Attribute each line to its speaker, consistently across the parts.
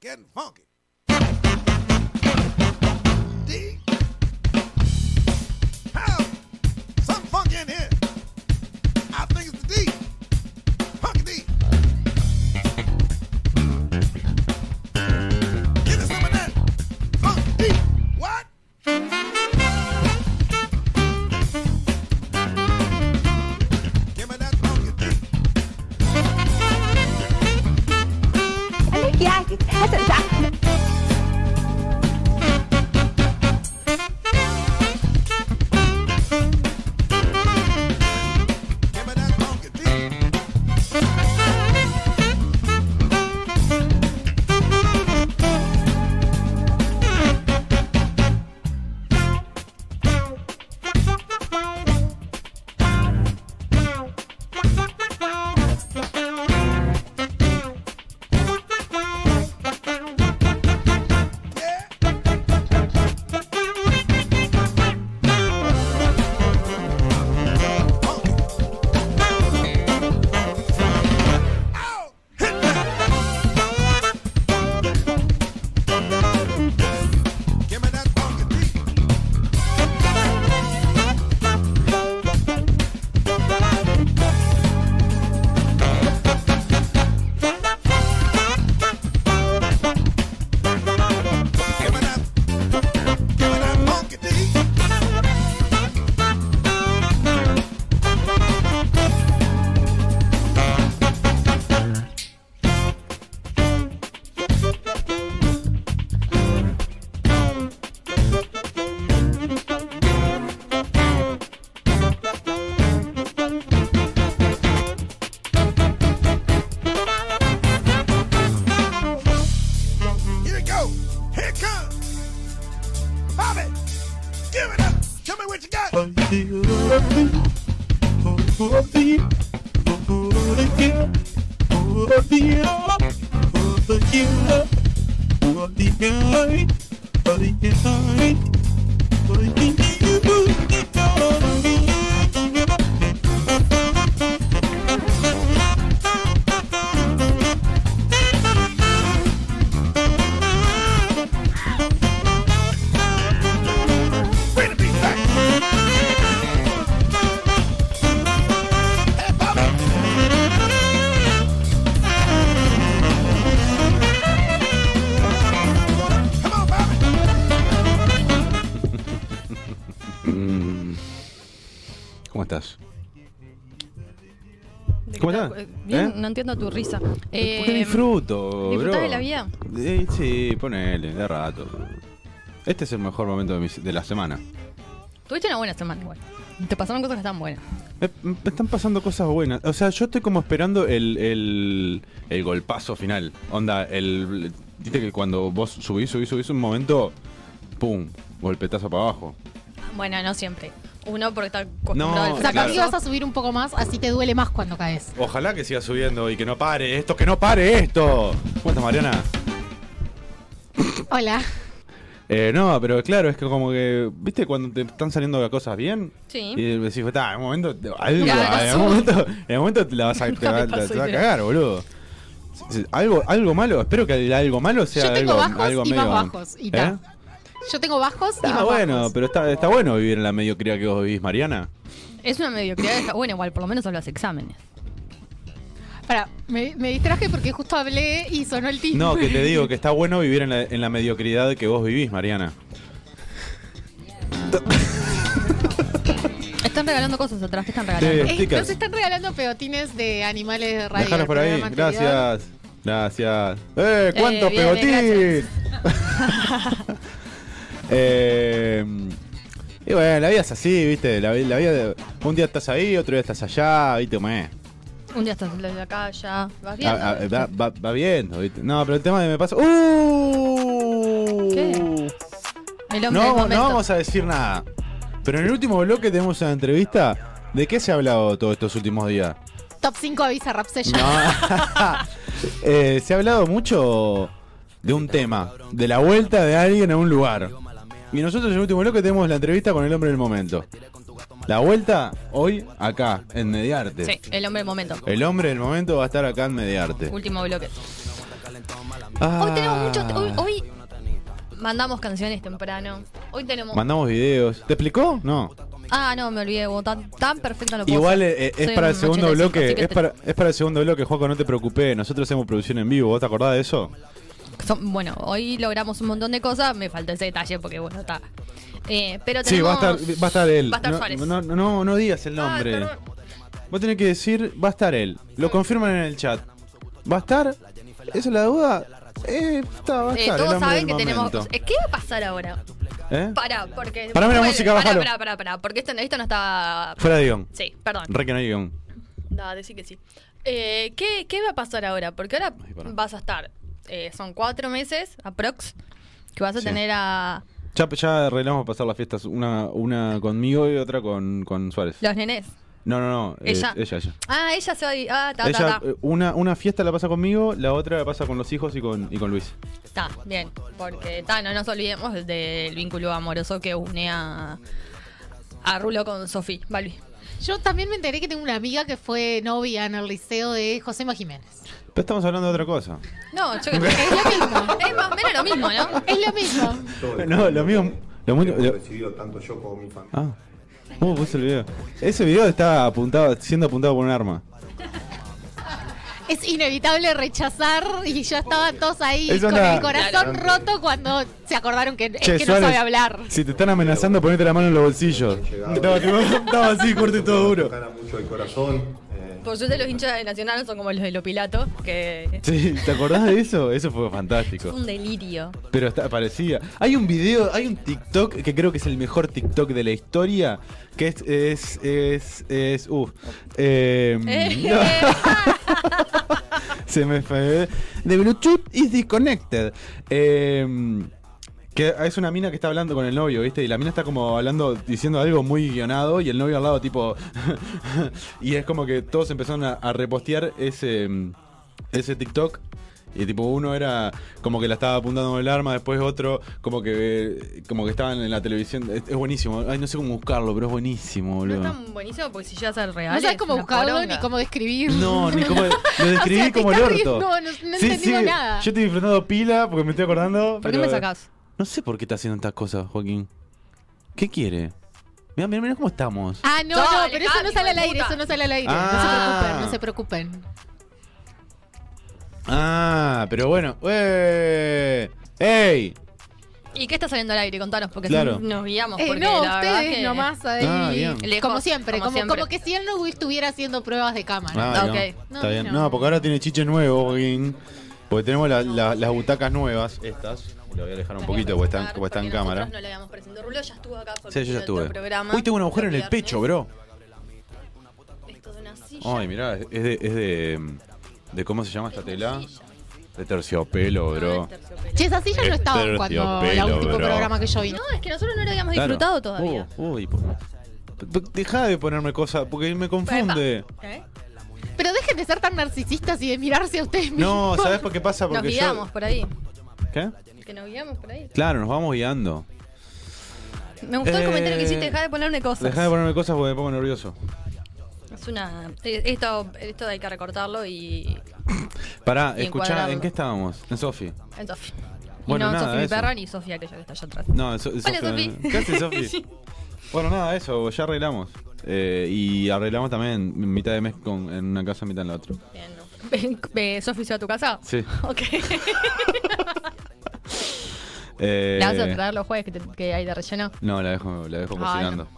Speaker 1: Getting funky. D. Have something funky in here. I think it's the D. Funky D. Give me some of that. Funky D. What? Give me that funky D.
Speaker 2: Ja, het is
Speaker 1: Give me that funky D. Yeah. Funky. Ow! Hit that. Give me that funky D. Give me that. Give me that funky D. Here it go. Here it comes. Bobby, give it up. Tell me what you got. Way to be back. Hey, Bobby. Come on, Bobby.
Speaker 3: ¿Cómo estás?
Speaker 4: De
Speaker 3: ¿Cómo
Speaker 4: que
Speaker 3: está?
Speaker 4: tal- eh, Bien,
Speaker 3: ¿Eh?
Speaker 4: no entiendo tu risa. Eh,
Speaker 3: Porque disfruto,
Speaker 4: ¿disfrutás
Speaker 3: bro.
Speaker 4: de la vida?
Speaker 3: Eh, sí, ponele, de rato. Este es el mejor momento de, mi- de la semana.
Speaker 4: Tuviste una buena semana igual. Te pasaron cosas que están buenas.
Speaker 3: Me, me están pasando cosas buenas. O sea, yo estoy como esperando el, el, el golpazo final. Onda, el. Viste que cuando vos subís, subís, subís un momento. ¡Pum! Golpetazo para abajo.
Speaker 4: Bueno, no siempre. Uno porque está acostumbrado
Speaker 3: No,
Speaker 4: al
Speaker 3: O
Speaker 5: O
Speaker 3: sea,
Speaker 5: sea,
Speaker 3: Claro.
Speaker 5: que vas a subir un poco más, así te duele más cuando caes.
Speaker 3: Ojalá que siga subiendo y que no pare esto, que no pare esto. ¿Cómo estás, Mariana?
Speaker 5: Hola.
Speaker 3: Eh, no, pero claro, es que como que, ¿viste cuando te están saliendo las cosas bien?
Speaker 4: Sí.
Speaker 3: Y decís, está, en un momento, te- algo, ah,
Speaker 4: Claro,
Speaker 3: en
Speaker 4: sí.
Speaker 3: un momento, en un momento te la vas a, te va-
Speaker 4: me
Speaker 3: la-
Speaker 4: pasó
Speaker 3: te va a
Speaker 4: idea.
Speaker 3: cagar, boludo. Sí, sí, Algo, algo malo, espero que el algo malo sea
Speaker 5: Yo tengo
Speaker 3: algo,
Speaker 5: bajos
Speaker 3: algo
Speaker 5: y
Speaker 3: medio- ¿Eh?
Speaker 5: más bajos, y ta. Yo tengo bajos y
Speaker 3: Está
Speaker 5: más
Speaker 3: Ah, bueno,
Speaker 5: bajos.
Speaker 3: pero está, está bueno vivir en la mediocridad que vos vivís, Mariana.
Speaker 4: Es una mediocridad. Está buena igual, por lo menos a los exámenes.
Speaker 5: Pará, me, me distraje porque justo hablé y sonó el timbre.
Speaker 3: No, que te digo que está bueno vivir en la, en la mediocridad que vos vivís, Mariana.
Speaker 4: Están regalando cosas atrás. ¿Qué están
Speaker 3: Sí.
Speaker 4: regalando?
Speaker 5: Eh,
Speaker 3: stickers.
Speaker 5: nos están regalando peotines de animales de radio.
Speaker 3: Dejalos por
Speaker 5: el
Speaker 3: ahí,
Speaker 5: programa anterior.
Speaker 3: gracias. Gracias. ¡Eh, cuánto
Speaker 4: Eh, bien,
Speaker 3: pegotín! Eh, y bueno, la vida es así, ¿viste? La, vi- la vida. de- un día estás ahí, otro día estás allá, ¿viste? Me,
Speaker 4: Un día estás en la calle. Vas
Speaker 3: a-
Speaker 4: bien.
Speaker 3: a- va, va- va viendo, ¿viste? No, pero el tema de me pasa. ¡Uh!
Speaker 4: ¿Qué? El hombre del
Speaker 3: No,
Speaker 4: momento.
Speaker 3: no vamos a decir nada. Pero en el último bloque tenemos una entrevista. ¿De qué se ha hablado todos estos últimos días?
Speaker 5: Top 5 avisa Rap Session.
Speaker 3: No. Eh, se ha hablado mucho de un tema, de la vuelta de alguien a un lugar. Y nosotros en el último bloque tenemos la entrevista con el hombre del momento. La vuelta hoy acá, en Mediarte.
Speaker 4: Sí, el hombre del momento.
Speaker 3: El hombre del momento va a estar acá en Mediarte.
Speaker 4: Último bloque. Hoy tenemos muchos.
Speaker 3: Ah.
Speaker 4: Hoy, hoy mandamos canciones temprano. Hoy tenemos.
Speaker 3: Mandamos videos. ¿Te explicó? No.
Speaker 4: ah, no, me olvidé. vos, Tan, tan perfecto lo puedo
Speaker 3: Igual
Speaker 4: hacer.
Speaker 3: eh, eh, es,
Speaker 4: Soy
Speaker 3: para el
Speaker 4: un
Speaker 3: segundo
Speaker 4: 85,
Speaker 3: bloque.
Speaker 4: así que
Speaker 3: Es
Speaker 4: te-
Speaker 3: para, es para el segundo bloque, Juaco, no te preocupes. Nosotros hacemos producción en vivo. ¿Vos te acordás de eso?
Speaker 4: son- bueno, hoy logramos un montón de cosas. Me falta ese detalle porque, bueno, está. Eh, pero tenemos.
Speaker 3: Sí, va a estar, va a estar él.
Speaker 4: Va a estar
Speaker 3: no,
Speaker 4: Suárez.
Speaker 3: No, no, no, no digas el
Speaker 4: Ah,
Speaker 3: nombre.
Speaker 4: perdón.
Speaker 3: Vos tenés que decir, va a estar él. Lo confirman en el chat. ¿Va a estar? ¿Esa es la duda? Eh, está, va a
Speaker 4: Eh,
Speaker 3: estar. el
Speaker 4: todos
Speaker 3: hombre
Speaker 4: saben que
Speaker 3: del
Speaker 4: tenemos.
Speaker 3: momento.
Speaker 4: eh, ¿Qué va a pasar ahora?
Speaker 3: ¿Eh?
Speaker 4: Para, porque.
Speaker 3: Parame la
Speaker 4: vuelve,
Speaker 3: música,
Speaker 4: pará,
Speaker 3: bájalo.
Speaker 4: Pará, pará, pará, porque esto, no- esto no está.
Speaker 3: Fuera de guión.
Speaker 4: Sí, perdón.
Speaker 3: Re que no hay guión.
Speaker 4: Da, decí que sí. Eh, ¿qué, qué va a pasar ahora? Porque ahora
Speaker 3: Ay, pará.
Speaker 4: vas a estar. eh, son cuatro meses, aprox, que vas a
Speaker 3: Sí.
Speaker 4: tener a
Speaker 3: Ya, ya arreglamos pasar las fiestas. Una, una conmigo y otra con, con Suárez.
Speaker 4: los nenes.
Speaker 3: No, no, no. eh,
Speaker 4: Ella.
Speaker 3: ella, ella.
Speaker 4: Ah, ella se va a. di- Ah, ta,
Speaker 3: Ella,
Speaker 4: ta,
Speaker 3: eh, una, una fiesta la pasa conmigo, la otra la pasa con los hijos y con, y con Luis.
Speaker 4: ta. Ta, bien. Porque ta, no nos olvidemos del vínculo amoroso que une a, a Rulo con Sofía. Balbi.
Speaker 5: Yo también me enteré que tengo una amiga que fue novia en el liceo de Josema Jiménez.
Speaker 3: Pero estamos hablando de otra cosa.
Speaker 4: No, yo creo que es lo mismo. Es más o menos lo mismo, ¿no?
Speaker 5: Es lo mismo.
Speaker 2: Todo
Speaker 3: No, lo mío. Lo muy-
Speaker 2: hemos
Speaker 3: lo-
Speaker 2: decidido tanto yo como mi familia.
Speaker 3: ah. ¿Cómo puse el video? Ese video está apuntado, siendo apuntado por un arma.
Speaker 5: Es inevitable rechazar y ya estaban todos ahí
Speaker 3: Es
Speaker 5: con
Speaker 3: una-
Speaker 5: el corazón roto cuando se acordaron que, es
Speaker 3: Che,
Speaker 5: que
Speaker 3: Suárez,
Speaker 5: no sabe hablar.
Speaker 3: Si te están amenazando, ponete la mano en los bolsillos. Estaba, tipo- estaba así, corte todo duro.
Speaker 2: Tocara mucho el corazón. eh,
Speaker 4: Por suerte, los hinchas de Nacional no son como los de Lopilato, que
Speaker 3: Sí, ¿te acordás de eso? Eso fue
Speaker 4: es
Speaker 3: fantástico.
Speaker 4: un delirio.
Speaker 3: Pero está, parecía. Hay un video, hay un TikTok que creo que es el mejor TikTok de la historia. Que es. Es. Es. es uh, eh, no,
Speaker 4: eh,
Speaker 3: se me fue. The Bluetooth is disconnected. Eh, que es una mina que está hablando con el novio, ¿viste? Y la mina está como hablando, diciendo algo muy guionado y el novio al lado tipo... y es como que todos empezaron a, a repostear ese, mm, ese TikTok. Y tipo uno era como que la estaba apuntando con el arma, después otro como que como que estaban en la televisión. Es, es buenísimo. Ay, no sé cómo buscarlo, pero es buenísimo,
Speaker 4: No
Speaker 3: boludo.
Speaker 4: es tan buenísimo porque si llegas al real.
Speaker 5: No sabes
Speaker 4: es
Speaker 5: cómo
Speaker 4: una
Speaker 5: buscarlo
Speaker 4: poronga.
Speaker 5: ni cómo describir.
Speaker 3: No, ni cómo. Lo describí
Speaker 5: O sea, te
Speaker 3: como el
Speaker 5: estás
Speaker 3: orto.
Speaker 5: riendo, no- no entendimos nada.
Speaker 3: Yo estoy disfrutando pila porque me estoy acordando.
Speaker 4: ¿Por qué me
Speaker 3: pero-
Speaker 4: sacás?
Speaker 3: No sé por qué está haciendo estas cosas, Joaquín. ¿Qué quiere? Mira, mira, mira cómo estamos.
Speaker 5: Ah, no,
Speaker 4: No,
Speaker 5: no,
Speaker 4: dejá,
Speaker 5: pero eso no
Speaker 4: hijo
Speaker 5: sale
Speaker 4: de
Speaker 5: al aire,
Speaker 4: puta.
Speaker 5: eso no sale al aire.
Speaker 3: Ah.
Speaker 5: No se preocupen, no se preocupen.
Speaker 3: Ah, pero bueno. ¡Eh! ¡Ey!
Speaker 4: ¿Y qué está saliendo al aire? Contanos, porque
Speaker 3: Claro.
Speaker 4: si nos guiamos.
Speaker 5: Eh,
Speaker 4: porque
Speaker 5: no,
Speaker 4: la verdad
Speaker 5: ustedes
Speaker 4: que-
Speaker 5: nomás ahí.
Speaker 3: Ah, bien.
Speaker 4: Lejos,
Speaker 5: como siempre,
Speaker 4: como
Speaker 5: como,
Speaker 4: siempre.
Speaker 5: como que si él no estuviera haciendo pruebas de cámara.
Speaker 3: Ah,
Speaker 4: Ok.
Speaker 3: no,
Speaker 5: No,
Speaker 3: Está bien.
Speaker 5: no.
Speaker 3: No, porque ahora tiene chiche nuevo, Joaquín. Porque tenemos la- la- las butacas nuevas, estas. Lo voy a alejar un poquito porque está, porque está en
Speaker 4: Porque
Speaker 3: cámara.
Speaker 4: nosotros No le habíamos presentado. Rulo ya estuvo acá.
Speaker 3: Sí, yo ya estuve.
Speaker 4: Programa,
Speaker 3: Uy, tengo un agujero en el
Speaker 4: Viernes.
Speaker 3: pecho, bro.
Speaker 4: Esto es una silla.
Speaker 3: Ay, mirá, es de, es de. de ¿Cómo se llama esta tela? De terciopelo, bro.
Speaker 4: No, es terciopelo.
Speaker 5: Che, esa silla
Speaker 3: Este Es
Speaker 5: no estaba cuando el
Speaker 3: terciopelo,
Speaker 5: último
Speaker 3: bro.
Speaker 5: programa que yo vi.
Speaker 4: No, es que nosotros no lo habíamos
Speaker 3: Claro.
Speaker 4: disfrutado todavía.
Speaker 3: Uh, uy, po- p- deja de ponerme cosas porque me confunde.
Speaker 4: ¿Eh?
Speaker 5: Pero dejen de ser tan narcisistas y de mirarse a ustedes
Speaker 3: No,
Speaker 5: mismos.
Speaker 3: ¿sabes por qué pasa?
Speaker 4: Nos
Speaker 3: Porque
Speaker 4: guiamos por ahí.
Speaker 3: yo. ¿Qué?
Speaker 4: Que nos guiamos por ahí.
Speaker 3: Claro, nos vamos guiando.
Speaker 4: Me gustó
Speaker 3: Eh,
Speaker 4: el comentario que hiciste. Deja de ponerme cosas.
Speaker 3: Deja de ponerme cosas porque me pongo nervioso.
Speaker 4: Es una. eh, Esto, esto hay que recortarlo y.
Speaker 3: Pará,
Speaker 4: Y
Speaker 3: escuchá,
Speaker 4: encuadrado.
Speaker 3: ¿en qué estábamos? En Sofi.
Speaker 4: En Sofi. Y
Speaker 3: Bueno,
Speaker 4: no, en
Speaker 3: nada,
Speaker 4: Sofi mi
Speaker 3: eso.
Speaker 4: perra ni Sofía, que ya que está allá atrás.
Speaker 3: No, en So- en
Speaker 4: Hola,
Speaker 3: Sofi.
Speaker 4: Sofi.
Speaker 3: ¿Qué haces, Sofi? Bueno, nada, eso, ya arreglamos. Eh, y arreglamos también mitad de mes con, en una casa, mitad en la otra.
Speaker 4: Bien, no. Ven, eh, Sofi se va a tu casa.
Speaker 3: Sí.
Speaker 4: Ok.
Speaker 3: Eh,
Speaker 4: ¿La vas a traer los jueves que, te- que hay de relleno?
Speaker 3: No, la dejo, la dejo
Speaker 4: Ay,
Speaker 3: cocinando.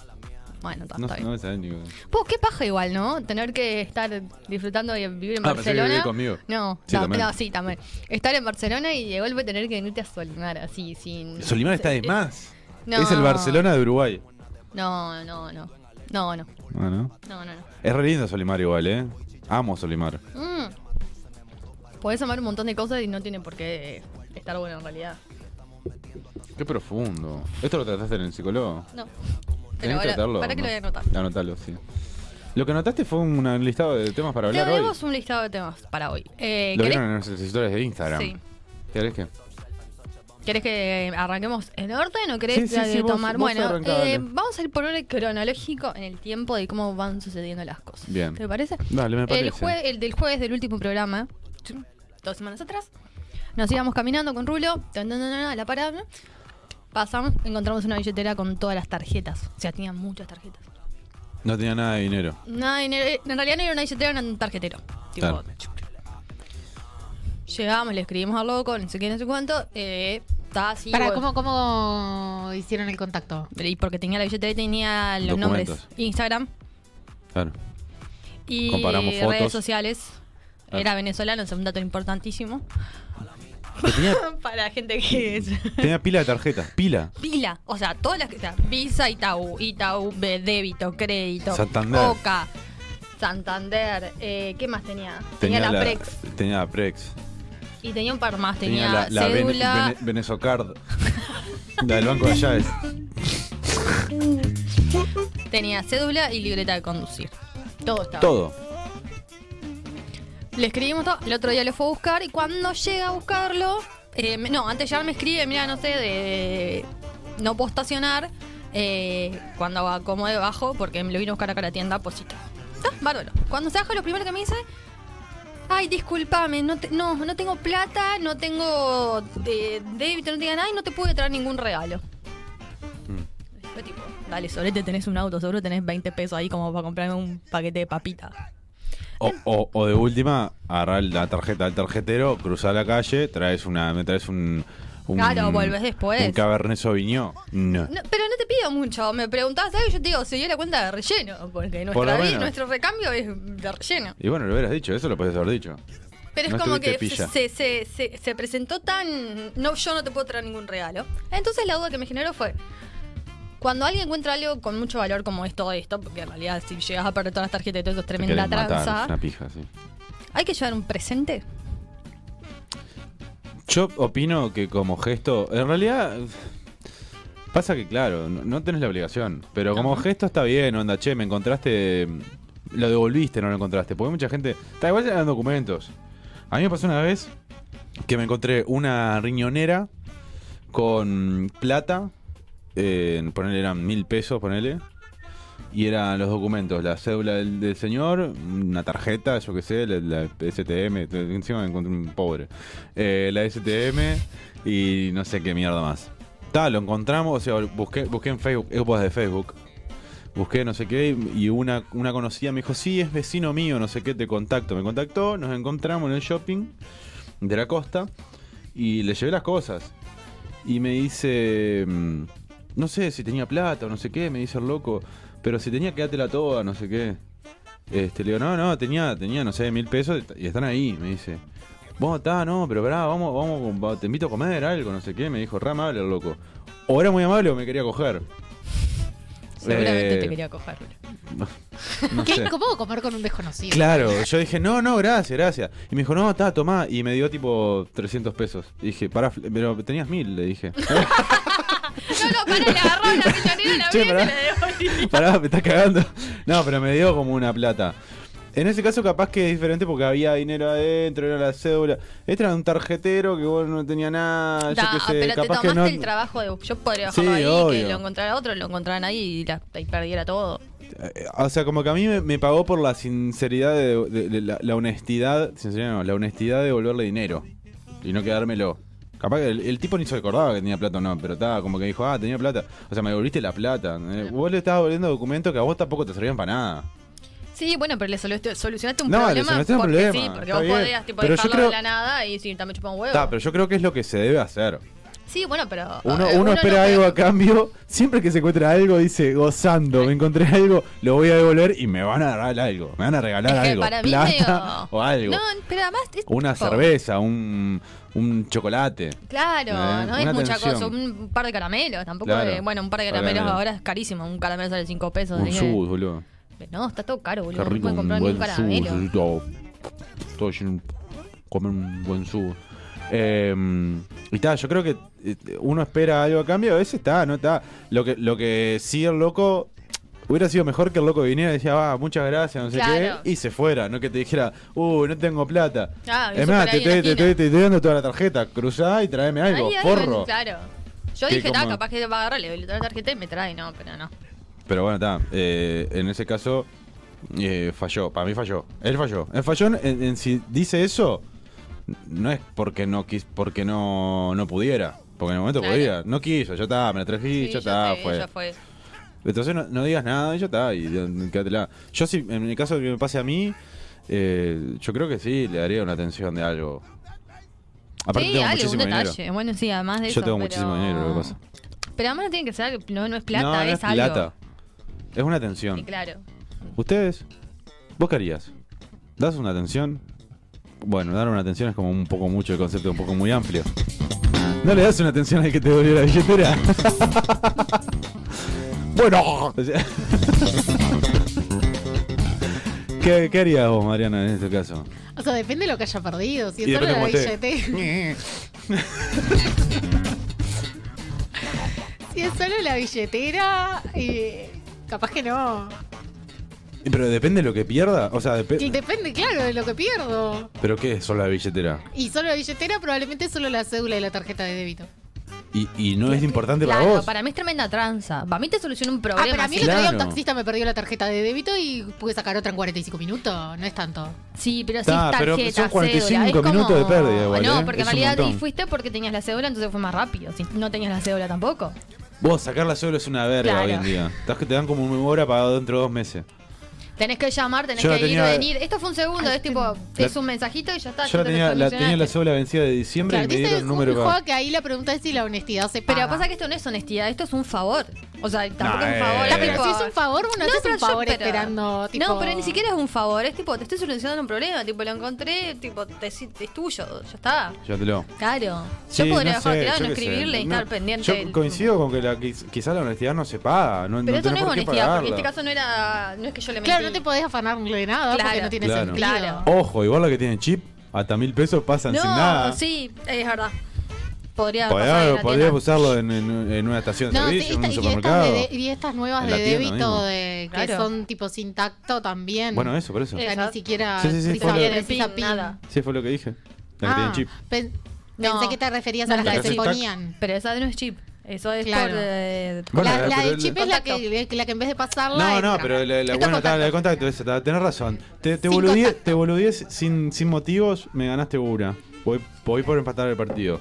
Speaker 4: Bueno, está,
Speaker 3: No, no
Speaker 4: está bien.
Speaker 3: me sabés ni. Ah,
Speaker 4: Pues qué paja igual, ¿no? Tener que estar disfrutando y vivir en
Speaker 3: Ah, pensé que
Speaker 4: Barcelona.
Speaker 3: vivía conmigo.
Speaker 4: No,
Speaker 3: Sí,
Speaker 4: no,
Speaker 3: también.
Speaker 4: no, sí, también. Estar en Barcelona y de golpe tener que venirte a Solimar así, sin.
Speaker 3: Solimar está de más.
Speaker 4: No.
Speaker 3: Es el Barcelona de Uruguay.
Speaker 4: No, no, no. No, no.
Speaker 3: Ah, ¿no?
Speaker 4: No, no, no.
Speaker 3: Es re lindo Solimar igual, ¿eh? Amo Solimar.
Speaker 4: Mm. Podés amar un montón de cosas y no tiene por qué estar bueno en realidad.
Speaker 3: Qué profundo. ¿Esto lo trataste en el psicólogo?
Speaker 4: No.
Speaker 3: Tenés
Speaker 4: Pero
Speaker 3: que
Speaker 4: ahora,
Speaker 3: tratarlo.
Speaker 4: ¿para
Speaker 3: ¿no?
Speaker 4: qué lo voy a anotar?
Speaker 3: Anotalo, sí. Lo que anotaste fue un listado de temas para hablar hoy.
Speaker 4: Tenemos un listado de temas para hoy. Eh,
Speaker 3: Lo
Speaker 4: ¿querés,
Speaker 3: vieron en nuestros historias de Instagram.
Speaker 4: Sí.
Speaker 3: ¿Querés que?
Speaker 4: querés que arranquemos en orden o querés
Speaker 3: Sí, sí,
Speaker 4: eh,
Speaker 3: sí, vos-
Speaker 4: tomar?
Speaker 3: vos
Speaker 4: bueno,
Speaker 3: arrancá, dale.
Speaker 4: eh, vamos a ir por orden cronológico en el tiempo de cómo van sucediendo las cosas.
Speaker 3: Bien.
Speaker 4: ¿Te parece?
Speaker 3: Dale, me
Speaker 4: El,
Speaker 3: parece.
Speaker 4: jue- el del jueves del último programa, dos semanas atrás, Nos íbamos caminando con Rulo, tan, tan, tan, tan, a la parada. Pasamos, encontramos una billetera con todas las tarjetas. O sea, tenían muchas tarjetas.
Speaker 3: No tenía nada de dinero.
Speaker 4: Nada de dinero- en realidad no era una billetera, era un tarjetero. Tipo,
Speaker 3: Claro.
Speaker 4: Llegamos, le escribimos al loco, no sé qué, no sé cuánto. Eh, está así.
Speaker 5: Para,
Speaker 4: bueno.
Speaker 5: ¿cómo, ¿cómo hicieron el contacto?
Speaker 4: Y porque tenía la billetera y tenía los
Speaker 3: Documentos.
Speaker 4: nombres. Instagram
Speaker 3: Claro.
Speaker 4: y
Speaker 3: Comparamos
Speaker 4: redes
Speaker 3: fotos.
Speaker 4: sociales.
Speaker 3: Ah.
Speaker 4: Era venezolano, es un dato importantísimo.
Speaker 3: Pero tenía,
Speaker 4: Para gente que es.
Speaker 3: tenía pila de tarjetas, pila.
Speaker 4: Pila. O sea, todas las que. o sea, Visa, Itaú, Itaú, B, débito, crédito.
Speaker 3: Santander.
Speaker 4: Oca, Santander. eh, ¿Qué más tenía? Tenía, la, Prex.
Speaker 3: Tenía la Prex.
Speaker 4: Y tenía un par más.
Speaker 3: Tenía,
Speaker 4: Tenía,
Speaker 3: la, la Vene-
Speaker 4: cédula.
Speaker 3: Vene- Venezocard. la del banco de llaves.
Speaker 4: Tenía cédula y libreta de conducir. Todo estaba.
Speaker 3: Todo.
Speaker 4: Le escribimos todo, el otro día lo fue a buscar y cuando llega a buscarlo, eh, me- no, antes ya me escribe, mira, no sé, de no puedo estacionar eh, cuando como debajo porque me lo vino a buscar acá a la tienda posita. Ah, bárbaro. Cuando se baja, lo primero que me dice, ay, discúlpame, no, te- no, no tengo plata, no tengo eh, débito, no tengo nada y no te pude traer ningún regalo. Yo tipo, dale, solete, tenés un auto, seguro tenés 20 pesos ahí como para comprarme un paquete de papitas.
Speaker 3: O, o- o de última, agarrar la tarjeta del tarjetero, cruzar la calle, traes una, me traes un, un-
Speaker 4: Claro, volvés después.
Speaker 3: Un Cabernet Sauvignon. No.
Speaker 4: No, pero no te pido mucho. Me preguntás algo y yo te digo, se dio la cuenta de relleno. Porque
Speaker 3: Por lo
Speaker 4: nuestra vida,
Speaker 3: menos.
Speaker 4: nuestro recambio es de relleno.
Speaker 3: Y bueno, lo hubieras dicho, eso lo podés haber dicho.
Speaker 4: Pero
Speaker 3: No
Speaker 4: es como que
Speaker 3: estuviste pilla.
Speaker 4: se, se- se- se presentó tan. No, yo no te puedo traer ningún regalo. Entonces la duda que me generó fue. Cuando alguien encuentra algo con mucho valor como es todo esto, porque en realidad si llegas a perder todas las tarjetas y todo eso es
Speaker 3: Te
Speaker 4: tremenda
Speaker 3: querés matar,
Speaker 4: tranza,
Speaker 3: es una pija, sí.
Speaker 4: hay que llevar un presente.
Speaker 3: Yo opino que como gesto, en realidad pasa que claro, no, no tenés la obligación, pero como gesto está bien, onda, che, me encontraste, lo devolviste, no lo encontraste, porque mucha gente, está igual eran documentos. A mí me pasó una vez que me encontré una riñonera con plata, eh, ponele eran mil pesos, ponele. Y eran los documentos, la cédula del, del señor, una tarjeta, yo qué sé, la, la STM, t- encima me encontré un pobre. Eh, la STM y no sé qué mierda más. Tal, lo encontramos, o sea, busqué, busqué en Facebook, grupos de Facebook. Busqué no sé qué y una, una conocida me dijo, sí, es vecino mío, no sé qué, te contacto. Me contactó, nos encontramos en el shopping de la costa y le llevé las cosas. Y me dice, mm, no sé si tenía plata o no sé qué, me dice el loco, pero si tenía, quédatela toda, no sé qué. Este, le digo, no, no, tenía, tenía, no sé, mil pesos y están ahí, me dice. Vos, está, no, pero pará, vamos, vamos, va- te invito a comer algo, no sé qué. Me dijo, re amable el loco. O era muy amable o me quería coger.
Speaker 4: Seguramente
Speaker 3: Eh,
Speaker 4: te quería coger.
Speaker 3: no
Speaker 5: Qué
Speaker 3: sé.
Speaker 5: incómodo comer con un desconocido.
Speaker 3: Claro, yo dije, no, no, gracias, gracias. Y me dijo, no, está, tomá. Y me dio tipo 300 pesos. Y dije, pará, fl- pero tenías mil, le dije.
Speaker 4: No, no, para, le agarró una millonera, la
Speaker 3: Che,
Speaker 4: vida y se
Speaker 3: pará.
Speaker 4: la devolví.
Speaker 3: Pará, me estás cagando. No, pero me dio como una plata. En ese caso capaz que es diferente porque había dinero adentro, era la cédula. Este era un tarjetero que vos no tenía nada, Ah, yo
Speaker 4: Da,
Speaker 3: qué sé,
Speaker 4: pero te
Speaker 3: capaz
Speaker 4: tomaste
Speaker 3: que no.
Speaker 4: el trabajo de. Yo podría
Speaker 3: Sí,
Speaker 4: bajarlo ahí, que
Speaker 3: obvio.
Speaker 4: lo encontrara otro, lo encontraran ahí y, la- y perdiera todo.
Speaker 3: Eh, O sea, como que a mí me, me pagó por la sinceridad, de, de- de la, la honestidad, sinceridad no, la honestidad de devolverle dinero y no quedármelo. Capaz que el, el tipo ni se acordaba que tenía plata o no, pero estaba como que dijo, ah, tenía plata. O sea, me devolviste la plata. Eh, Vos le estabas devolviendo documentos que a vos tampoco te servían para nada.
Speaker 4: Sí, bueno, pero le solu- solucionaste un
Speaker 3: No, le
Speaker 4: problema.
Speaker 3: solucionaste un
Speaker 4: porque
Speaker 3: problema,
Speaker 4: Sí, porque
Speaker 3: está
Speaker 4: vos
Speaker 3: bien.
Speaker 4: podías tipo,
Speaker 3: Pero yo
Speaker 4: dejarlo
Speaker 3: creo-
Speaker 4: de la nada y sí, también chupa un huevo.
Speaker 3: Está, pero yo creo que es lo que se debe hacer.
Speaker 4: Sí, bueno, pero.
Speaker 3: Uno,
Speaker 4: eh,
Speaker 3: uno
Speaker 4: no
Speaker 3: espera
Speaker 4: puede-
Speaker 3: algo a cambio. Siempre que se encuentra algo, dice, gozando, me encontré algo, lo voy a devolver y me van a dar algo. Me van a regalar
Speaker 4: Es que
Speaker 3: algo.
Speaker 4: para mí
Speaker 3: plata
Speaker 4: medio-
Speaker 3: o algo.
Speaker 4: No, pero además. es
Speaker 3: Una
Speaker 4: tipo,
Speaker 3: cerveza, un, un chocolate.
Speaker 4: Claro,
Speaker 3: Eh, una
Speaker 4: no es mucha
Speaker 3: atención.
Speaker 4: cosa. Un par de caramelos, tampoco.
Speaker 3: Claro.
Speaker 4: eh, bueno, un par de
Speaker 3: Par de
Speaker 4: caramelos
Speaker 3: caramelos.
Speaker 4: ahora es carísimo. Un caramelo sale 5 pesos.
Speaker 3: Un
Speaker 4: así que-
Speaker 3: subus, boludo.
Speaker 4: No, está todo caro,
Speaker 3: Qué
Speaker 4: boludo. No
Speaker 3: rico,
Speaker 4: puedes
Speaker 3: un
Speaker 4: comprar ni un
Speaker 3: buen subus.
Speaker 4: caramelo.
Speaker 3: así, Todo, todo lleno- comer un buen subus. Eh, y está, yo creo que eh, uno espera algo a cambio, a veces está, no está. Lo que, lo que sí el loco. Hubiera sido mejor que el loco viniera y decía, va, muchas gracias, no sé
Speaker 4: Claro.
Speaker 3: qué, y se fuera, no que te dijera, uy, no tengo plata.
Speaker 4: Ah, el
Speaker 3: es más,
Speaker 4: súper
Speaker 3: te
Speaker 4: ahí en la
Speaker 3: estoy te,
Speaker 4: esquina.
Speaker 3: estoy- te estoy dando toda la tarjeta, cruzá y tráeme algo,
Speaker 4: Ahí, ahí,
Speaker 3: porro.
Speaker 4: bueno, Claro. Yo
Speaker 3: Que
Speaker 4: dije, está,
Speaker 3: como-
Speaker 4: capaz que va a agarrar, le doy la tarjeta y me trae. No, pero no.
Speaker 3: Pero bueno, está. eh, en ese caso, eh, falló. Para mí falló. Él falló. Él falló en, en si dice eso. no es porque no quis, porque no, no pudiera. Porque en el momento
Speaker 4: Claro.
Speaker 3: podía. No quiso, ya está, me la traje y
Speaker 4: Sí,
Speaker 3: ya está,
Speaker 4: sé,
Speaker 3: fue.
Speaker 4: ya fue.
Speaker 3: Entonces no, no digas nada y ya está, y eh, quédatela. Yo si en el caso que me pase a mí, eh, yo creo que sí, le daría una atención de algo. Aparte
Speaker 4: sí,
Speaker 3: tengo
Speaker 4: dale, un
Speaker 3: muchísimo
Speaker 4: detalle.
Speaker 3: dinero.
Speaker 4: Bueno, sí, además de
Speaker 3: Yo
Speaker 4: eso.
Speaker 3: tengo
Speaker 4: pero-
Speaker 3: muchísimo dinero, lo que pasa.
Speaker 4: Pero además no tiene que ser algo- no, no es plata,
Speaker 3: no, no
Speaker 4: es,
Speaker 3: es
Speaker 4: algo.
Speaker 3: plata. Es una atención.
Speaker 4: Sí, claro.
Speaker 3: ¿Ustedes? ¿Vos qué harías? ¿Das una atención? Bueno, dar una atención es como un poco mucho el concepto, un poco muy amplio. ¿No le das una atención al que te dolió la billetera? bueno. O sea- ¿Qué, qué harías vos, Mariana, en este caso?
Speaker 5: O sea, depende de lo que haya perdido. Si
Speaker 3: Y
Speaker 5: es solo la
Speaker 3: depende cómo esté.
Speaker 5: billetera. si es solo la billetera, eh, capaz que no.
Speaker 3: Pero depende de lo que pierda. O sea,
Speaker 5: Y
Speaker 3: depe-
Speaker 5: depende, claro, de lo que pierdo.
Speaker 3: ¿pero qué es solo la billetera?
Speaker 5: Y solo la billetera, probablemente solo la cédula y la tarjeta de débito.
Speaker 3: Y, y no es importante
Speaker 4: Claro,
Speaker 3: para vos.
Speaker 4: para mí es tremenda tranza. Para mí te soluciona un
Speaker 5: Ah,
Speaker 4: problema.
Speaker 5: pero a mí
Speaker 4: sí.
Speaker 5: el otro día
Speaker 3: Claro.
Speaker 5: un taxista me perdió la tarjeta de débito y pude sacar otra en 45 minutos. No es tanto.
Speaker 4: Sí, pero sí
Speaker 3: Ta,
Speaker 4: es
Speaker 3: pero
Speaker 4: tarjeta,
Speaker 3: son 45
Speaker 4: cédula. Es
Speaker 3: minutos
Speaker 4: como-
Speaker 3: de pérdida igual,
Speaker 4: No,
Speaker 3: ¿eh?
Speaker 4: porque
Speaker 3: Es
Speaker 4: en
Speaker 3: un
Speaker 4: realidad y
Speaker 3: montón.
Speaker 4: fuiste porque tenías la cédula, entonces fue más rápido. Si no tenías la cédula tampoco.
Speaker 3: Vos, sacar la cédula es una verga
Speaker 4: Claro.
Speaker 3: hoy en día. Estás que te dan como una hora pagado dentro de dos meses.
Speaker 4: Tenés que llamar, tenés
Speaker 3: Yo la
Speaker 4: que ir,
Speaker 3: tenía-
Speaker 4: venir. Esto fue un segundo, es tipo,
Speaker 3: La-
Speaker 4: es un mensajito y ya está.
Speaker 3: Yo
Speaker 4: ya
Speaker 3: la
Speaker 4: Ah, te
Speaker 3: tenía, la, tenía la
Speaker 4: solucionaste.
Speaker 3: cédula vencida de diciembre
Speaker 5: Claro,
Speaker 3: y me
Speaker 5: que
Speaker 3: dieron
Speaker 5: este
Speaker 3: el
Speaker 5: es un
Speaker 3: número para-
Speaker 5: juego que ahí la pregunta es si la honestidad se
Speaker 4: Pero
Speaker 5: paga.
Speaker 4: pasa que esto no es honestidad, esto es un favor. O sea, tampoco
Speaker 3: No,
Speaker 4: es un
Speaker 3: eh.
Speaker 4: favor.
Speaker 5: Ya,
Speaker 4: es
Speaker 5: pero
Speaker 4: tipo-
Speaker 5: si es un favor, uno hace
Speaker 4: pero
Speaker 5: un
Speaker 4: yo-
Speaker 5: favor
Speaker 4: pero-
Speaker 5: esperando. Tipo...
Speaker 4: No, pero ni siquiera es un favor, es tipo, te estoy solucionando un problema, tipo, lo encontré, tipo, te- es tuyo, ya está.
Speaker 3: Llévatelo.
Speaker 4: Claro.
Speaker 3: Sí,
Speaker 4: yo podría
Speaker 3: no sé,
Speaker 4: dejar tirado,
Speaker 3: yo
Speaker 4: no
Speaker 3: qué sé.
Speaker 4: escribirle y
Speaker 3: No,
Speaker 4: estar pendiente.
Speaker 3: Yo
Speaker 4: del-
Speaker 3: coincido con que la, quiz- quizá la honestidad no se paga. No,
Speaker 4: Pero esto no
Speaker 3: tenés por
Speaker 4: es
Speaker 3: qué
Speaker 4: honestidad, porque en
Speaker 3: pagarla.
Speaker 4: este caso no era. No es que yo le mentí.
Speaker 5: Claro, no te podés afanar de nada porque
Speaker 4: Claro.
Speaker 5: no tiene
Speaker 3: Claro.
Speaker 5: sentido.
Speaker 4: Claro.
Speaker 3: Ojo, igual los que tienen chip, hasta mil pesos pasan
Speaker 4: No,
Speaker 3: sin nada.
Speaker 4: sí, es verdad. Podría haber pasado en
Speaker 3: Podría,
Speaker 4: la
Speaker 3: podría
Speaker 4: tienda.
Speaker 3: usarlo en, en- en una estación de
Speaker 5: No, sí,
Speaker 3: servicio, en
Speaker 5: esta-
Speaker 3: un
Speaker 5: y, estas
Speaker 3: supermercado.
Speaker 5: de- y estas nuevas
Speaker 3: en
Speaker 5: de
Speaker 3: la tienda
Speaker 5: débito
Speaker 3: mismo.
Speaker 5: de, que
Speaker 4: Claro.
Speaker 5: son tipo sin tacto también.
Speaker 3: Bueno, eso, por eso.
Speaker 5: O sea,
Speaker 4: Exacto.
Speaker 5: ni siquiera
Speaker 3: Sí, sí, sí,
Speaker 5: precisa-
Speaker 3: fue lo-
Speaker 5: precisa
Speaker 4: Pin,
Speaker 5: pin.
Speaker 4: nada.
Speaker 3: Sí, fue lo que dije. La que
Speaker 5: Ah,
Speaker 3: tienen chip.
Speaker 5: pen-
Speaker 4: No.
Speaker 5: Pensé que te referías a
Speaker 4: No,
Speaker 5: las
Speaker 4: la
Speaker 5: que
Speaker 4: que
Speaker 5: se
Speaker 4: hace tac.
Speaker 5: ponían.
Speaker 4: Pero esa no es chip. Eso es
Speaker 5: Claro.
Speaker 4: por. eh,
Speaker 3: Bueno,
Speaker 5: la,
Speaker 3: eh,
Speaker 5: la
Speaker 3: pero
Speaker 5: del
Speaker 3: el-
Speaker 5: chip es la
Speaker 4: Contacto.
Speaker 5: que, la que en vez de pasarla.
Speaker 3: No, no,
Speaker 5: entra.
Speaker 3: pero la, la-
Speaker 5: Esto es
Speaker 3: bueno, está,
Speaker 5: contacto.
Speaker 3: la de contacto, esa, está, tenés razón. Te, te
Speaker 5: Sin
Speaker 3: boludié-
Speaker 5: contacto.
Speaker 3: te boludié sin, sin motivos, me ganaste una. Voy, voy por empatar el partido.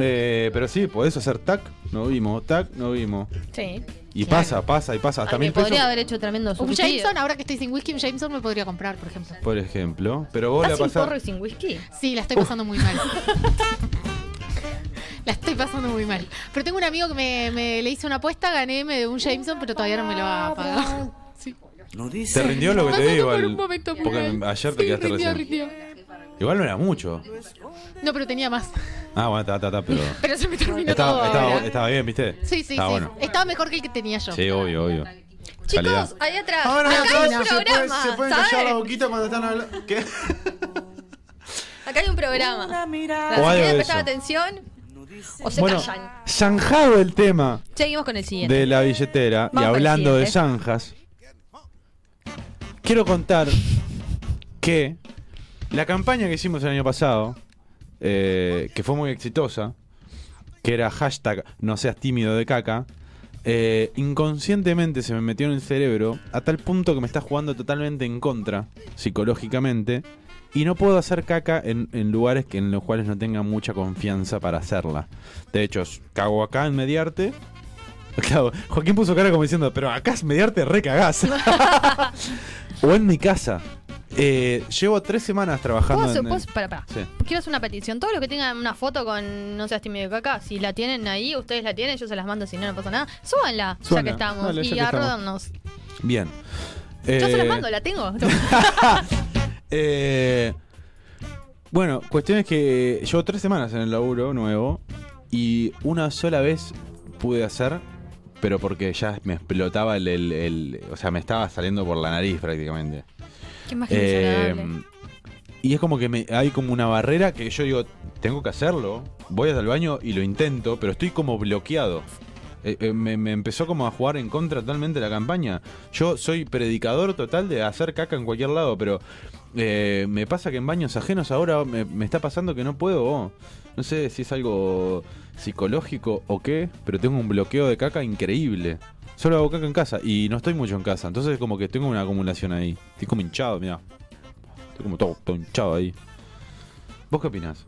Speaker 3: Eh, pero sí, podés hacer tac, no vimos, tac, no vimos.
Speaker 4: Sí.
Speaker 3: Y
Speaker 5: Claro.
Speaker 3: pasa, pasa, y pasa. Hasta
Speaker 4: Ay, me
Speaker 3: mil pesos,
Speaker 4: podría haber hecho tremendo
Speaker 5: Un
Speaker 4: surtido.
Speaker 5: Jameson, ahora que estoy sin whisky, un Jameson me podría comprar, por ejemplo.
Speaker 3: por ejemplo. Pero vos
Speaker 4: ¿Estás
Speaker 3: la
Speaker 4: sin
Speaker 3: pasás.
Speaker 4: porro y sin whisky?
Speaker 5: Sí, la estoy pasando muy mal. La estoy pasando muy mal. Pero tengo un amigo que me, me- le hizo una apuesta, gané, me dio un Jameson, pero todavía no me lo
Speaker 4: Ah,
Speaker 5: ha pagado. Sí.
Speaker 3: Te rindió lo que te
Speaker 5: Pasando
Speaker 3: digo.
Speaker 5: por
Speaker 3: al-
Speaker 5: un momento muy
Speaker 3: porque
Speaker 5: mal.
Speaker 3: ayer te
Speaker 5: Sí,
Speaker 3: quedaste
Speaker 5: rindió,
Speaker 3: recién.
Speaker 5: rindió.
Speaker 3: Igual no era mucho.
Speaker 5: No, pero tenía más.
Speaker 3: Ah, bueno, está, está, está, pero.
Speaker 5: Pero se me terminó todo
Speaker 3: Estaba, estaba,
Speaker 5: ahora.
Speaker 3: estaba bien, ¿viste?
Speaker 5: Sí, sí,
Speaker 3: Estaba
Speaker 5: sí.
Speaker 3: bueno.
Speaker 5: Estaba mejor que el que tenía yo.
Speaker 3: Sí, obvio, obvio. Calidad.
Speaker 4: Chicos, ahí atrás.
Speaker 2: Ahora
Speaker 4: acá hay
Speaker 2: atrás
Speaker 4: un
Speaker 2: se, pueden,
Speaker 4: programa.
Speaker 2: se pueden callar la
Speaker 4: ¿sabes?
Speaker 2: boquita cuando están hablando. ¿Qué?
Speaker 4: Acá hay un programa.
Speaker 3: O
Speaker 4: Si
Speaker 3: algo de
Speaker 4: quieren prestar
Speaker 3: eso.
Speaker 4: atención, o se
Speaker 3: Bueno,
Speaker 4: callan.
Speaker 3: zanjado el tema.
Speaker 4: Seguimos con el siguiente.
Speaker 3: de la billetera
Speaker 4: Vamos
Speaker 3: y
Speaker 4: al
Speaker 3: hablando de
Speaker 4: siguiente.
Speaker 3: zanjas, quiero contar que la campaña que hicimos el año pasado, eh, que fue muy exitosa, que era hashtag no seas tímido de caca, eh, inconscientemente se me metió en el cerebro a tal punto que me está jugando totalmente en contra psicológicamente y no puedo hacer caca en, en lugares que, en los cuales no tenga mucha confianza para hacerla. De hecho, cago acá en mediarte Claro, Joaquín puso cara como diciendo, pero acá es mediarte recagás. o en mi casa. Eh, llevo tres semanas
Speaker 4: ¿Puedo
Speaker 3: trabajando
Speaker 4: hacer-
Speaker 3: en-
Speaker 4: puedo- para, para.
Speaker 3: Sí.
Speaker 4: Quiero hacer una petición. Todos los que tengan una foto con No seas tímido de caca, si la tienen ahí, ustedes la tienen, yo se las mando si no, no pasa nada. Súbanla, ya que
Speaker 3: Súbanla.
Speaker 4: estamos.
Speaker 3: Dale, ya
Speaker 4: y
Speaker 3: que estamos.
Speaker 4: arrodarnos.
Speaker 3: Bien.
Speaker 4: Yo se las
Speaker 3: Eh,
Speaker 4: mando, la tengo.
Speaker 3: Eh, bueno, cuestión es que llevo tres semanas en el laburo nuevo y una sola vez pude hacer, pero porque ya me explotaba el, el- el- O sea, me estaba saliendo por la nariz prácticamente.
Speaker 4: Qué más
Speaker 3: Eh,
Speaker 4: desagradable.
Speaker 3: y es como que me, hay como una barrera que yo digo, tengo que hacerlo, voy hasta el baño y lo intento, pero estoy como bloqueado. Eh, eh, me, me empezó como a jugar en contra totalmente la campaña. Yo soy predicador total de hacer caca en cualquier lado, pero eh, me pasa que en baños ajenos ahora me, me está pasando que no puedo. oh. No sé si es algo psicológico o qué, pero tengo un bloqueo de caca increíble. Solo hago caca en casa y no estoy mucho en casa, entonces como que tengo una acumulación ahí. Estoy como hinchado, mira. Estoy como todo, todo hinchado ahí. ¿Vos qué opinás?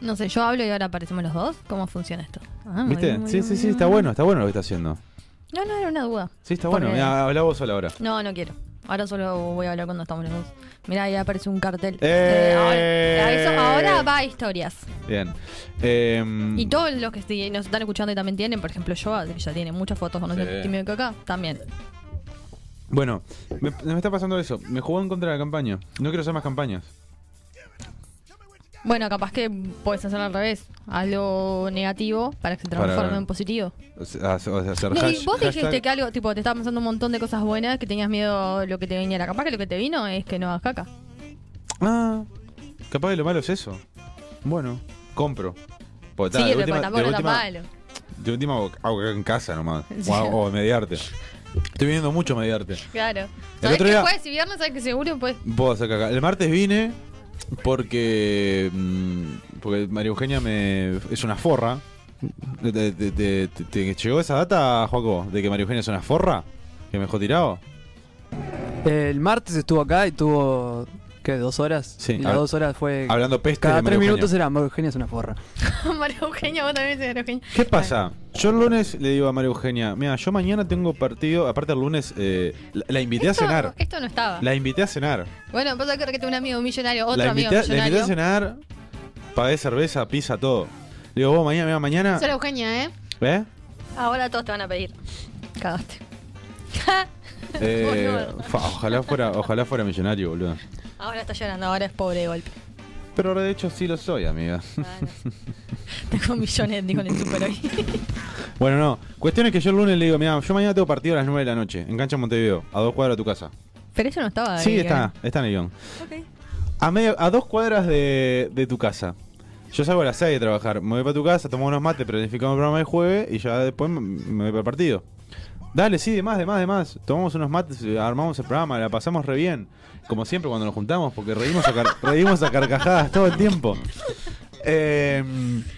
Speaker 4: No sé, yo hablo y ahora aparecemos los dos. ¿Cómo funciona esto? Ah, muy
Speaker 3: ¿Viste?
Speaker 4: bien, muy
Speaker 3: Sí,
Speaker 4: bien,
Speaker 3: sí,
Speaker 4: muy
Speaker 3: sí,
Speaker 4: bien,
Speaker 3: está
Speaker 4: muy
Speaker 3: bueno, está bueno lo que está haciendo.
Speaker 4: bien. No, no, era una duda.
Speaker 3: Sí, está
Speaker 4: Porque-
Speaker 3: bueno. Mirá, hablá vos sola ahora.
Speaker 4: No, no quiero. Ahora solo voy a hablar cuando estamos los dos. Mirá, ahí aparece un cartel.
Speaker 3: Eh.
Speaker 4: Eh, ahora, te aviso, ahora va a historias.
Speaker 3: Bien. Em,
Speaker 4: Y todos los que sí nos están escuchando y también tienen, por ejemplo, yo, ya tiene muchas fotos con
Speaker 3: Sí.
Speaker 4: nuestro tímido que acá, también.
Speaker 3: Bueno, me, me está pasando eso. Me jugó en contra de la campaña. No quiero hacer más campañas.
Speaker 4: Bueno, capaz que puedes hacerlo al revés. Algo negativo para que se
Speaker 3: Para-
Speaker 4: transforme en positivo.
Speaker 3: O sea, hacer- o sea, hacer
Speaker 4: No, y
Speaker 3: hash-
Speaker 4: vos dijiste
Speaker 3: hashtag.
Speaker 4: que algo, tipo, te estaba pensando un montón de cosas buenas, que tenías miedo a lo que te viniera. Capaz que lo que te vino es que no hagas caca.
Speaker 3: Ah, capaz que lo malo es eso. Bueno, compro. Porque,
Speaker 4: sí,
Speaker 3: ta, de
Speaker 4: pero
Speaker 3: última-
Speaker 4: tampoco
Speaker 3: de
Speaker 4: era tan
Speaker 3: última-
Speaker 4: malo.
Speaker 3: De última hago hago en casa nomás.
Speaker 4: Sí.
Speaker 3: O, hago- o mediarte. Estoy viendo mucho mediarte.
Speaker 4: Claro. Sabés
Speaker 3: otro
Speaker 4: que
Speaker 3: día-
Speaker 4: jueves y viernes sabés que seguro pues.
Speaker 3: Puedo hacer caca. El martes vine porque. mm, Porque María Eugenia me. es una forra. ¿Te, te- te- te- te- te llegó esa data, Joaco? ¿De que María Eugenia es una forra? ¿Que me dejó tirado?
Speaker 6: El martes estuvo acá y tuvo, ¿qué? ¿Dos horas?
Speaker 3: Sí,
Speaker 6: Y las
Speaker 3: hab-
Speaker 6: dos horas fue...
Speaker 3: Hablando pesca.
Speaker 6: cada
Speaker 3: de este María
Speaker 6: tres
Speaker 3: Eugenia.
Speaker 6: minutos era, Mario Eugenia es una porra.
Speaker 4: María Eugenia, vos también sos María Eugenia.
Speaker 3: ¿Qué pasa? Yo el lunes le digo a María Eugenia, mira, yo mañana tengo partido, aparte el lunes eh, la, la invité a
Speaker 4: Esto-
Speaker 3: cenar.
Speaker 4: Esto no estaba.
Speaker 3: La invité a cenar.
Speaker 4: Bueno, pasa que tengo un amigo millonario, otro
Speaker 3: la,
Speaker 4: amigo
Speaker 3: invité, a- la invité a
Speaker 4: millonario.
Speaker 3: cenar, pagué cerveza, pizza, todo. Le digo, vos mañana, mira, mañana.
Speaker 5: Solo Eugenia, ¿eh?
Speaker 3: ¿Eh?
Speaker 4: Ahora todos te van a pedir. Cagaste.
Speaker 3: Eh,
Speaker 4: Boludo.
Speaker 3: fa, ojalá fuera, ojalá fuera millonario, boludo.
Speaker 4: Ahora está llorando, ahora es pobre de golpe.
Speaker 3: Pero ahora de hecho sí lo soy, amiga.
Speaker 4: Ah, no. Tengo millones, dijo en el super hoy.
Speaker 3: Bueno, no. Cuestión es que yo el lunes le digo, mira, yo mañana tengo partido a las 9 de la noche, en Cancha Montevideo, a dos cuadras de tu casa.
Speaker 4: Pero eso no estaba ahí.
Speaker 3: sí,
Speaker 4: ¿eh?
Speaker 3: está, está en el guión.
Speaker 4: Ok.
Speaker 3: A, medio- a dos cuadras de, de tu casa. Yo salgo a las 6 de trabajar, me voy para tu casa, tomo unos mates, planificamos el programa de jueves y ya después me- me voy para el partido. Dale, sí, de más, de más, de más. Tomamos unos mates, eh, armamos el programa, la pasamos re bien. Como siempre cuando nos juntamos, porque reímos a, car- reímos a carcajadas todo el tiempo. Eh,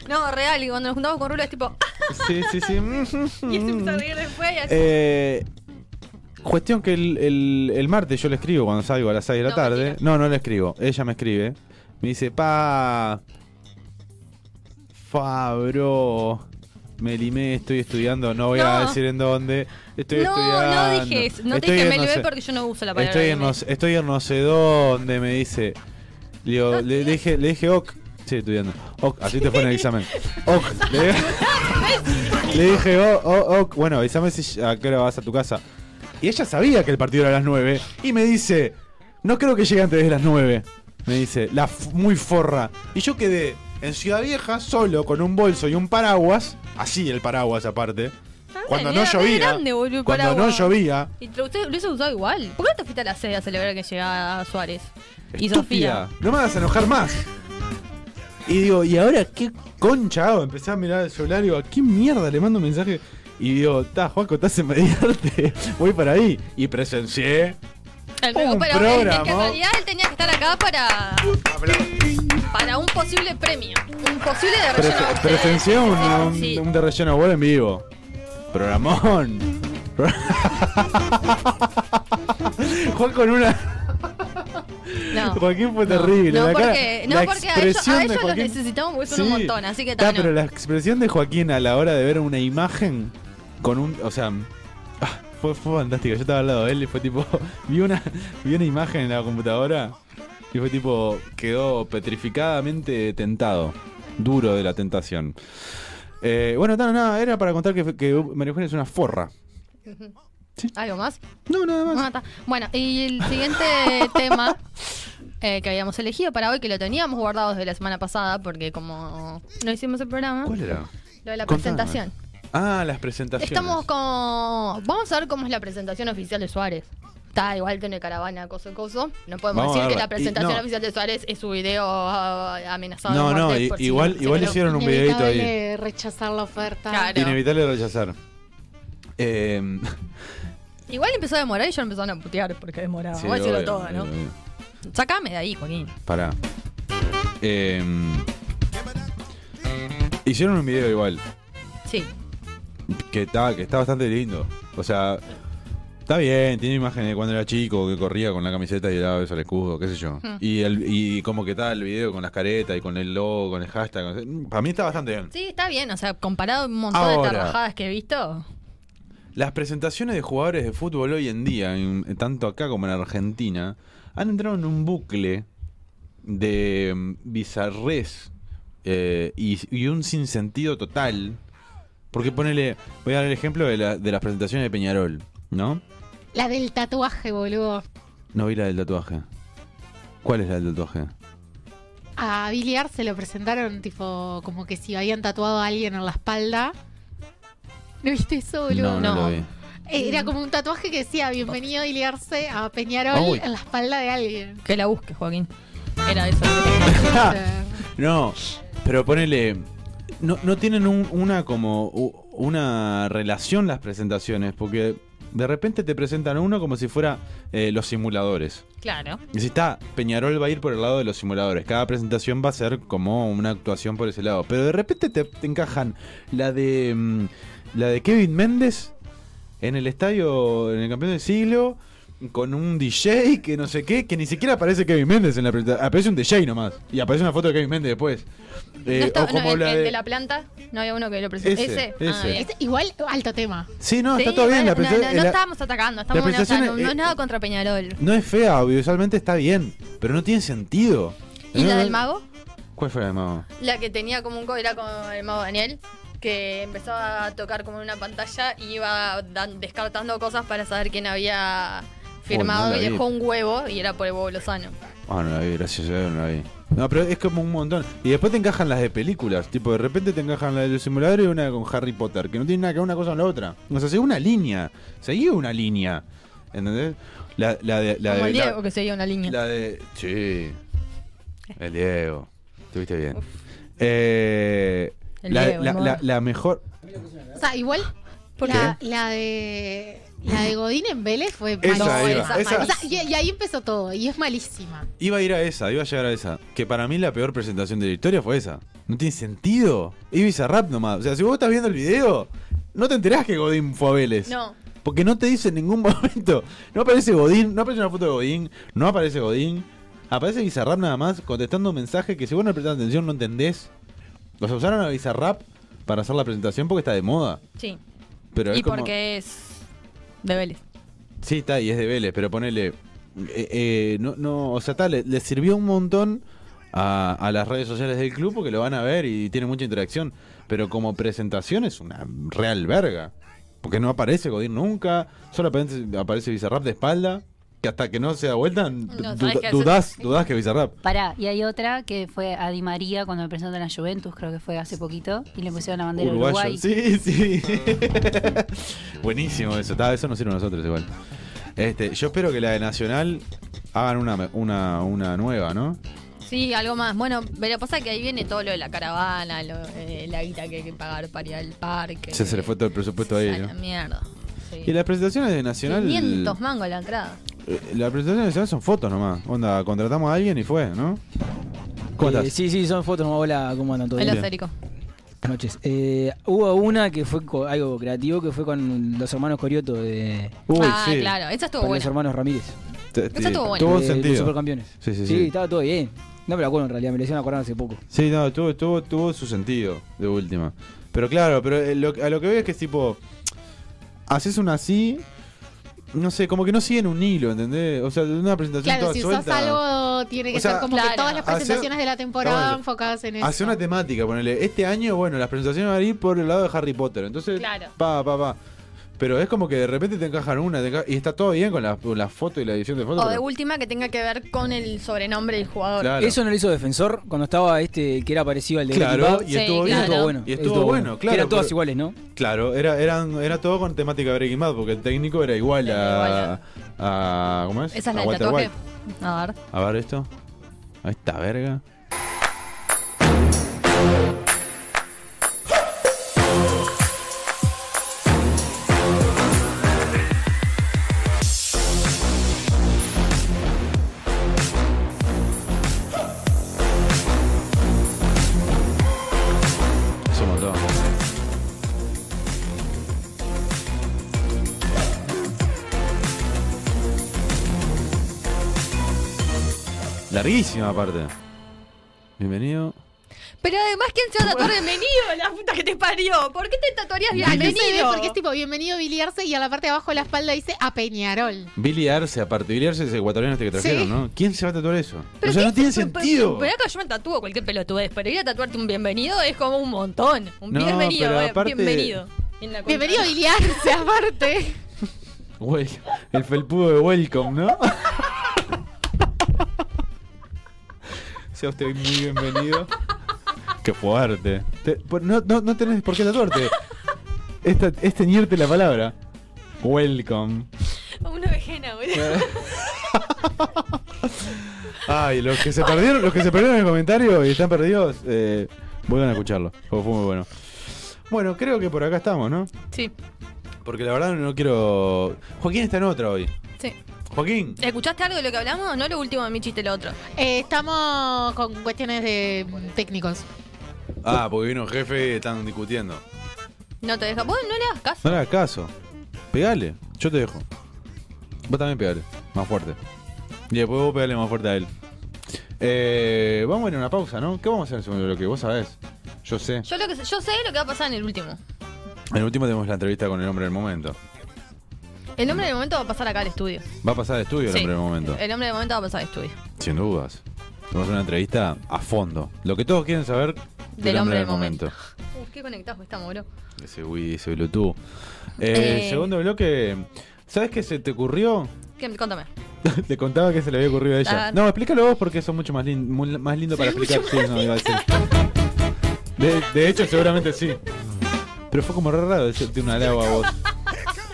Speaker 4: No, real, y cuando nos juntamos con Rulo es tipo. ¡ah!
Speaker 3: sí, sí, sí.
Speaker 4: Y se empieza a reír después y así.
Speaker 3: Eh, cuestión que el, el- el martes yo le escribo cuando salgo a las 6 de la
Speaker 4: No,
Speaker 3: tarde.
Speaker 4: mentira.
Speaker 3: No, no le escribo. Ella me escribe. Me dice, pa. Fabro. Me limé, estoy estudiando, no voy a
Speaker 4: No.
Speaker 3: decir en dónde. Estoy
Speaker 4: no,
Speaker 3: estudiando.
Speaker 4: no dije eso. No te
Speaker 3: Estoy
Speaker 4: dije
Speaker 3: en
Speaker 4: me
Speaker 3: no
Speaker 4: lo
Speaker 3: sé-
Speaker 4: porque yo no uso la palabra.
Speaker 3: Estoy en,
Speaker 4: meme.
Speaker 3: no, sé- estoy en no sé dónde, me dice. Le, digo-
Speaker 4: No,
Speaker 3: le- le
Speaker 4: tío.
Speaker 3: dije, le dije, ok. Sí, estudiando. Ok, así te fue en el examen. Ok. Le, le dije, oh, oh, ok. Bueno, avísame si a qué hora vas a tu casa. Y ella sabía que el partido era a las 9. Y me dice, no creo que llegue antes de las 9. Me dice, la f- muy forra. Y yo quedé en Ciudad Vieja solo con un bolso y un paraguas. Así el paraguas aparte.
Speaker 4: Ah,
Speaker 3: Cuando no
Speaker 4: era re
Speaker 3: llovía.
Speaker 4: grande, boludo, el
Speaker 3: cuando no
Speaker 4: paraguas.
Speaker 3: llovía.
Speaker 4: Y te- usted lo hubiese usado igual. ¿Por qué no te fuiste a la sede a celebrar que llegaba Suárez? Y
Speaker 3: Estúpida.
Speaker 4: Sofía.
Speaker 3: No me vas a enojar más. Y digo, ¿y ahora qué concha hago? Empecé a mirar el celular y digo, ¿a qué mierda le mando un mensaje? Y digo, ta, Juaco, estás en mediarte. Voy para ahí. Y presencié.
Speaker 4: El
Speaker 3: Un
Speaker 4: pero
Speaker 3: programa.
Speaker 4: en que en realidad él tenía que estar acá para. Para un posible premio. Un posible de
Speaker 3: Pre-
Speaker 4: relleno. a ustedes.
Speaker 3: presencié un, un,
Speaker 4: Sí.
Speaker 3: un de relleno a bola en vivo. Programón. Pro- Juan con una.
Speaker 4: No.
Speaker 3: Joaquín fue terrible.
Speaker 4: No,
Speaker 3: la cara-
Speaker 4: porque, no,
Speaker 3: la
Speaker 4: porque a ellos,
Speaker 3: expresión
Speaker 4: a
Speaker 3: de
Speaker 4: ellos los
Speaker 3: Joaquín-
Speaker 4: necesitamos porque son un
Speaker 3: Sí.
Speaker 4: montón. Así que
Speaker 3: Ta,
Speaker 4: también.
Speaker 3: pero la expresión de Joaquín a la hora de ver una imagen con un. O sea. ah, Fue, fue fantástica. Yo estaba al lado de él y fue tipo. Vi una, vi una imagen en la computadora y fue tipo. Quedó petrificadamente tentado. Duro de la tentación. Eh, bueno, nada, nada. Era para contar que, que María Eugenia es una forra.
Speaker 4: ¿Algo más?
Speaker 3: No, nada más.
Speaker 4: Ah, está. Bueno, y el siguiente tema eh, que habíamos elegido para hoy, que lo teníamos guardado desde la semana pasada, porque como no hicimos el programa,
Speaker 3: ¿Cuál era?
Speaker 4: lo de la
Speaker 3: Contame.
Speaker 4: presentación.
Speaker 3: Ah, las presentaciones.
Speaker 4: Estamos con. Vamos a ver cómo es la presentación oficial de Suárez. Está igual que en el caravana, coso, coso. No podemos
Speaker 3: Vamos a
Speaker 4: decir que
Speaker 3: verla.
Speaker 4: la presentación
Speaker 3: Y no.
Speaker 4: oficial de Suárez es su video ah, amenazado.
Speaker 3: No,
Speaker 4: de
Speaker 3: no,
Speaker 4: muerte
Speaker 3: i-
Speaker 4: por si
Speaker 3: igual,
Speaker 4: no se
Speaker 3: igual
Speaker 4: lo-
Speaker 3: hicieron un videito ahí.
Speaker 5: Inevitable rechazar la oferta.
Speaker 4: Claro.
Speaker 3: Inevitable rechazar. Eh,
Speaker 4: Igual empezó a demorar y yo empezaron a putear porque demoraba.
Speaker 3: sí,
Speaker 4: Vamos a decirlo
Speaker 3: obvio,
Speaker 4: todo, ¿no?
Speaker 3: obvio.
Speaker 4: Sacame de ahí, Joaquín.
Speaker 3: Pará. Em, hicieron un video igual.
Speaker 4: Sí.
Speaker 3: Que está, que está bastante lindo. O sea, Está bien, tiene imagen de cuando era chico, que corría con la camiseta y le daba beso al escudo, qué sé yo.
Speaker 4: Mm.
Speaker 3: Y, el- y como que está el video con las caretas y con el logo, con el hashtag. con- Para mí está bastante bien.
Speaker 4: Sí, está bien, o sea, comparado a un montón
Speaker 3: Ahora.
Speaker 4: de tarrajadas que he visto.
Speaker 3: Las presentaciones de jugadores de fútbol hoy en día, en- tanto acá como en Argentina, han entrado en un bucle de mm, bizarrés eh, y, y un sinsentido total. Porque ponele, voy a dar el ejemplo de, la- de las presentaciones de Peñarol, ¿no?
Speaker 5: La del tatuaje, boludo.
Speaker 3: No vi la del tatuaje. ¿Cuál es la del tatuaje?
Speaker 5: A Billy Arr se lo presentaron, tipo, como que si habían tatuado a alguien en la espalda. ¿No viste eso, boludo?
Speaker 3: No, no,
Speaker 4: No.
Speaker 3: lo vi.
Speaker 5: Eh, Era como un tatuaje que decía, bienvenido a Iliarse a Peñarol
Speaker 3: Ah, Uy.
Speaker 5: en la espalda de alguien.
Speaker 4: Que la busque, Joaquín. Era eso.
Speaker 3: No, pero ponele. No, no tienen un- una como u- una relación las presentaciones, porque de repente te presentan a uno como si fuera eh, los simuladores.
Speaker 4: Claro.
Speaker 3: Y si está, Peñarol va a ir por el lado de los simuladores. Cada presentación va a ser como una actuación por ese lado. Pero de repente te, te encajan la de mm, la de Kevin Méndez en el estadio, en el campeón del siglo, con un DJ que no sé qué, que ni siquiera aparece Kevin Méndez en la presentación. Aparece un DJ nomás. Y aparece una foto de Kevin Méndez después. Eh,
Speaker 4: no está-
Speaker 3: o como
Speaker 4: no, el,
Speaker 3: la
Speaker 4: el
Speaker 3: de-
Speaker 4: de la planta, no había uno que lo presentó.
Speaker 3: Ese,
Speaker 4: Ese. Ah,
Speaker 3: ese.
Speaker 4: bien.
Speaker 5: Es igual, alto tema.
Speaker 3: Sí, no,
Speaker 4: Sí,
Speaker 3: está todo bien. La
Speaker 4: bueno, no,
Speaker 3: presenta-
Speaker 4: no, no
Speaker 3: la-
Speaker 4: estábamos atacando, estamos
Speaker 3: la
Speaker 4: en- o sea,
Speaker 3: presentación
Speaker 4: no, no
Speaker 3: es- eh
Speaker 4: es nada contra Peñarol.
Speaker 3: no es fea, audiovisualmente está bien, pero no tiene sentido.
Speaker 4: ¿Y la
Speaker 3: No,
Speaker 4: del
Speaker 3: no-
Speaker 4: mago?
Speaker 3: ¿Cuál fue la del mago?
Speaker 4: La que tenía como un co era con el mago Daniel, que empezaba a tocar como en una pantalla y iba dan- descartando cosas para saber quién había firmado
Speaker 3: Uy, no la
Speaker 4: y
Speaker 3: vi.
Speaker 4: dejó un huevo y era por el huevo lozano.
Speaker 3: Ah, no la vi, gracias a Dios no la vi. No, pero es como un montón. Y después te encajan las de películas. Tipo, de repente te encajan la del simulador y una con Harry Potter, que no tiene nada que ver una cosa con la otra. O sea, según una línea. Seguía una línea. ¿Entendés? La, la de. La
Speaker 4: como
Speaker 3: de
Speaker 4: el
Speaker 3: la-
Speaker 4: Diego que seguía una línea.
Speaker 3: la de. Sí. El Diego. Estuviste bien. Eh,
Speaker 4: El
Speaker 3: la,
Speaker 4: Diego,
Speaker 3: la-
Speaker 4: el mono.
Speaker 3: la- la mejor.
Speaker 5: O sea, igual
Speaker 4: ¿Por
Speaker 5: la, la de la de Godín en Vélez fue
Speaker 3: Esa
Speaker 5: malísima.
Speaker 3: iba,
Speaker 4: esa es
Speaker 3: esa-
Speaker 5: O sea, y, y ahí empezó todo, y es malísima.
Speaker 3: Iba a ir a esa, iba a llegar a esa. Que para mí la peor presentación de la historia fue esa. No tiene sentido. Ibiza Rap nomás. O sea, si vos estás viendo el video, no te enterás que Godín fue a Vélez.
Speaker 4: No.
Speaker 3: Porque no te dice en ningún momento. No aparece Godín, no aparece una foto de Godín, no aparece Godín. Aparece Bizarrap nada más contestando un mensaje que si vos no le prestás atención no entendés. Los usaron a Bizarrap para hacer la presentación porque está de moda.
Speaker 4: Sí.
Speaker 3: Pero es
Speaker 4: Y
Speaker 3: como-
Speaker 4: porque es de Vélez.
Speaker 3: Sí, está, y es de Vélez, pero ponele. eh, eh, no, no, o sea, está, le, le sirvió un montón a, a las redes sociales del club porque lo van a ver y tiene mucha interacción. Pero como presentación es una real verga. Porque no aparece Godín nunca, solo aparece, aparece Bizarrap de espalda, que hasta que no se da vuelta, duda-
Speaker 4: sabes qué hacer.
Speaker 3: dudás, dudás que Bizarrap.
Speaker 7: Pará, y hay otra que fue a Di María cuando presentó en la Juventus, creo que fue hace poquito, y le pusieron la bandera de
Speaker 3: Uruguayo.
Speaker 7: Uruguay.
Speaker 3: Sí, sí. Buenísimo eso. Está, eso nos sirve a nosotros igual. Este, yo espero que la de Nacional hagan una, una, una nueva, ¿no?
Speaker 4: Sí, algo más. Bueno, pero pasa que ahí viene todo lo de la caravana, lo, eh, la guita que hay que pagar para ir al parque.
Speaker 3: Ya se le fue todo el presupuesto ahí,
Speaker 4: A la
Speaker 3: ¿no?
Speaker 4: mierda. Sí.
Speaker 3: Y las presentaciones de Nacional.
Speaker 4: 500 mangos la entrada.
Speaker 3: eh, las presentaciones de Nacional son fotos nomás. Onda, contratamos a alguien y fue, ¿no? ¿Cómo
Speaker 8: Eh,
Speaker 3: estás?
Speaker 8: sí, sí, son fotos. nomás. Hola, ¿cómo andan todos?
Speaker 4: El
Speaker 3: bien.
Speaker 4: acérico.
Speaker 8: Buenas noches. Eh, hubo una que fue co- algo creativo que fue con los hermanos Corioto de
Speaker 3: Uy,
Speaker 4: ah,
Speaker 3: sí.
Speaker 4: claro. Esa estuvo
Speaker 8: con los
Speaker 4: buena.
Speaker 8: hermanos Ramírez.
Speaker 3: Te- te-
Speaker 4: Eso estuvo bueno.
Speaker 3: Tuvo
Speaker 8: de Los
Speaker 3: sentido.
Speaker 8: supercampeones.
Speaker 3: Sí, sí, sí.
Speaker 8: sí, estaba todo bien. No me la acuerdo en realidad, me lo hicieron acordar hace poco.
Speaker 3: Sí, no, tuvo, tuvo, tuvo su sentido de última. Pero claro, pero eh, lo- a lo que veo es que es tipo. Haces una así. No sé, como que no siguen un hilo, ¿entendés? O sea, una presentación
Speaker 5: Claro,
Speaker 3: toda
Speaker 5: si
Speaker 3: suelta.
Speaker 5: usás algo, tiene que
Speaker 3: O sea,
Speaker 5: ser como
Speaker 4: Claro.
Speaker 5: que todas las
Speaker 3: Hacer-
Speaker 5: presentaciones de la temporada
Speaker 3: Claro.
Speaker 5: enfocadas en eso.
Speaker 3: Hace una temática, ponele. Este año, bueno, las presentaciones van a ir por el lado de Harry Potter. Entonces,
Speaker 4: Claro.
Speaker 3: pa, pa, pa. Pero es como que de repente te encajan una te enca- y está todo bien con la, con la foto y la edición de fotos.
Speaker 4: O de
Speaker 3: pero-
Speaker 4: última que tenga que ver con el sobrenombre del jugador.
Speaker 3: Claro.
Speaker 8: Eso no lo hizo Defensor cuando estaba este que era parecido al de
Speaker 3: Claro,
Speaker 8: Breaking Bad.
Speaker 3: y
Speaker 4: Sí,
Speaker 3: estuvo
Speaker 4: claro.
Speaker 3: bien.
Speaker 8: Estuvo bueno.
Speaker 3: Y estuvo bueno, claro,
Speaker 8: Que eran todas
Speaker 3: pero-
Speaker 8: iguales, ¿no?
Speaker 3: Claro, era, eran, era todo con temática Breaking Bad, porque el técnico era igual a.
Speaker 4: Era
Speaker 3: a ¿Cómo es?
Speaker 4: Esa es
Speaker 3: a
Speaker 4: la del
Speaker 3: Walter
Speaker 4: tatuaje.
Speaker 3: White.
Speaker 4: A ver.
Speaker 3: A ver esto. A esta verga. Es un montón. Larguísima aparte. Bienvenido.
Speaker 4: Pero además, ¿quién se va a tatuar bienvenido? La puta que te parió. ¿Por qué te tatuarías
Speaker 5: Ay, no se ve
Speaker 4: bienvenido?
Speaker 5: porque es tipo bienvenido Billy Arce y a la parte de abajo de la espalda dice a Peñarol.
Speaker 3: Billy Arce, aparte. Billy Arce es el ecuatoriano este que trajeron,
Speaker 5: Sí.
Speaker 3: ¿no? ¿Quién se va a tatuar eso?
Speaker 4: Pero
Speaker 3: o sea,
Speaker 4: qué-
Speaker 3: no tiene
Speaker 4: pero- pero-
Speaker 3: sentido.
Speaker 4: Pero, acá yo me tatúo cualquier pelotudez, pero ir a tatuarte un bienvenido es como un montón. Un
Speaker 3: No,
Speaker 4: bienvenido,
Speaker 3: pero
Speaker 4: eh,
Speaker 3: aparte-
Speaker 4: bienvenido. En la contra-
Speaker 5: Bienvenido Billy Arce, aparte.
Speaker 3: Güey, el felpudo de Welcome, ¿no? sea usted muy bienvenido. Qué fuerte. Te- por- no, no, no tenés por qué tatuarte. Esta, es teñirte la palabra. Welcome.
Speaker 4: Una vejena, boludo.
Speaker 3: Ay, los que se perdieron, los que se perdieron en el comentario y están perdidos, eh, vuelvan a escucharlo. porque fue muy bueno. Bueno, creo que por acá estamos, ¿no?
Speaker 4: Sí,
Speaker 3: Porque la verdad no quiero. Joaquín está en otra hoy.
Speaker 4: sí.
Speaker 3: Joaquín.
Speaker 4: ¿Escuchaste algo de lo que hablamos? No lo último de mi chiste, lo otro.
Speaker 5: Eh, estamos con cuestiones de técnicos.
Speaker 3: Ah, porque vino jefe y están discutiendo.
Speaker 4: No te deja. Vos no le hagas caso.
Speaker 3: No le hagas caso. Pegale, yo te dejo. Vos también pegale, más fuerte. Y después vos pegale más fuerte a él. Eh, vamos a ir a una pausa, ¿no? ¿Qué vamos a hacer en el segundo bloque? Vos sabés. Yo sé.
Speaker 4: Yo, lo que, sé- yo sé lo que va a pasar en el último.
Speaker 3: En el último tenemos la entrevista con el hombre del momento.
Speaker 4: El hombre del momento va a pasar acá al estudio.
Speaker 3: Va a pasar de estudio el
Speaker 4: Sí.
Speaker 3: hombre del momento.
Speaker 4: El hombre del momento va a pasar al estudio.
Speaker 3: Sin dudas. Vamos a una entrevista a fondo. Lo que todos quieren saber del, hombre del momento.
Speaker 4: Uf, qué conectados que estamos, bro.
Speaker 3: Ese Wii, ese Bluetooth. Eh,
Speaker 4: Eh.
Speaker 3: Segundo bloque. ¿Sabes qué se te ocurrió?
Speaker 4: ¿Qué- Contame.
Speaker 3: Te contaba que se le había ocurrido a ella.
Speaker 4: Claro.
Speaker 3: No, explícalo vos porque son mucho más, lin- muy- más lindo para explicar. Sí, no, iba a decir. De, de hecho, seguramente sí. Pero fue como re raro decirte una alaba a vos.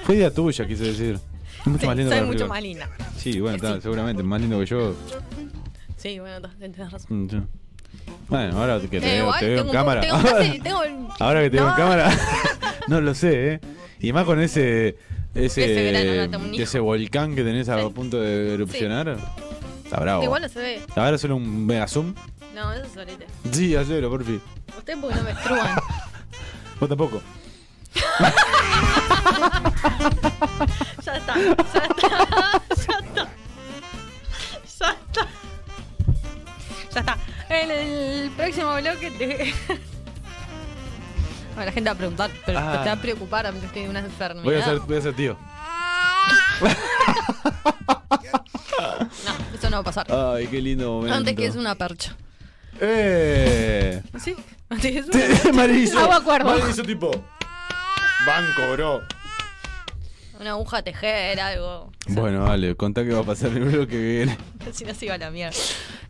Speaker 3: Fue idea tuya, quise decir. Es mucho
Speaker 4: Sí,
Speaker 3: más lindo
Speaker 4: soy
Speaker 3: para
Speaker 4: mucho
Speaker 3: explicar.
Speaker 4: más linda.
Speaker 3: Sí, bueno, está,
Speaker 4: Sí.
Speaker 3: seguramente. Más lindo que yo.
Speaker 4: Sí, bueno, t- tenés razón.
Speaker 3: Mm, sí. Bueno, ahora que te,
Speaker 4: Eh,
Speaker 3: veo,
Speaker 4: igual
Speaker 3: te veo en
Speaker 4: tengo un poco-
Speaker 3: cámara.
Speaker 4: tengo un
Speaker 3: ahora,
Speaker 4: casi- tengo-
Speaker 3: ahora que te veo en
Speaker 4: No.
Speaker 3: cámara. no lo sé, ¿eh? Y más con ese. Ese,
Speaker 4: Ese grano, no, tengo un hijo.
Speaker 3: ese volcán que tenés a
Speaker 4: Sí.
Speaker 3: punto de erupcionar. Está bravo.
Speaker 4: Igual no se ve.
Speaker 3: Ahora solo un mega zoom.
Speaker 4: No, eso es solete.
Speaker 3: Sí, hacelo, porfi.
Speaker 4: Ustedes porque no me estruan.
Speaker 3: Vos tampoco.
Speaker 4: ya está, ya está, ya está. Ya está. Ya está. En el próximo bloque te. Bueno, la gente va a preguntar, pero
Speaker 3: Ah.
Speaker 4: te va a preocupar aunque estoy de una enfermedad.
Speaker 3: Voy a ser, voy a ser tío.
Speaker 4: No, eso no va a pasar.
Speaker 3: Ay, qué lindo momento.
Speaker 4: Antes que es una percha.
Speaker 3: ¡Eh!
Speaker 4: ¿Sí? Antes que es una
Speaker 3: Sí, Mariso.
Speaker 5: Agua cuervo.
Speaker 3: Mariso tipo. Banco, bro.
Speaker 4: Una aguja tejer, algo.
Speaker 3: Bueno, dale, contá qué va a pasar en el bloque que viene.
Speaker 4: Si no se iba a la mierda.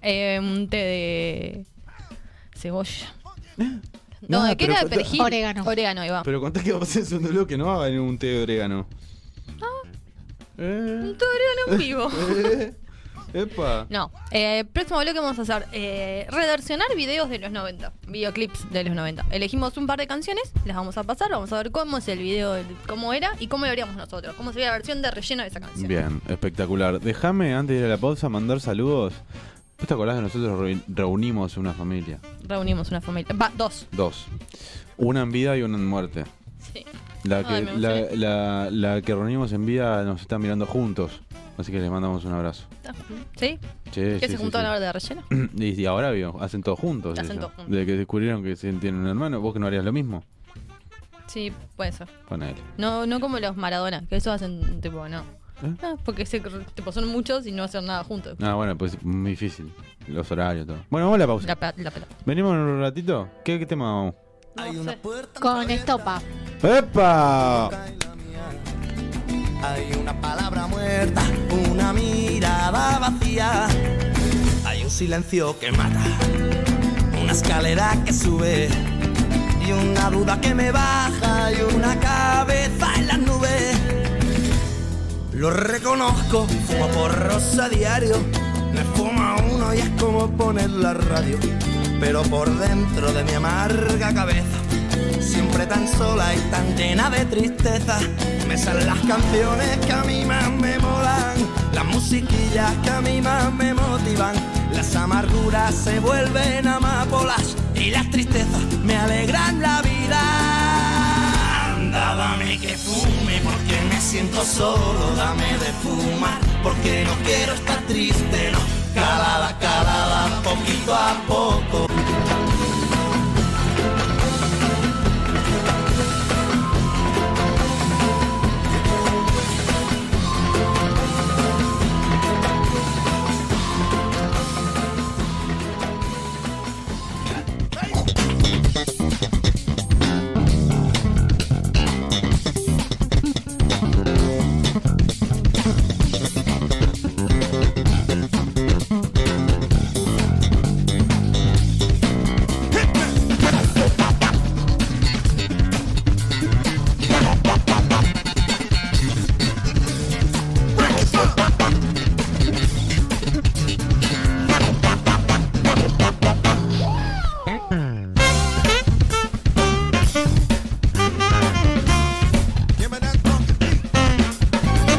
Speaker 4: Eh, un té de cebolla. No,
Speaker 3: Eh, Nada,
Speaker 4: ¿de qué
Speaker 3: pero
Speaker 4: era?
Speaker 3: contá-
Speaker 4: Perejil.
Speaker 5: Orégano.
Speaker 4: Orégano, ahí va.
Speaker 3: Pero contá qué va a pasar en el segundo bloque, no va a venir un té de orégano.
Speaker 4: Un
Speaker 3: Eh,
Speaker 4: té de orégano en vivo.
Speaker 3: eh, epa.
Speaker 4: No, eh, próximo bloque vamos a hacer eh, reversionar videos de los 90, videoclips de los 90. Elegimos un par de canciones, las vamos a pasar, vamos a ver cómo es el video, el- cómo era y cómo lo haríamos nosotros, cómo sería la versión de relleno de esa canción.
Speaker 3: Bien, espectacular. Déjame, antes de ir a la pausa, mandar saludos. ¿Vos te acordás que nosotros reu- reunimos una familia?
Speaker 4: Reunimos una familia, va, dos.
Speaker 3: Dos. Una en vida y una en muerte.
Speaker 4: Sí.
Speaker 3: La que,
Speaker 4: Ay, me
Speaker 3: la,
Speaker 4: emocioné.
Speaker 3: la- la que reunimos en vida nos está mirando juntos. Así que les mandamos un abrazo.
Speaker 4: ¿Sí?
Speaker 3: Sí,
Speaker 4: Que
Speaker 3: sí,
Speaker 4: se
Speaker 3: sí,
Speaker 4: juntaron
Speaker 3: sí.
Speaker 4: ahora de relleno.
Speaker 3: Y, y ahora vio, hacen todos juntos.
Speaker 4: Hacen
Speaker 3: eso.
Speaker 4: todos juntos.
Speaker 3: Desde que descubrieron que sí tienen un hermano, vos que no harías lo mismo.
Speaker 4: Sí, puede ser.
Speaker 3: Con él.
Speaker 4: No, no como los Maradona, que eso hacen tipo, no.
Speaker 3: ¿Eh?
Speaker 4: Ah, porque se, tipo, son muchos y no hacen nada juntos.
Speaker 3: Ah, bueno, pues es muy difícil. Los horarios, todo. Bueno, vamos a la pausa.
Speaker 4: La, pe- la pelota.
Speaker 3: ¿Venimos en un ratito? ¿Qué, qué tema vamos?
Speaker 4: No sé.
Speaker 5: Con estopa.
Speaker 3: ¡Epa!
Speaker 9: Hay una palabra muerta, una mirada vacía. Hay un silencio que mata, una escalera que sube. Y una duda que me baja y una cabeza en las nubes. Lo reconozco, fumo porros a diario. Me fuma uno y es como poner la radio. Pero por dentro de mi amarga cabeza, siempre tan sola y tan llena de tristeza, me salen las canciones que a mí más me molan, las musiquillas que a mí más me motivan. Las amarguras se vuelven amapolas y las tristezas me alegran la vida. Anda, dame que fume porque me siento solo, dame de fumar porque no quiero estar triste, no. Calada, calada
Speaker 10: poquito a poco.
Speaker 1: Give me that funky beat.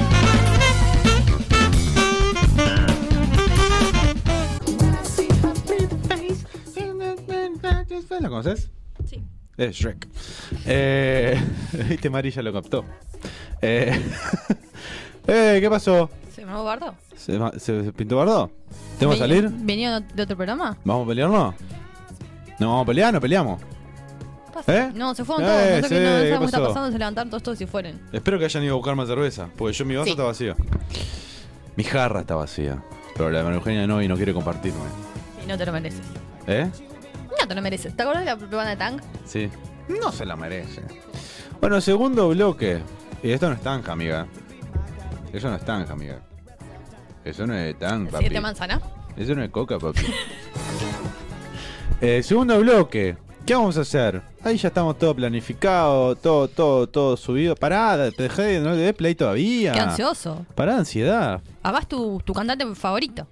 Speaker 3: ¿La conoces?
Speaker 4: Sí.
Speaker 3: Es Shrek. Eh, Viste, Mari ya lo captó. Eh, eh, ¿Qué pasó?
Speaker 4: ¿Se me guardó?
Speaker 3: ¿Se, ma- se- se pintó bardo? ¿Tenemos que salir?
Speaker 4: ¿Venido de otro programa?
Speaker 3: ¿Vamos a pelearnos? ¿No vamos a pelear? ¿No peleamos?
Speaker 4: Pasa.
Speaker 3: ¿Eh?
Speaker 4: No, se fueron
Speaker 3: Eh,
Speaker 4: todos. No
Speaker 3: sí,
Speaker 4: sé qué, no, no
Speaker 3: ¿qué
Speaker 4: sabemos qué está
Speaker 3: pasó?
Speaker 4: pasando. Se levantaron todos, todos y fueron.
Speaker 3: Espero que hayan ido a buscar más cerveza, porque yo mi vaso
Speaker 4: Sí.
Speaker 3: está vacío. Mi jarra está vacía, pero la de María Eugenia no y no quiere compartirme.
Speaker 4: Y no te lo mereces.
Speaker 3: ¿Eh?
Speaker 4: No te lo mereces. ¿Te acuerdas de la banda de Tang?
Speaker 3: Sí. No se la merece. Bueno, segundo bloque. Y esto no es tanja, amiga. Eso no es tanja, amiga. Eso no es tan, papi.
Speaker 4: ¿Siete manzana?
Speaker 3: Eso no es coca, papi. Eh, segundo bloque. ¿Qué vamos a hacer? Ahí ya estamos todo planificado, todo, todo, todo subido. Pará, te dejé, no le des play todavía.
Speaker 4: Qué ansioso.
Speaker 3: Pará, de ansiedad.
Speaker 4: Además, tu, tu cantante favorito,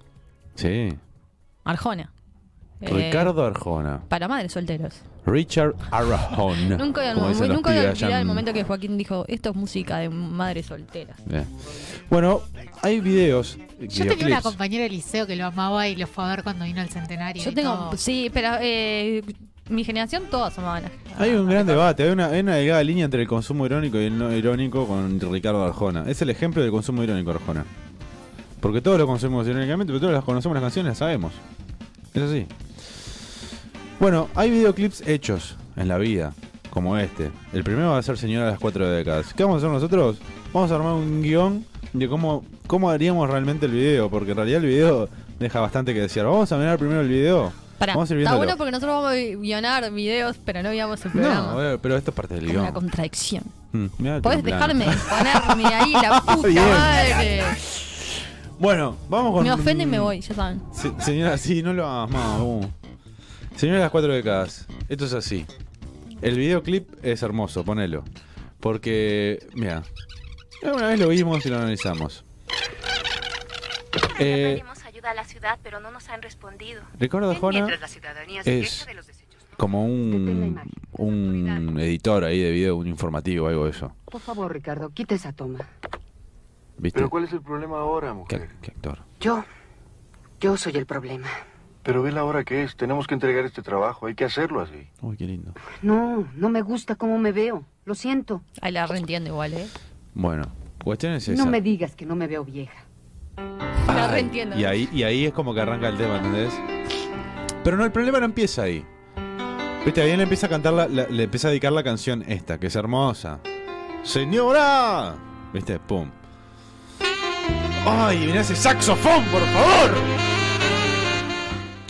Speaker 4: Eh.
Speaker 3: Sí.
Speaker 4: Arjona. Eh,
Speaker 3: Ricardo Arjona.
Speaker 4: Para madres solteros.
Speaker 3: Richard Arjona.
Speaker 4: Nunca voy a
Speaker 3: como dicen los
Speaker 4: nunca voy a
Speaker 3: pibes allá
Speaker 4: olvidar el
Speaker 3: en-
Speaker 4: momento que Joaquín dijo: Esto es música de madres solteras.
Speaker 3: Bien. Bueno, hay videos.
Speaker 5: Yo tenía una
Speaker 3: videoclips.
Speaker 5: compañera del liceo que lo amaba y lo fue a ver cuando vino al centenario.
Speaker 4: Yo
Speaker 5: y
Speaker 4: tengo.
Speaker 5: todo.
Speaker 4: Sí, pero eh, mi generación todas amaban. a-
Speaker 3: Hay un gran debate, hay una, hay una delgada línea entre el consumo irónico y el no irónico con Ricardo Arjona. Es el ejemplo del consumo irónico Arjona. Porque todos lo consumimos irónicamente, pero todos las conocemos las canciones, las sabemos. Es así. Bueno, hay videoclips hechos en la vida, como este. El primero va a ser Señora de las Cuatro Décadas. ¿Qué vamos a hacer nosotros? Vamos a armar un guión de cómo, cómo haríamos realmente el video, porque en realidad el video deja bastante que desear. Vamos a mirar primero el video.
Speaker 4: Pará,
Speaker 3: vamos a ir
Speaker 4: está
Speaker 3: viéndolo.
Speaker 4: bueno porque nosotros vamos a guionar videos, pero no guiamos el
Speaker 3: No,
Speaker 4: programa.
Speaker 3: bueno, pero esto es parte del
Speaker 4: Es una
Speaker 3: guión.
Speaker 4: contradicción.
Speaker 3: Mm, mirá el
Speaker 4: Podés
Speaker 3: plan.
Speaker 4: dejarme ponerme ahí la puta
Speaker 3: Bien.
Speaker 4: madre.
Speaker 3: Bueno, vamos con.
Speaker 4: Me ofende y me voy, ya saben.
Speaker 3: Se- señora, sí, no lo hagas más. uh. Señora de las cuatro décadas, esto es así. El videoclip es hermoso, ponelo. Porque, mira, una vez lo vimos y lo analizamos. Eh,
Speaker 11: ayuda a la ciudad, pero no nos han respondido.
Speaker 3: Ricardo Arjona
Speaker 11: la ciudadanía
Speaker 3: se es- queja de como un, un editor ahí de video, un informativo, algo de eso.
Speaker 11: Por favor, Ricardo, quite esa toma.
Speaker 3: ¿Viste?
Speaker 2: cuál es el problema ahora, mujer?
Speaker 3: ¿Qué, qué actor?
Speaker 11: Yo, yo soy el problema.
Speaker 2: Pero ve la hora que es. Tenemos que entregar este trabajo. Hay que hacerlo así.
Speaker 3: Uy, qué lindo.
Speaker 11: No, no me gusta cómo me veo. Lo siento.
Speaker 4: Ahí la reentiendo igual, ¿eh?
Speaker 3: Bueno, cuestión es esa.
Speaker 11: No me digas que no me veo vieja.
Speaker 4: La
Speaker 3: Ay,
Speaker 4: reentiendo.
Speaker 3: Y ahí, y ahí es como que arranca el tema, ¿entendés? Pero no, el problema no empieza ahí. Viste, ahí le empieza a cantar la- la- le empieza a dedicar la canción esta, que es hermosa. ¡Señora! Viste, pum. ¡Ay, mirá ese saxofón, por favor!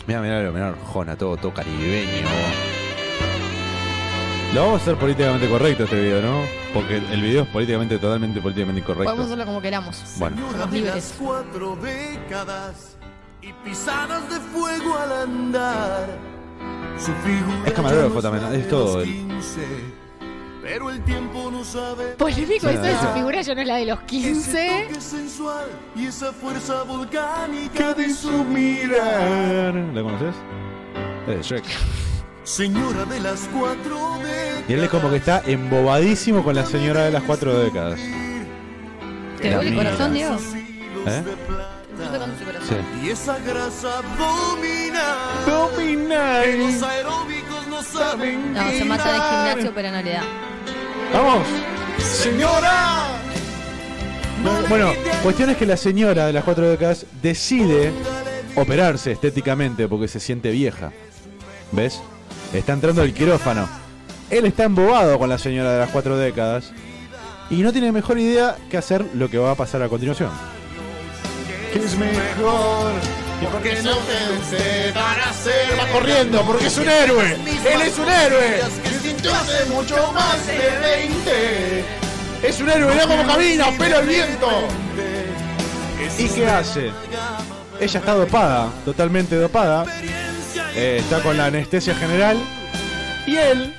Speaker 3: Mirá, mirá, mirá, mirá, Arjona, todo, todo caribeño. Lo vamos a hacer políticamente correcto este video, ¿no? Porque el el video es políticamente, totalmente políticamente incorrecto.
Speaker 4: Podemos hacerlo como queramos.
Speaker 3: Bueno.
Speaker 1: Señora de las
Speaker 4: Libres.
Speaker 1: cuatro décadas y pisadas de fuego al andar. Su figura
Speaker 3: Es camarógrafo
Speaker 1: ya no
Speaker 3: también,
Speaker 1: de
Speaker 3: es todo
Speaker 1: los
Speaker 3: él.
Speaker 1: 15, pero el tiempo no sabe.
Speaker 5: Polémico eso de su
Speaker 3: Ah.
Speaker 5: figura, yo no es la de los
Speaker 1: Ese
Speaker 5: 15.
Speaker 1: toque sensual y esa fuerza volcánica de su mirar.
Speaker 3: mirar. ¿La conoces? Es de Shrek.
Speaker 1: Señora de las cuatro décadas.
Speaker 3: Y él es como que está embobadísimo con la señora de las cuatro décadas.
Speaker 4: ¿Te
Speaker 3: La
Speaker 4: duele el
Speaker 3: mía.
Speaker 4: corazón, Diego?
Speaker 1: Sus hilos
Speaker 3: ¿Eh?
Speaker 1: de plata
Speaker 4: Yo con ese corazón.
Speaker 3: Sí.
Speaker 1: Y esa grasa domina. Los aeróbicos no saben.
Speaker 4: No, se mata en el
Speaker 1: gritar.
Speaker 4: gimnasio, pero no le da.
Speaker 3: ¡Vamos!
Speaker 1: ¡Señora!
Speaker 3: Bueno, cuestión es que la señora de las cuatro décadas decide operarse estéticamente porque se siente vieja. ¿Ves? Está entrando el quirófano. Él está embobado con la señora de las cuatro décadas y no tiene mejor idea que hacer lo que va a pasar a continuación.
Speaker 1: Que es mejor porque no te dejará ser. Va corriendo porque es un héroe. Él es un héroe. Que sintió hace mucho más de 20.
Speaker 3: Es un héroe,
Speaker 1: mira cómo camina, pelo al viento.
Speaker 3: ¿Y qué hace? Ella está dopada, totalmente dopada. Eh, está con la anestesia general. Y él,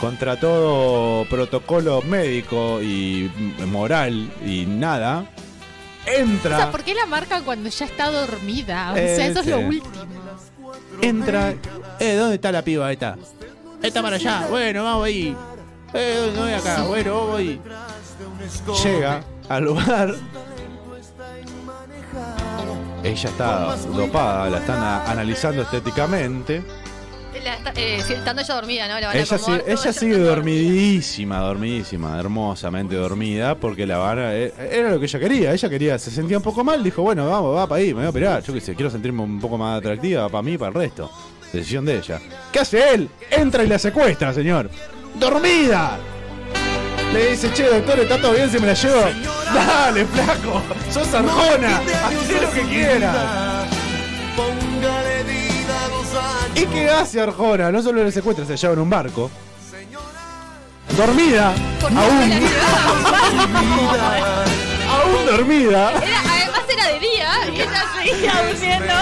Speaker 3: contra todo protocolo médico y mm, moral y nada,
Speaker 5: O sea,
Speaker 3: entra,
Speaker 5: ¿por qué la marca cuando ya está dormida? O sea,
Speaker 3: Eh,
Speaker 5: eso es
Speaker 3: sí.
Speaker 5: lo último.
Speaker 3: entra. Eh, ¿dónde está la piba esta? Está para allá. Bueno, vamos ahí. Eh, no voy acá. Bueno, vamos ahí. Llega al lugar. Ella está dopada, la están a- analizando estéticamente.
Speaker 4: La está- eh, sí, estando ella dormida, ¿no? La van a
Speaker 3: Ella,
Speaker 4: acomodar
Speaker 3: sigue-
Speaker 4: todo,
Speaker 3: ella sigue dormidísima, dormidísima, hermosamente dormida, porque la van a- eh, Era lo que ella quería, ella quería, se sentía un poco mal, dijo, bueno, vamos, va para ahí, me voy a operar, yo qué sé, quiero sentirme un poco más atractiva para mí y para el resto. Decisión de ella. ¿Qué hace él? Entra y la secuestra, señor. ¡Dormida! Le dice, che, doctor, ¿está todo bien si me la llevo? ¡Dale, flaco! ¡Sos arjona! ¡Hacé lo que quieras!
Speaker 1: Póngale vida a los años.
Speaker 3: ¿Y qué hace Arjona? No solo le secuestra, se la lleva en un barco. Dormida,
Speaker 4: Porque se la
Speaker 3: aún,
Speaker 4: llevaba a un barco.
Speaker 3: aún dormida.
Speaker 4: Era- además era de día ¿eh? y ella seguía durmiendo.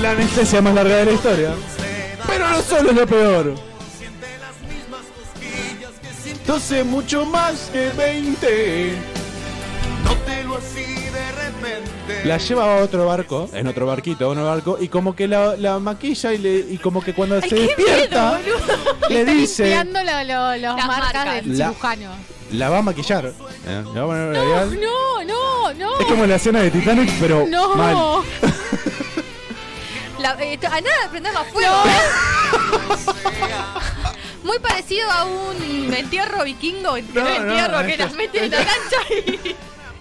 Speaker 3: La anestesia más larga de la historia. Pero no solo es lo peor. Entonces mucho más que 20.
Speaker 1: Dilo así de repente.
Speaker 3: La lleva a otro barco, en otro barquito, a otro barco, y como que la, la maquilla y, le- y como que cuando se despierta, le
Speaker 5: está
Speaker 3: dice,
Speaker 5: limpiando lo- lo- las
Speaker 4: Las
Speaker 5: marcas,
Speaker 4: marcas.
Speaker 5: del
Speaker 3: La-
Speaker 5: cirujano.
Speaker 3: la va a maquillar. ¿eh? Le va a poner labial.
Speaker 5: No, no, no.
Speaker 3: Es como la escena de Titanic, pero
Speaker 5: No.
Speaker 3: mal.
Speaker 4: La- eh, a nada de prenderlo a fuego. ¿eh? Muy parecido a un entierro vikingo, que no,
Speaker 3: No, no,
Speaker 4: entierro, que
Speaker 3: esto-
Speaker 4: las meten en la cancha y.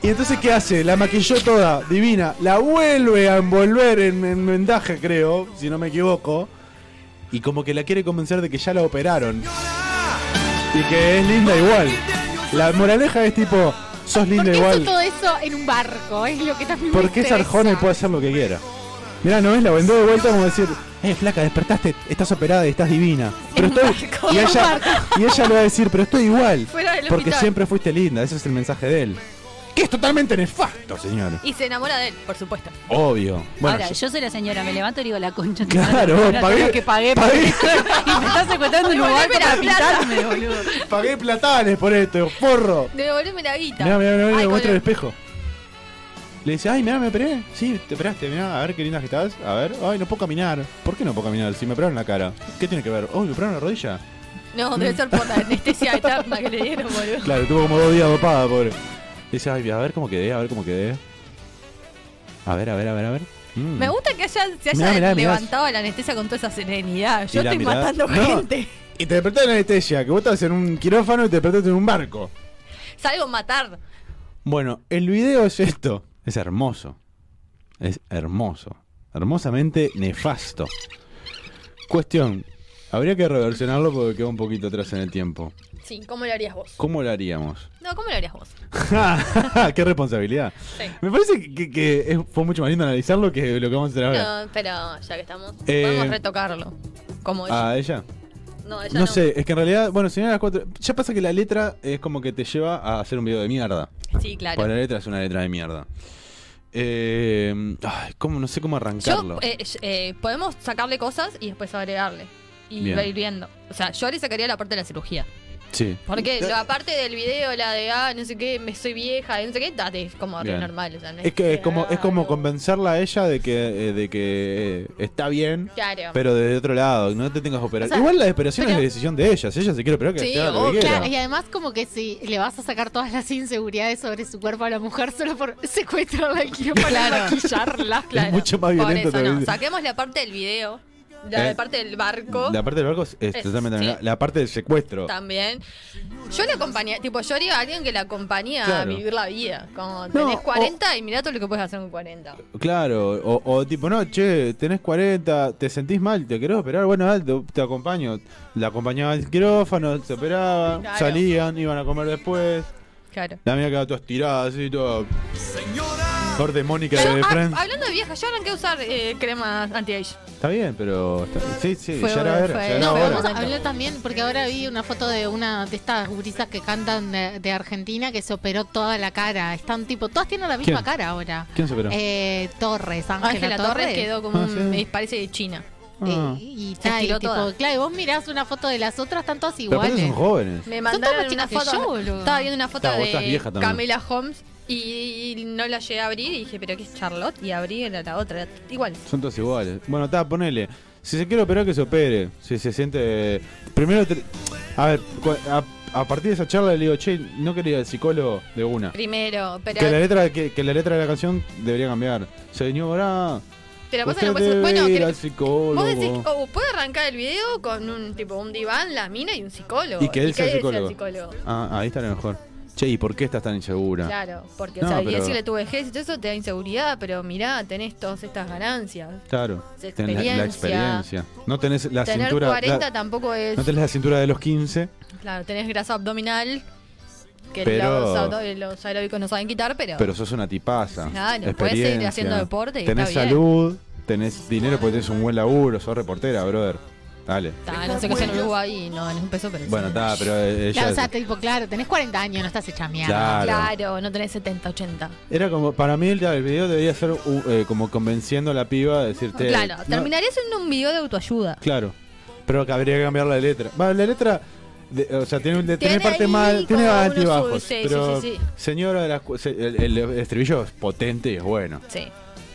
Speaker 3: Y entonces, ¿qué hace? La maquilló toda, divina. La vuelve a envolver en, en vendaje, creo, si no me equivoco. Y como que la quiere convencer de que ya la operaron. Y que es linda igual. La moraleja es tipo, sos
Speaker 5: ¿Por
Speaker 3: linda
Speaker 5: qué hizo
Speaker 3: igual.
Speaker 5: todo eso en un barco? Es lo que también me
Speaker 3: Porque es Arjona y
Speaker 5: interesa.
Speaker 3: puede hacer lo que quiera. Mirá, no es la vendó de vuelta como decir, eh, flaca, despertaste, estás operada y estás divina. Pero estoy. Y ella, y ella le va a decir, pero estoy igual.
Speaker 4: Fuera del
Speaker 3: Porque
Speaker 4: hospital.
Speaker 3: siempre fuiste linda, ese es el mensaje de él. Que es totalmente nefasto, señor.
Speaker 4: Y se enamora de él, por supuesto.
Speaker 3: Obvio. Bueno,
Speaker 7: Ahora,
Speaker 3: yo-
Speaker 7: yo soy la señora, me levanto y digo la concha. de tu
Speaker 3: Claro,
Speaker 7: madre,
Speaker 3: pagué-
Speaker 7: todo lo que pagué, por
Speaker 3: pagué.
Speaker 7: esto, y me estás secuestrando en un lugar
Speaker 4: Devolveme
Speaker 7: para
Speaker 4: la plata.
Speaker 7: pintarme, boludo.
Speaker 3: pagué platanes por esto, forro.
Speaker 4: Devolveme la guita.
Speaker 3: Mirá, mirá, mirá,
Speaker 4: Ay,
Speaker 3: mirá,
Speaker 4: con
Speaker 3: muestra el
Speaker 4: la-
Speaker 3: espejo. Le dice, ay, mirá, me operé. Sí, te operaste, mirá, a ver qué linda que estás. A ver, ay, no puedo caminar. ¿Por qué no puedo caminar? Si me operaron la cara. ¿Qué tiene que ver? Oh, me operaron la rodilla.
Speaker 4: No, debe ser por la anestesia eterna que le dieron, boludo.
Speaker 3: Claro, tuvo como dos días dopada, pobre. Dice, ay, a ver cómo quedé, a ver cómo quedé. A ver, a ver, a ver, a ver. Mm.
Speaker 4: Me gusta que haya, se haya
Speaker 3: Mirá, mirá, mirá.
Speaker 4: levantado la anestesia con toda esa serenidad. Yo
Speaker 3: Y la
Speaker 4: estoy
Speaker 3: mirada-
Speaker 4: matando
Speaker 3: No.
Speaker 4: gente.
Speaker 3: Y te despertás en anestesia, que vos estás en un quirófano y te despertaste en un barco.
Speaker 4: Salgo a matar.
Speaker 3: Bueno, el video es esto. Es hermoso. Es hermoso. Hermosamente nefasto. Cuestión. Habría que reversionarlo porque queda un poquito atrás en el tiempo.
Speaker 4: Sí, ¿cómo lo harías vos?
Speaker 3: ¿Cómo lo haríamos?
Speaker 4: No, ¿cómo lo harías vos?
Speaker 3: ¡Qué responsabilidad!
Speaker 4: Sí.
Speaker 3: Me parece que, que- que es- fue mucho más lindo analizarlo que lo que vamos a hacer ahora.
Speaker 4: No, pero ya que estamos,
Speaker 3: Eh,
Speaker 4: podemos retocarlo. Como ella.
Speaker 3: ¿A ella?
Speaker 4: no, ella
Speaker 3: No, sé, es que en realidad, bueno, señora de las cuatro. Ya pasa que la letra es como que te lleva a hacer un video de mierda.
Speaker 4: Sí, claro.
Speaker 3: Porque la letra es una letra de mierda. Eh, ay, ¿cómo? No sé cómo arrancarlo.
Speaker 4: Yo, eh, sh- eh, podemos sacarle cosas y después agregarle. Y
Speaker 3: Bien.
Speaker 4: va ir viendo. O sea, yo le sacaría la parte de la cirugía.
Speaker 3: sí.
Speaker 4: Porque la parte del video, la de, ah, no sé qué, me soy vieja, no sé qué, date, es como re
Speaker 3: Bien.
Speaker 4: normal. o sea, no
Speaker 3: Es que es como, es como
Speaker 4: algo-
Speaker 3: convencerla a ella de que, eh, de que eh, está bien,
Speaker 4: Claro.
Speaker 3: pero desde otro lado, no te tengas que operar.
Speaker 5: O sea,
Speaker 3: Igual la operación
Speaker 5: pero-
Speaker 3: es la decisión de ella, si ella se quiere operar, que
Speaker 4: Sí,
Speaker 3: se haga lo
Speaker 4: obvio.
Speaker 3: que quiera.
Speaker 5: Claro, y además como que si le vas a sacar todas las inseguridades sobre su cuerpo a la mujer solo por secuestrarla al quirófano y maquillarla.
Speaker 4: Claro.
Speaker 3: mucho más violento
Speaker 4: Por eso,
Speaker 3: todavía.
Speaker 4: no. Saquemos la parte del video La
Speaker 3: Eh,
Speaker 4: parte del barco.
Speaker 3: La parte del barco es, es
Speaker 4: Es-
Speaker 3: totalmente
Speaker 4: sí.
Speaker 3: la- La parte del secuestro.
Speaker 4: También. Yo la acompañé, tipo, yo haría a alguien que la acompañía a
Speaker 3: Claro.
Speaker 4: vivir la vida. Como
Speaker 3: No,
Speaker 4: tenés
Speaker 3: o-
Speaker 4: 40 y mirá todo lo que puedes hacer con 40.
Speaker 3: Claro, o, o tipo, no, che, tenés 40, te sentís mal, te querés operar, bueno, dale, te, te acompaño. La acompañaba al quirófano, se operaba,
Speaker 4: Claro.
Speaker 3: salían, iban a comer después.
Speaker 4: Claro.
Speaker 3: La mía quedaba toda estirada, así, toda. Señora. de Mónica
Speaker 4: Yo,
Speaker 3: de
Speaker 4: ah,
Speaker 3: Friends.
Speaker 4: hablando de viejas, yo arranqué a usar eh, crema anti-age.
Speaker 3: Está bien, pero. está- sí, sí,
Speaker 4: Fue-
Speaker 3: ya era hora,
Speaker 4: fue-
Speaker 3: ya era
Speaker 4: no,
Speaker 3: hora.
Speaker 4: vamos
Speaker 5: Vamos a hablar también, porque ahora vi una foto de una de estas gurisas que cantan de, de Argentina que se operó toda la cara. Están tipo, todas tienen la misma
Speaker 3: ¿Quién?
Speaker 5: cara ahora.
Speaker 3: ¿Quién se operó?
Speaker 5: Eh, Torres, Ángela
Speaker 4: Ángela
Speaker 5: Torres.
Speaker 4: Torres quedó como,
Speaker 3: Ah,
Speaker 4: un-
Speaker 3: sí.
Speaker 4: me parece de China.
Speaker 3: Ah.
Speaker 5: Y, y
Speaker 4: Se
Speaker 5: tal, y
Speaker 4: estiró
Speaker 5: tipo,
Speaker 4: toda.
Speaker 5: claro, y vos mirás una foto de las otras, están todas
Speaker 3: Pero aparte
Speaker 5: iguales.
Speaker 3: son jóvenes.
Speaker 4: Me
Speaker 5: Son todas
Speaker 4: mandaron
Speaker 5: más
Speaker 4: una
Speaker 5: chicas que
Speaker 4: foto.
Speaker 5: yo, boludo.
Speaker 4: estaba viendo una foto
Speaker 3: Está, vos estás
Speaker 4: de
Speaker 3: vieja también.
Speaker 4: Camila Holmes y, y no la llegué a abrir y dije, pero ¿qué es Charlotte? Y abrí era la otra. Igual.
Speaker 3: Son todos iguales. Bueno, está, ponele. Si se quiere operar, que se opere. Si se siente. Primero. te- A ver, cu- a, a partir de esa charla le digo, che, no quería el psicólogo de una.
Speaker 4: Primero, pero
Speaker 3: Que la, letra, que, que la letra de la canción debería cambiar. Señora.
Speaker 4: Pero pasa
Speaker 3: usted
Speaker 4: que no puede-
Speaker 3: debe
Speaker 4: Bueno,
Speaker 3: ir
Speaker 4: creo-
Speaker 3: al psicólogo.
Speaker 4: vos decís, o puede arrancar el video con un tipo un diván, la mina y un psicólogo.
Speaker 3: Y que él sea el psicólogo.
Speaker 4: psicólogo.
Speaker 3: Ah, ahí estaría mejor. Che, ¿y por qué estás tan insegura?
Speaker 4: Claro, porque
Speaker 3: No,
Speaker 4: o sea, y
Speaker 3: pero-
Speaker 4: decirle tu vejez y todo eso te da inseguridad, pero mirá, tenés todas estas ganancias.
Speaker 3: Claro.
Speaker 4: Esa
Speaker 3: Tenés la- la,
Speaker 4: experiencia.
Speaker 3: experiencia. No tenés la
Speaker 4: Tener
Speaker 3: cintura. la-
Speaker 4: 40 tampoco es.
Speaker 3: no tenés la cintura de los 15.
Speaker 4: Claro, tenés grasa abdominal que
Speaker 3: Pero-
Speaker 4: los, auto- eh, los aeróbicos no saben quitar, pero.
Speaker 3: Pero sos una tipaza.
Speaker 4: Claro, podés seguir
Speaker 3: Experiencia.
Speaker 4: haciendo deporte y
Speaker 3: Tenés
Speaker 4: está bien.
Speaker 3: salud, tenés dinero porque tenés un buen laburo, sos reportera, brother. Dale.
Speaker 4: Ta, no sé qué en Uruguay y no ganás un peso, pero.
Speaker 3: Bueno,
Speaker 4: sí.
Speaker 3: está, pero eh, ella-
Speaker 5: Claro, o sea, tipo, claro, tenés 40 años, no estás hecha mierda.
Speaker 3: Claro.
Speaker 4: Claro, no tenés 70, 80.
Speaker 3: Era como, para mí el, el video debería ser uh, eh, como convenciendo a la piba a decirte.
Speaker 4: claro,
Speaker 3: no-
Speaker 4: terminarías en un video de autoayuda.
Speaker 3: Claro, pero que habría que cambiar la letra. Va, la letra, de- o sea, tiene, de- tiene
Speaker 4: Tiene
Speaker 3: parte
Speaker 4: ahí
Speaker 3: mal, tiene
Speaker 4: como unos
Speaker 3: altibajos.
Speaker 4: sub- sí,
Speaker 3: pero
Speaker 4: sí, sí, sí.
Speaker 3: señora de las. cu- se- El, el estribillo es potente y es bueno.
Speaker 4: Sí.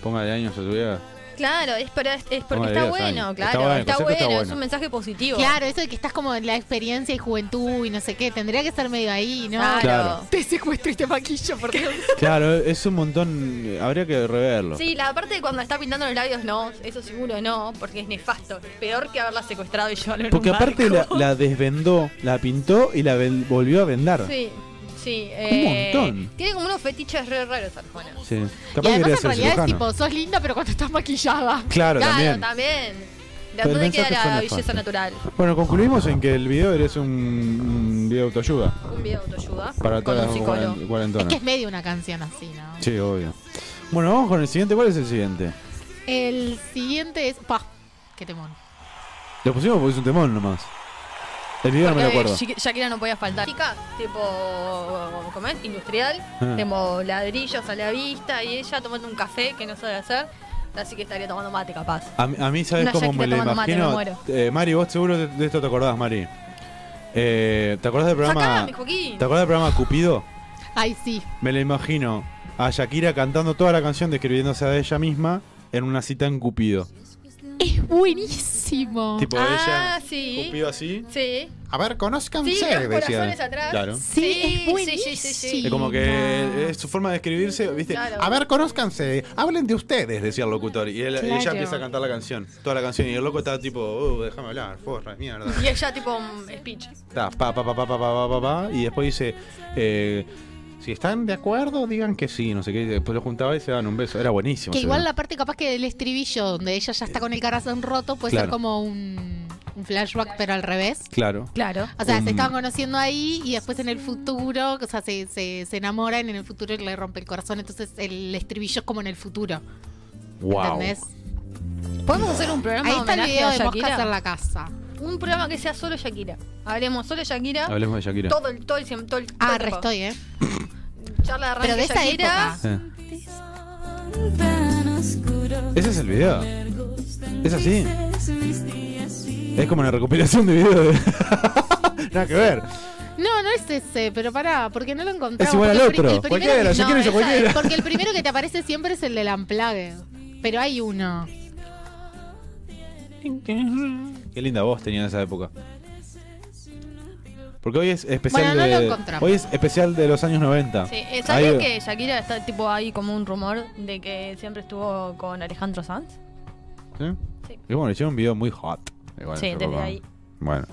Speaker 3: Póngale años a su vida.
Speaker 4: Claro, es, pero es, es porque
Speaker 3: No,
Speaker 4: está
Speaker 3: digas,
Speaker 4: bueno,
Speaker 3: Ani.
Speaker 4: claro,
Speaker 3: Está bueno, el
Speaker 4: está,
Speaker 3: concepto
Speaker 4: bueno,
Speaker 3: está
Speaker 4: es
Speaker 3: bueno.
Speaker 4: un mensaje positivo.
Speaker 5: Claro, eso de que estás como en la experiencia y juventud y no sé qué, tendría que ser medio ahí, ¿no?
Speaker 4: Claro.
Speaker 3: Claro.
Speaker 5: Te secuestro y te maquillo porque
Speaker 3: Claro, es un montón. eh, Habría que reverlo.
Speaker 4: Sí, la parte de cuando está pintando los labios, no, eso seguro no, porque es nefasto. Es peor que haberla secuestrado y llevarla en
Speaker 3: Porque
Speaker 4: un
Speaker 3: aparte la,
Speaker 4: barco.
Speaker 3: la desvendó, la pintó y la vel- volvió a vendar.
Speaker 4: Sí, sí. eh,
Speaker 3: montón.
Speaker 4: Tiene como unos fetiches re raros, Arjona.
Speaker 3: Sí.
Speaker 5: Y
Speaker 3: Capaz quería
Speaker 5: además en
Speaker 3: ser
Speaker 5: realidad es
Speaker 3: cirujano.
Speaker 5: tipo, sos linda, pero cuando estás maquillada.
Speaker 3: Claro,
Speaker 4: claro,
Speaker 3: también.
Speaker 4: también. ¿De
Speaker 3: Pero el
Speaker 4: dónde queda
Speaker 3: mensaje fue
Speaker 4: la
Speaker 3: nefasto.
Speaker 4: belleza natural?
Speaker 3: Bueno, concluimos en que el video es un, un video de autoayuda.
Speaker 4: Un video de autoayuda
Speaker 3: Para
Speaker 4: con
Speaker 3: todas
Speaker 4: un
Speaker 3: las
Speaker 4: psicólogo.
Speaker 3: cuaren-
Speaker 5: Es
Speaker 3: cuarentonas.
Speaker 5: que es medio una canción así, ¿no?
Speaker 3: Sí, obvio. Bueno, vamos con el siguiente. ¿Cuál es el siguiente?
Speaker 5: El siguiente es. ¡Pah! ¡Qué temón!
Speaker 3: Lo pusimos porque es un temón nomás. El video no me lo
Speaker 4: Porque
Speaker 3: acuerdo.
Speaker 4: Shak- Eh, Shakira no podía faltar. Chica, tipo, ¿cómo es? Industrial,
Speaker 3: Ah.
Speaker 4: tipo ladrillos a la vista y ella tomando un café que no sabe hacer, así que estaría tomando mate capaz.
Speaker 3: A, mí- a mí, ¿sabes
Speaker 4: Una
Speaker 3: cómo
Speaker 4: Shakira
Speaker 3: me lo
Speaker 4: tomando mate, me
Speaker 3: imagino?
Speaker 4: muero.
Speaker 3: Eh, Mari, vos seguro de, de esto te acordás, Mari. Eh, ¿Te acordás del programa?
Speaker 4: Sacame, Joaquín.
Speaker 3: ¿Te acordás del programa Cupido?
Speaker 5: Ay, sí.
Speaker 3: Me lo imagino a Shakira cantando toda la canción describiéndose a ella misma en una cita en Cupido.
Speaker 5: Es buenísimo.
Speaker 3: Tipo
Speaker 4: ah,
Speaker 3: ella,
Speaker 4: sí.
Speaker 3: Cupido así.
Speaker 4: Sí.
Speaker 1: A ver, conózcanse,
Speaker 4: Sí, los
Speaker 1: decía.
Speaker 4: corazones atrás.
Speaker 3: Claro.
Speaker 5: Sí, es
Speaker 4: sí, sí, sí, sí.
Speaker 3: Es como que es su forma de describirse, ¿viste?
Speaker 4: Claro.
Speaker 1: A ver, conózcanse.
Speaker 3: Hablen de ustedes, decía el locutor. Y él- ella
Speaker 5: Claro.
Speaker 3: empieza a cantar la canción, toda la canción. Y el loco está tipo, "Uh, déjame hablar, forra, de mierda.
Speaker 4: Y ella tipo un speech.
Speaker 3: Está, pa, pa, pa, pa, pa, pa, pa, pa, pa, y después dice, eh, si están de acuerdo, digan que sí, no sé qué. y Después lo juntaba y se daban un beso. Era buenísimo.
Speaker 5: Que
Speaker 3: ese
Speaker 5: igual
Speaker 3: video.
Speaker 5: la parte capaz que del estribillo, donde ella ya está con el corazón roto, puede
Speaker 3: Claro.
Speaker 5: ser como un, un flashback, pero al revés.
Speaker 3: Claro.
Speaker 4: Claro.
Speaker 5: O sea,
Speaker 3: Un-
Speaker 5: se estaban conociendo ahí y después en el futuro, o sea, se, se, se enamoran y en el futuro le rompe el corazón. Entonces el estribillo es como en el futuro.
Speaker 3: Wow.
Speaker 5: ¿Entendés?
Speaker 4: Podemos hacer un programa
Speaker 5: Ahí está el
Speaker 4: homenaje
Speaker 5: video
Speaker 4: a
Speaker 5: de Moscas
Speaker 4: Shakira.
Speaker 5: en la casa.
Speaker 4: Un programa que sea solo Shakira. Hablemos solo Shakira.
Speaker 3: Hablemos de Shakira.
Speaker 4: Todo el todo el todo el- todo
Speaker 5: Ah,
Speaker 4: el-
Speaker 5: re estoy, ¿eh?
Speaker 4: Charla de arranque
Speaker 5: Pero de esa
Speaker 4: Shakira.
Speaker 5: época.
Speaker 3: Eh. Ese es el video. Es así. Es como una recopilación de videos. de- Nada que ver.
Speaker 5: No, no es ese, pero pará, porque no lo encontré.
Speaker 3: Es igual al otro. Cualquiera, yo quiero eso, cualquiera.
Speaker 5: Porque el primero que te aparece siempre es el del Amplague. Pero hay uno.
Speaker 3: Qué linda voz tenía en esa época. Porque hoy es especial
Speaker 5: Bueno, no lo
Speaker 3: de
Speaker 5: encontramos.
Speaker 3: hoy es especial de los años 90.
Speaker 4: Sí, eh, ¿sabías
Speaker 3: Ahí-
Speaker 4: que Shakira está tipo ahí como un rumor de que siempre estuvo con Alejandro Sanz?
Speaker 3: ¿Sí?
Speaker 4: Sí.
Speaker 3: Y bueno, hicieron un video muy hot. Igual,
Speaker 4: sí,
Speaker 3: yo
Speaker 4: desde
Speaker 3: creo que-
Speaker 4: ahí.
Speaker 3: Bueno.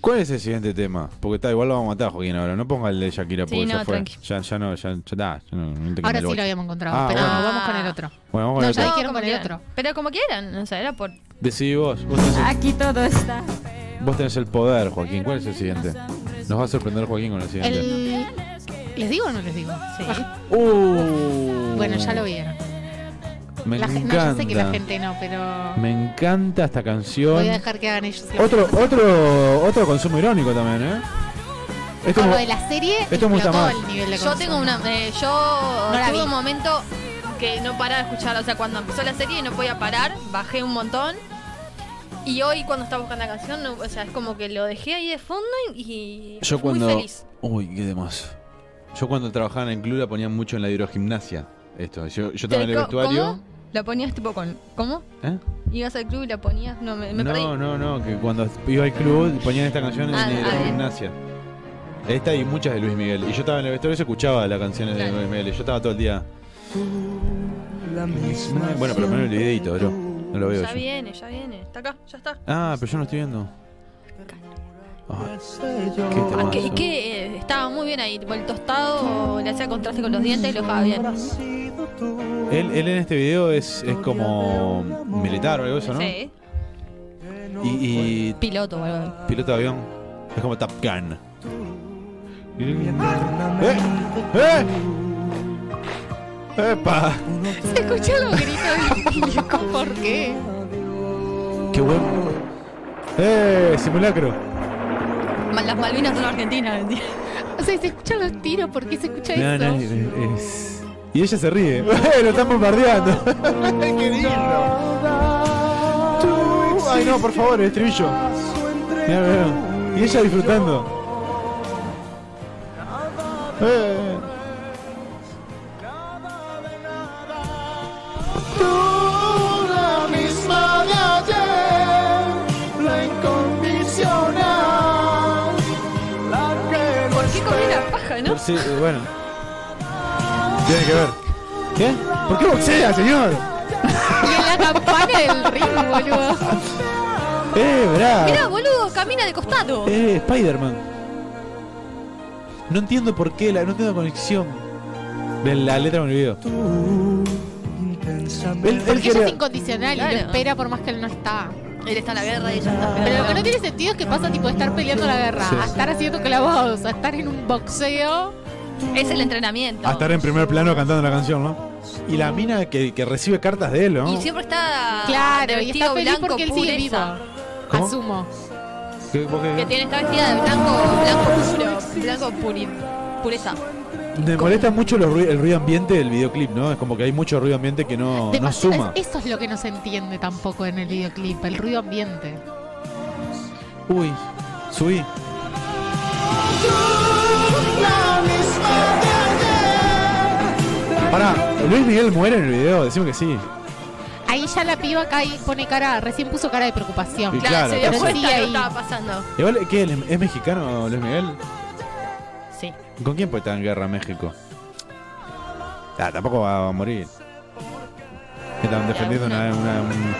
Speaker 3: ¿Cuál es el siguiente tema? Porque está, igual lo vamos a matar, Joaquín, ahora. No ponga el de Shakira
Speaker 4: Sí,
Speaker 3: porque
Speaker 4: no,
Speaker 3: ya fue.
Speaker 4: tranqui.
Speaker 3: Ya, ya no, ya, ya, está, ya no, no te quemé
Speaker 5: Ahora
Speaker 3: el
Speaker 5: sí
Speaker 3: boche.
Speaker 5: lo habíamos encontrado,
Speaker 3: Ah,
Speaker 5: pero
Speaker 3: bueno.
Speaker 5: vamos con el otro.
Speaker 3: Bueno, vamos
Speaker 5: No,
Speaker 3: con
Speaker 5: ya
Speaker 3: el otro.
Speaker 5: dijeron
Speaker 4: como
Speaker 5: con el
Speaker 4: quieran.
Speaker 5: otro.
Speaker 4: Pero como quieran, o sea, era por.
Speaker 3: Decidí vos. Vos tenés, el,
Speaker 7: Aquí todo está.
Speaker 3: vos tenés el poder, Joaquín. ¿Cuál es el siguiente? Nos va a sorprender Joaquín con el siguiente.
Speaker 5: El- ¿Les digo o no les digo? Ah,
Speaker 3: Uh.
Speaker 5: Bueno, ya lo vieron.
Speaker 3: Me
Speaker 5: La gen- no,
Speaker 3: encanta.
Speaker 5: yo sé que la gente no, pero
Speaker 3: Me encanta esta canción.
Speaker 5: voy a dejar que hagan ellos. siempre.
Speaker 3: Otro, otro, otro consumo irónico también, ¿eh? Esto
Speaker 5: Con
Speaker 3: es-
Speaker 5: lo de la serie,
Speaker 3: esto me gusta más.
Speaker 5: explotó el nivel de
Speaker 4: Yo
Speaker 5: consumo.
Speaker 4: tengo una. eh, yo
Speaker 5: la
Speaker 4: tuve
Speaker 5: vi.
Speaker 4: un momento que no paraba de escucharla. O sea, cuando empezó la serie no podía parar, bajé un montón. Y hoy, cuando estaba buscando la canción, no- o sea, es como que lo dejé ahí de fondo y. y
Speaker 3: Yo
Speaker 4: muy
Speaker 3: cuando.
Speaker 4: feliz.
Speaker 3: Uy, qué demás. Yo cuando trabajaba en el club la ponía mucho en la hidrogimnasia. Esto, yo, yo estaba en el
Speaker 4: Co-
Speaker 3: vestuario.
Speaker 4: ¿Cómo? La ponías tipo con. ¿Cómo?
Speaker 3: ¿Eh?
Speaker 4: Ibas al club y la ponías. No, me, me
Speaker 3: no,
Speaker 4: perdí.
Speaker 3: no, no, que cuando iba al club ponían esta canción
Speaker 4: Ah,
Speaker 3: en
Speaker 4: ah,
Speaker 3: hidrogimnasia. Esta y muchas de Luis Miguel. Y yo estaba en el vestuario y se escuchaba las canciones de
Speaker 4: Claro.
Speaker 3: Luis Miguel. y Yo estaba todo el día. Bueno, por lo menos el videito, bro. No lo veo
Speaker 4: ya
Speaker 3: yo.
Speaker 4: viene, ya viene. Está acá, ya está.
Speaker 3: Ah, pero yo no estoy viendo. Ay, qué
Speaker 4: Ah, que,
Speaker 3: temazo.
Speaker 4: que, eh, estaba muy bien ahí, tipo el tostado le hacía contraste con los dientes y lo dejaba bien.
Speaker 3: Él, él en este video es, es como militar o algo de eso, ¿no?
Speaker 4: Sí,
Speaker 3: Y, y
Speaker 4: piloto o algo. así.
Speaker 3: piloto de avión. Es como Top Gun. ¡Eh! ¡Eh! ¡Epa!
Speaker 5: Se escuchó los gritos y- y yo, ¿por qué?
Speaker 3: ¡Qué buen! ¡Eh! ¡Simulacro!
Speaker 4: Ma- Las Malvinas son argentinas. mentira.
Speaker 5: O sea, se escuchan los tiros, ¿por qué se escucha
Speaker 3: No,
Speaker 5: eso?
Speaker 3: no, es- es- Y ella se ríe. ¡Lo están bombardeando!
Speaker 1: ¡Qué lindo!
Speaker 3: Ay, no, por favor, el estribillo. Mirá, mirá. Y ella disfrutando. Eh.
Speaker 1: Tú, la misma de ayer, la incondicional, la que no
Speaker 4: ¿Por qué comí la paja, no?
Speaker 3: Por si- eh, bueno. Tiene que ver. ¿Qué? ¿Por qué boxea, señor?
Speaker 5: Y en la campana del ring, boludo.
Speaker 3: ¡Eh, bravo!
Speaker 4: Mirá, boludo, camina de costado.
Speaker 3: ¡Eh, Spider-Man! No entiendo por qué, la, no entiendo conexión de la letra con el video. Él, él
Speaker 5: Porque ella
Speaker 3: quería-
Speaker 5: es incondicional y
Speaker 4: Claro.
Speaker 5: lo espera por más que él no está.
Speaker 4: Él está en la guerra y ella está
Speaker 5: Pero lo
Speaker 4: esperando.
Speaker 5: que no tiene sentido es que pasa tipo de estar peleando la guerra,
Speaker 3: Sí.
Speaker 5: a estar haciendo clavados, a estar en un boxeo.
Speaker 4: Es el entrenamiento.
Speaker 3: a estar en primer plano cantando la canción, ¿no? Y la mina que, que recibe cartas de él, ¿no?
Speaker 4: Y siempre está de
Speaker 5: Claro, y está
Speaker 4: vestido
Speaker 5: feliz
Speaker 4: blanco
Speaker 5: porque él sigue vivo.
Speaker 4: pureza.
Speaker 3: ¿Cómo?
Speaker 5: Asumo.
Speaker 3: ¿Qué- por qué?
Speaker 4: Que tiene esta vestida de blanco, blanco puro, blanco puri- pureza.
Speaker 3: Me molesta mucho los ru- el ruido ambiente del videoclip, ¿no? Es como que hay mucho ruido ambiente que no, no
Speaker 5: Demasiado-
Speaker 3: suma.
Speaker 5: es- Eso es lo que no se entiende tampoco en el videoclip, el ruido ambiente.
Speaker 3: Uy, subí. Pará, ¿Luis Miguel muere en el video? Decime que sí.
Speaker 5: Ahí ya la piba cae, pone cara, recién puso cara de preocupación.
Speaker 3: Y claro,
Speaker 4: Claro, se dio
Speaker 5: pero
Speaker 4: cuenta
Speaker 5: sí
Speaker 4: que
Speaker 5: ahí.
Speaker 4: estaba pasando.
Speaker 3: Igual, ¿qué? ¿Es es mexicano Luis Miguel?
Speaker 4: Sí.
Speaker 3: ¿Con quién puede estar en guerra México? Ah, tampoco va a morir. Que Están defendiendo una, una- un-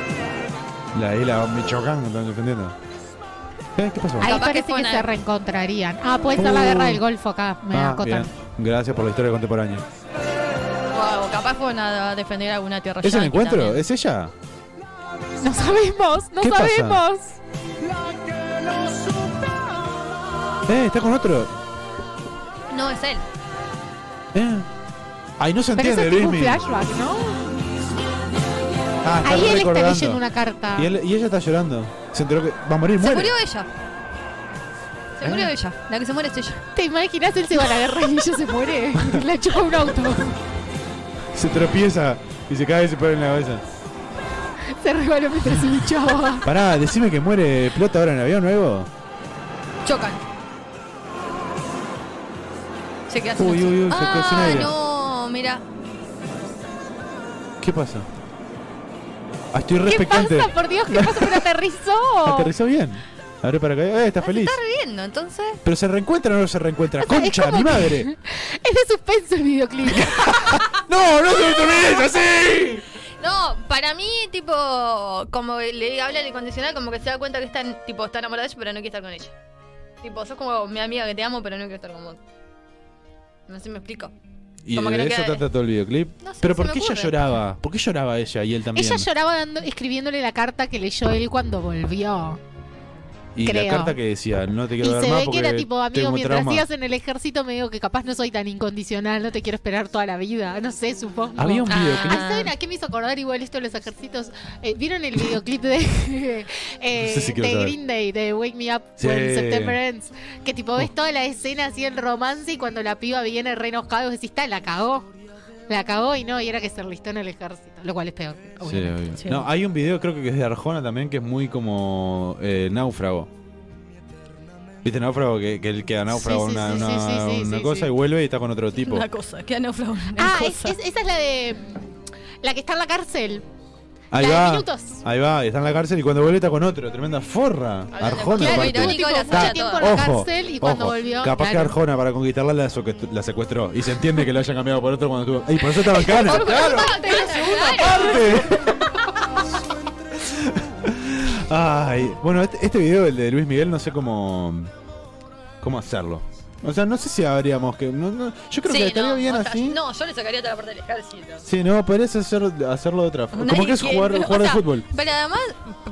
Speaker 3: la isla Michoacán, están defendiendo. ¿Eh? ¿Qué pasó?
Speaker 5: Ahí
Speaker 4: Capaz que
Speaker 5: parece
Speaker 4: fue
Speaker 5: que
Speaker 4: una-
Speaker 5: se reencontrarían. Ah, puede ser la guerra del Golfo acá, me
Speaker 3: Uh. Ah,
Speaker 5: acotan. Pues
Speaker 3: bien. Gracias por la historia contemporánea.
Speaker 4: Wow, capaz fueron a a defender alguna tierra.
Speaker 3: ¿Es el
Speaker 4: yankee
Speaker 3: encuentro?
Speaker 4: también.
Speaker 3: ¿Es ella?
Speaker 5: No sabemos, no
Speaker 3: ¿Qué pasa?
Speaker 5: sabemos.
Speaker 3: ¿Eh? ¿Está con otro?
Speaker 4: No, es él.
Speaker 3: ¿Eh? Ay, no se
Speaker 5: Pero eso
Speaker 3: entiende,
Speaker 5: es tipo
Speaker 3: Luis
Speaker 5: un
Speaker 3: Miguel.
Speaker 5: flashback, ¿no?
Speaker 3: Ah, está
Speaker 5: Ahí él está
Speaker 3: recordando.
Speaker 5: leyendo una carta.
Speaker 3: Y, él- y ella está llorando. Se enteró que va a morir,
Speaker 4: Se
Speaker 3: muere. ¿Eh?
Speaker 4: murió ella. Se murió ella. La que se muere es ella.
Speaker 5: ¿Te imaginas? Él se va a la guerra y ella se muere. La chupa un auto.
Speaker 3: Se tropieza y se cae y se pone en la cabeza.
Speaker 5: Se regaló mientras se luchaba.
Speaker 3: Pará, decime que muere. ¿Explota ahora en el avión nuevo?
Speaker 4: Chocan. Se queda
Speaker 3: Uy,
Speaker 4: sin
Speaker 3: uy, uy, se quedó sin
Speaker 4: Ah,
Speaker 3: aire.
Speaker 4: no, mira.
Speaker 3: ¿Qué pasa? Ah, estoy re
Speaker 5: ¿Qué
Speaker 3: expectante.
Speaker 5: pasa? Por Dios, ¿qué pasa? Pero aterrizó.
Speaker 3: Aterrizó bien. Abre para acá. Eh, está
Speaker 4: Ah, se
Speaker 3: feliz.
Speaker 4: está riendo, entonces.
Speaker 3: Pero se reencuentra o no se reencuentra.
Speaker 5: sea, es
Speaker 3: ¡Concha,
Speaker 5: como
Speaker 3: mi
Speaker 5: que-
Speaker 3: madre!
Speaker 5: Es de suspenso el videoclip.
Speaker 3: ¡No, no se termines así!
Speaker 4: No, para mí, tipo, como le habla el incondicional, como que se da cuenta que está, en- tipo, está enamorada de ella, pero no quiere estar con ella. Tipo, sos como mi amiga que te amo, pero no quiero estar con vos. No sé si me explico.
Speaker 3: Y
Speaker 4: Como que no
Speaker 3: de eso
Speaker 4: queda-
Speaker 3: trata todo el videoclip.
Speaker 4: No sé,
Speaker 3: Pero
Speaker 4: se
Speaker 3: ¿por
Speaker 4: me
Speaker 3: qué ella
Speaker 4: ocurre.
Speaker 3: lloraba? ¿Por qué lloraba ella y él también?
Speaker 5: Ella lloraba dando, escribiéndole la carta que leyó él cuando volvió.
Speaker 3: y la
Speaker 5: creo.
Speaker 3: carta que decía, no te
Speaker 5: Y
Speaker 3: quiero ver
Speaker 5: se
Speaker 3: más
Speaker 5: ve que
Speaker 3: porque
Speaker 5: era tipo, amigo,
Speaker 3: tengo un
Speaker 5: mientras
Speaker 3: trauma.
Speaker 5: sigas en el ejército me digo que capaz no soy tan incondicional, no te quiero esperar toda la vida. No sé, supongo.
Speaker 3: Había un videoclip.
Speaker 5: Ah, ¿Saben a qué me hizo acordar igual esto de los ejércitos? Eh, ¿Vieron el videoclip de, eh,
Speaker 3: No sé si quiero
Speaker 5: de
Speaker 3: saber.
Speaker 5: Green Day, de Wake Me Up
Speaker 3: Sí. Oh.
Speaker 5: When September Ends? Que tipo ves toda la escena así el romance y cuando la piba viene re enojada vos decís, está, la cagó. La cagó y no, y era que se enlistó en el ejército, lo cual es peor.
Speaker 3: Sí,
Speaker 5: obviamente.
Speaker 3: obvio.
Speaker 5: ah, Sí.
Speaker 3: No, hay un video creo que es de Arjona también que es muy como eh, náufrago. ¿Viste náufrago? Que, que él queda náufrago
Speaker 5: Sí,
Speaker 3: en una,
Speaker 5: sí, sí,
Speaker 3: una-
Speaker 5: sí, sí,
Speaker 3: una
Speaker 5: sí,
Speaker 3: cosa
Speaker 5: sí.
Speaker 3: y vuelve y está con otro tipo.
Speaker 4: Una cosa, que náufrago.
Speaker 5: Ah, es- es- esa es la de... La que está en la cárcel.
Speaker 3: Ahí
Speaker 5: la de
Speaker 3: va,
Speaker 5: minutos.
Speaker 3: ahí va, y está en la cárcel y cuando vuelve está con otro, tremenda forra. Arjona.
Speaker 5: Claro,
Speaker 3: aparte.
Speaker 5: estuvo tipo
Speaker 4: la
Speaker 5: mucho
Speaker 4: saca
Speaker 5: tiempo
Speaker 4: toda.
Speaker 5: en la
Speaker 3: Ojo,
Speaker 5: cárcel y cuando
Speaker 3: ojo.
Speaker 5: volvió...
Speaker 3: Capaz que
Speaker 5: claro.
Speaker 3: Arjona para conquistarla la, soque- la secuestró y se entiende que lo hayan cambiado por otro cuando estuvo. ¡Ey, por eso está bacana! ¡Claro! Ay, bueno, este, este video, el de Luis Miguel, no sé cómo cómo hacerlo. O sea, no sé si habríamos que. no, no, yo creo
Speaker 4: Sí,
Speaker 3: que estaría
Speaker 4: no,
Speaker 3: bien
Speaker 4: o sea,
Speaker 3: así.
Speaker 4: No, yo le sacaría toda la parte del ejército.
Speaker 3: Sí, no, podrías hacer, hacerlo de otra forma.
Speaker 4: Nadie
Speaker 3: Como que es
Speaker 4: quiere-
Speaker 3: jugar,
Speaker 4: o
Speaker 3: jugar de
Speaker 4: sea,
Speaker 3: fútbol.
Speaker 4: Pero además,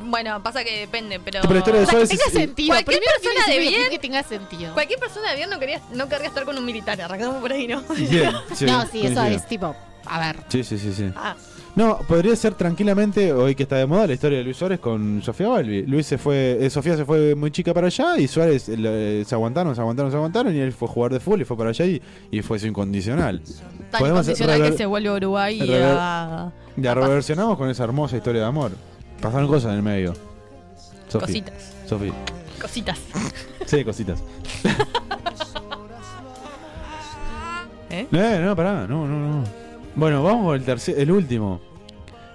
Speaker 4: bueno, pasa que depende, pero.
Speaker 3: Pero la historia de
Speaker 5: O sea, que
Speaker 3: Suárez
Speaker 5: tenga
Speaker 3: es-
Speaker 5: sentido.
Speaker 4: Cualquier
Speaker 5: Primero tiene
Speaker 4: persona
Speaker 5: que
Speaker 4: de
Speaker 5: ser un
Speaker 4: bien-
Speaker 5: que tenga sentido.
Speaker 4: Cualquier persona de bien no quería, no querría estar con un militar, arrancamos por ahí, ¿no?
Speaker 3: Bien, sí,
Speaker 5: no, sí, eso
Speaker 3: coincido.
Speaker 5: es tipo, a ver.
Speaker 3: Sí, sí, sí, sí.
Speaker 4: Ah.
Speaker 3: No, podría ser tranquilamente, hoy que está de moda, la historia de Luis Suárez con Sofía Balbi. Luis se fue, eh, Sofía se fue muy chica para allá y Suárez eh, le- eh, se aguantaron, se aguantaron, se aguantaron y él fue a jugar de fútbol y fue para allá y, y fue su incondicional.
Speaker 4: Tan
Speaker 3: Podemos
Speaker 4: incondicional
Speaker 3: rever-
Speaker 4: que se vuelve a Uruguay y
Speaker 3: rever-
Speaker 4: a.
Speaker 3: La reversionamos con esa hermosa historia de amor. Pasaron cosas en el medio. Sofi,
Speaker 4: Cositas.
Speaker 3: Sofi.
Speaker 4: Cositas.
Speaker 3: Sí, cositas.
Speaker 4: ¿Eh?
Speaker 3: Eh, no, pará, no, no, no. Bueno, vamos con el tercer, el último.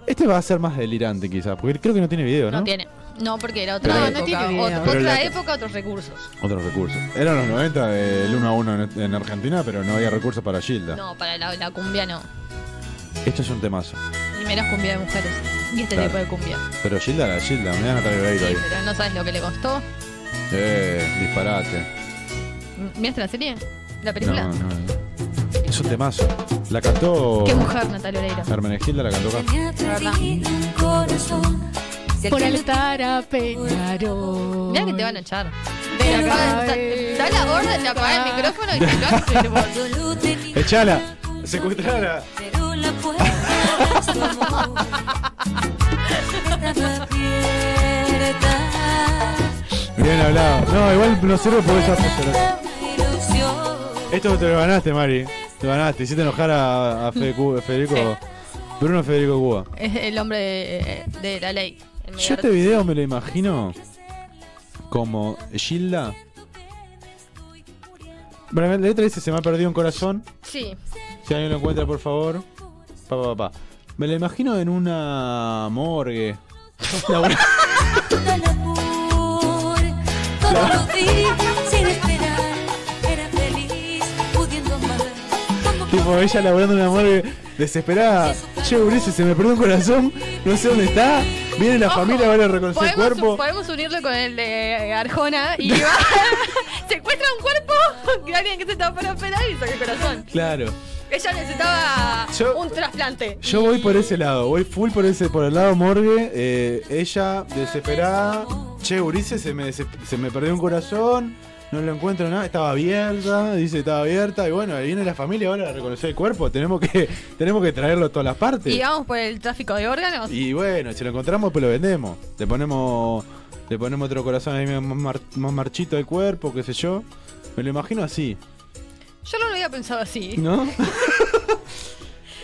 Speaker 3: Este va a ser más delirante quizás, porque creo que no tiene video, ¿no?
Speaker 4: No tiene. No, porque era otra
Speaker 3: Pero-
Speaker 4: época.
Speaker 5: No, no tiene
Speaker 4: ot-
Speaker 5: video.
Speaker 4: otra
Speaker 3: Pero la-
Speaker 4: época, otros recursos.
Speaker 3: Otros recursos. Eran los 90, eh, el 1 a 1 en, en Argentina, pero no había recursos para Gilda.
Speaker 4: No, para la, la cumbia no.
Speaker 3: Esto es un temazo.
Speaker 4: Y menos cumbia de mujeres. Y este
Speaker 3: Claro.
Speaker 4: tipo de cumbia.
Speaker 3: Pero Gilda, la Gilda, me da Natalia Oreiro ahí.
Speaker 4: Sí, pero no sabes lo que le costó.
Speaker 3: Eh, disparate.
Speaker 4: ¿Miraste la serie? ¿La película?
Speaker 3: No, no. Es un temazo. La cantó.
Speaker 4: Qué mujer, Natalia Oreiro.
Speaker 3: Hermenegilda la cantó acá.
Speaker 5: Por altar a Peñarol.
Speaker 4: Mira que te van a echar.
Speaker 5: Te
Speaker 4: Te apagan-
Speaker 5: cae
Speaker 4: te- Da la orden, te apaga el micrófono y te lo haces, tipo,
Speaker 3: Echala, secuestrala. Bien hablado. No, igual no sirve porque esa Esto te lo ganaste, Mari. Te lo ganaste. Hiciste enojar a, a Fede Cu- Federico. Bruno Federico Cuba.
Speaker 4: Es el hombre de, de la ley. el
Speaker 3: Yo
Speaker 4: Megarto.
Speaker 3: este video me lo imagino como Gilda. Bueno, la letra dice: Se me ha perdido un corazón.
Speaker 4: Sí.
Speaker 3: Si alguien lo encuentra, por favor. Pa, pa, pa, pa. Me lo imagino en una morgue. Labura- tipo, ella laburando en una morgue desesperada. Che, Ulises, se me perdió un corazón. No sé dónde está. Viene la familia, van a reconocer el
Speaker 4: Podemos,
Speaker 3: cuerpo.
Speaker 4: podemos unirlo con el de Arjona y va. secuestra un cuerpo de alguien que se estaba para operar y saca el corazón.
Speaker 3: Claro.
Speaker 4: Ella necesitaba
Speaker 3: Yo-
Speaker 4: un trasplante.
Speaker 3: Yo voy por ese lado, voy full por ese, por el lado morgue. eh, ella desesperada. Che, Ulises, se me, des- se me perdió un corazón. No lo encuentro nada. Estaba abierta, dice estaba abierta. Y bueno, ahí viene la familia ahora a reconocer el cuerpo. Tenemos que, tenemos que traerlo a todas las partes.
Speaker 4: Y vamos por el tráfico de órganos.
Speaker 3: Y bueno, si lo encontramos, pues lo vendemos. Le ponemos, le ponemos otro corazón ahí más, mar- más marchito al cuerpo, qué sé yo. Me lo imagino así,
Speaker 4: Yo no lo había pensado así.
Speaker 3: ¿no?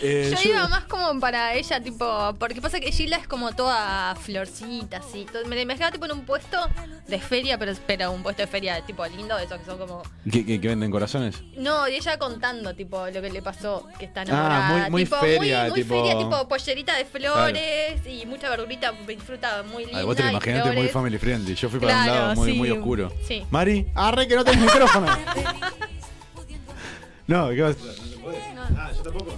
Speaker 3: Eh,
Speaker 4: Yo
Speaker 3: yo-
Speaker 4: iba más como para ella, tipo, porque pasa que Gilda es como toda florcita, así. Entonces, me la imaginaba tipo en un puesto de feria, pero, pero un puesto de feria tipo lindo, de esos que son como...
Speaker 3: ¿Qué- qué- qué venden corazones?
Speaker 4: No, y ella contando, tipo, lo que le pasó, que está
Speaker 3: Ah,
Speaker 4: enamorada.
Speaker 3: muy- muy
Speaker 4: tipo,
Speaker 3: feria,
Speaker 4: muy, muy
Speaker 3: tipo-
Speaker 4: feria, tipo pollerita de flores y mucha verdurita, fruta muy linda.
Speaker 3: Ay, Ah, vos te lo
Speaker 4: y
Speaker 3: imaginaste muy
Speaker 4: flores.
Speaker 3: family friendly. Yo fui para
Speaker 4: Claro,
Speaker 3: un lado muy,
Speaker 4: sí.
Speaker 3: muy oscuro.
Speaker 4: Sí.
Speaker 3: Mari, arre que no tenés micrófono. no, ¿qué vas? Ah, yo tampoco.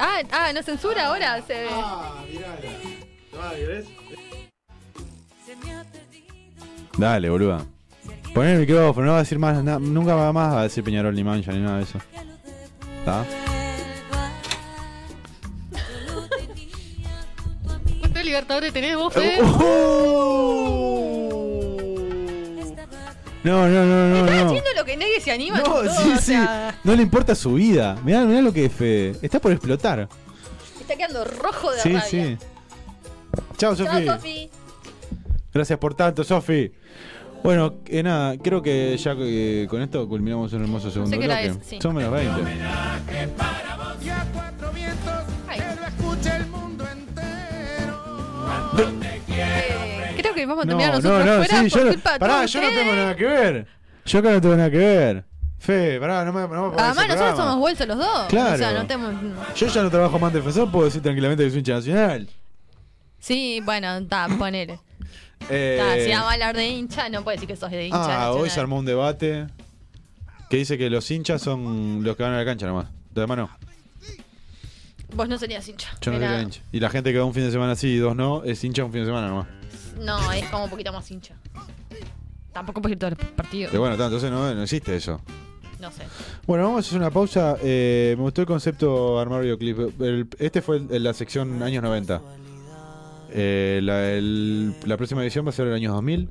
Speaker 4: Ah, ah, no censura ahora, se ve.
Speaker 3: Ah, Dale, boluda. Poné el micrófono, no va a decir más nada. Nunca va más a decir Peñarol ni Mancha ni nada de eso. ¿Está?
Speaker 5: ¿Cuántos libertadores tenés vos, Fede?
Speaker 3: Uh, No, no, no,
Speaker 4: Está
Speaker 3: no. no.
Speaker 4: haciendo lo que nadie se anima.
Speaker 3: No,
Speaker 4: chicos,
Speaker 3: sí,
Speaker 4: o
Speaker 3: sí.
Speaker 4: sea,
Speaker 3: No le importa su vida. Mirá, mirá lo que es Fede. Está por explotar.
Speaker 4: Está quedando rojo de
Speaker 3: Sí,
Speaker 4: rabia.
Speaker 3: sí. Chao,
Speaker 4: Chao,
Speaker 3: Sofi.
Speaker 4: Sofi.
Speaker 3: Gracias por tanto, Sofi. Bueno, eh, nada, creo que ya eh, con esto culminamos un hermoso segundo
Speaker 1: qué hora
Speaker 3: bloque.
Speaker 1: es, sí.
Speaker 3: Son menos 20.
Speaker 4: eh, Creo que vamos a
Speaker 3: No,
Speaker 4: terminar
Speaker 3: no,
Speaker 4: nosotros
Speaker 3: no,
Speaker 4: fuera
Speaker 3: sí,
Speaker 4: por
Speaker 3: yo no,
Speaker 4: culpa de
Speaker 3: pará,
Speaker 4: todos
Speaker 3: yo no tengo
Speaker 4: ustedes.
Speaker 3: nada que ver. Yo acá no tengo nada que ver. Fe, pará, no me, no me pongas
Speaker 4: Además,
Speaker 3: ese
Speaker 4: nosotros
Speaker 3: programa.
Speaker 4: somos vueltos los dos.
Speaker 3: Claro.
Speaker 4: O sea, no tenemos.
Speaker 3: Yo ya no trabajo más en defensor, puedo decir tranquilamente que soy hincha nacional.
Speaker 4: Sí, bueno, está, ponele.
Speaker 3: Eh,
Speaker 4: Ta, si vamos a hablar de hincha, no puede decir que sos de ah, hincha.
Speaker 3: ah,
Speaker 4: nacional.
Speaker 3: hoy se armó un debate que dice que los hinchas son los que van a la cancha nomás. De mano,
Speaker 4: Vos no serías hincha.
Speaker 3: yo no soy
Speaker 4: Mirá.
Speaker 3: la hincha. Y la gente que va un fin de semana sí y dos no, es hincha un fin de semana nomás.
Speaker 4: No, es como un poquito más hincha. Tampoco porque todo el partido.
Speaker 3: Pero bueno, ta, entonces no, no existe eso.
Speaker 4: No sé.
Speaker 3: Bueno, vamos a hacer una pausa. Eh, me gustó el concepto de armar videoclip. El- este fue el- la sección años 90. Eh, la, el- la próxima edición va a ser el año 2000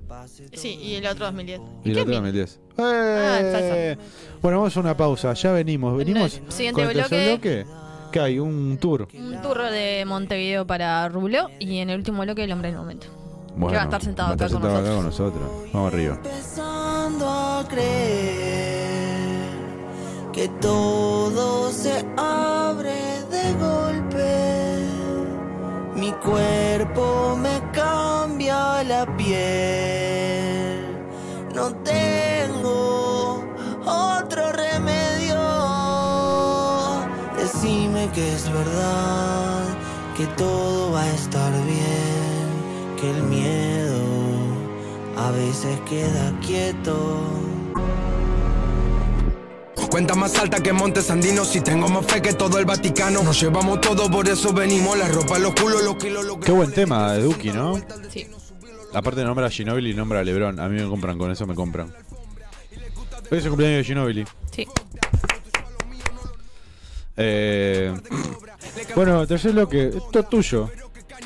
Speaker 4: Sí, y el otro 2010.
Speaker 3: y la otra 2010.
Speaker 4: Ah, el
Speaker 3: Eh, bueno, vamos a una pausa. Ya venimos. Venimos
Speaker 4: el siguiente
Speaker 3: con el tercer bloque. Que hay un tour.
Speaker 4: Un tour de Montevideo para Rublo y en el último bloque el hombre del momento.
Speaker 3: Bueno,
Speaker 4: que va a estar sentado
Speaker 3: va a estar
Speaker 4: acá con
Speaker 3: sentado
Speaker 4: nosotros.
Speaker 3: acá con nosotros. Vamos arriba.
Speaker 9: empezando a creer que todo se abre de golpe. Mi cuerpo me cambia la piel. No tengo otro remedio. Decime que es verdad, que todo va a estar bien, que el miedo a veces queda quieto.
Speaker 12: Cuenta más alta que Montes Andinos y tengo más fe que todo el Vaticano. Nos llevamos todo, por eso venimos. La ropa, los culos, los kilos, los
Speaker 3: Qué buen tema de Duki, ¿no?
Speaker 4: Sí.
Speaker 3: Aparte nombra a Ginobili y nombra a Lebron. A mí me compran, con eso me compran. Hoy es el cumpleaños de Ginobili.
Speaker 4: Sí.
Speaker 3: Eh, bueno, tercer bloque, esto es tuyo.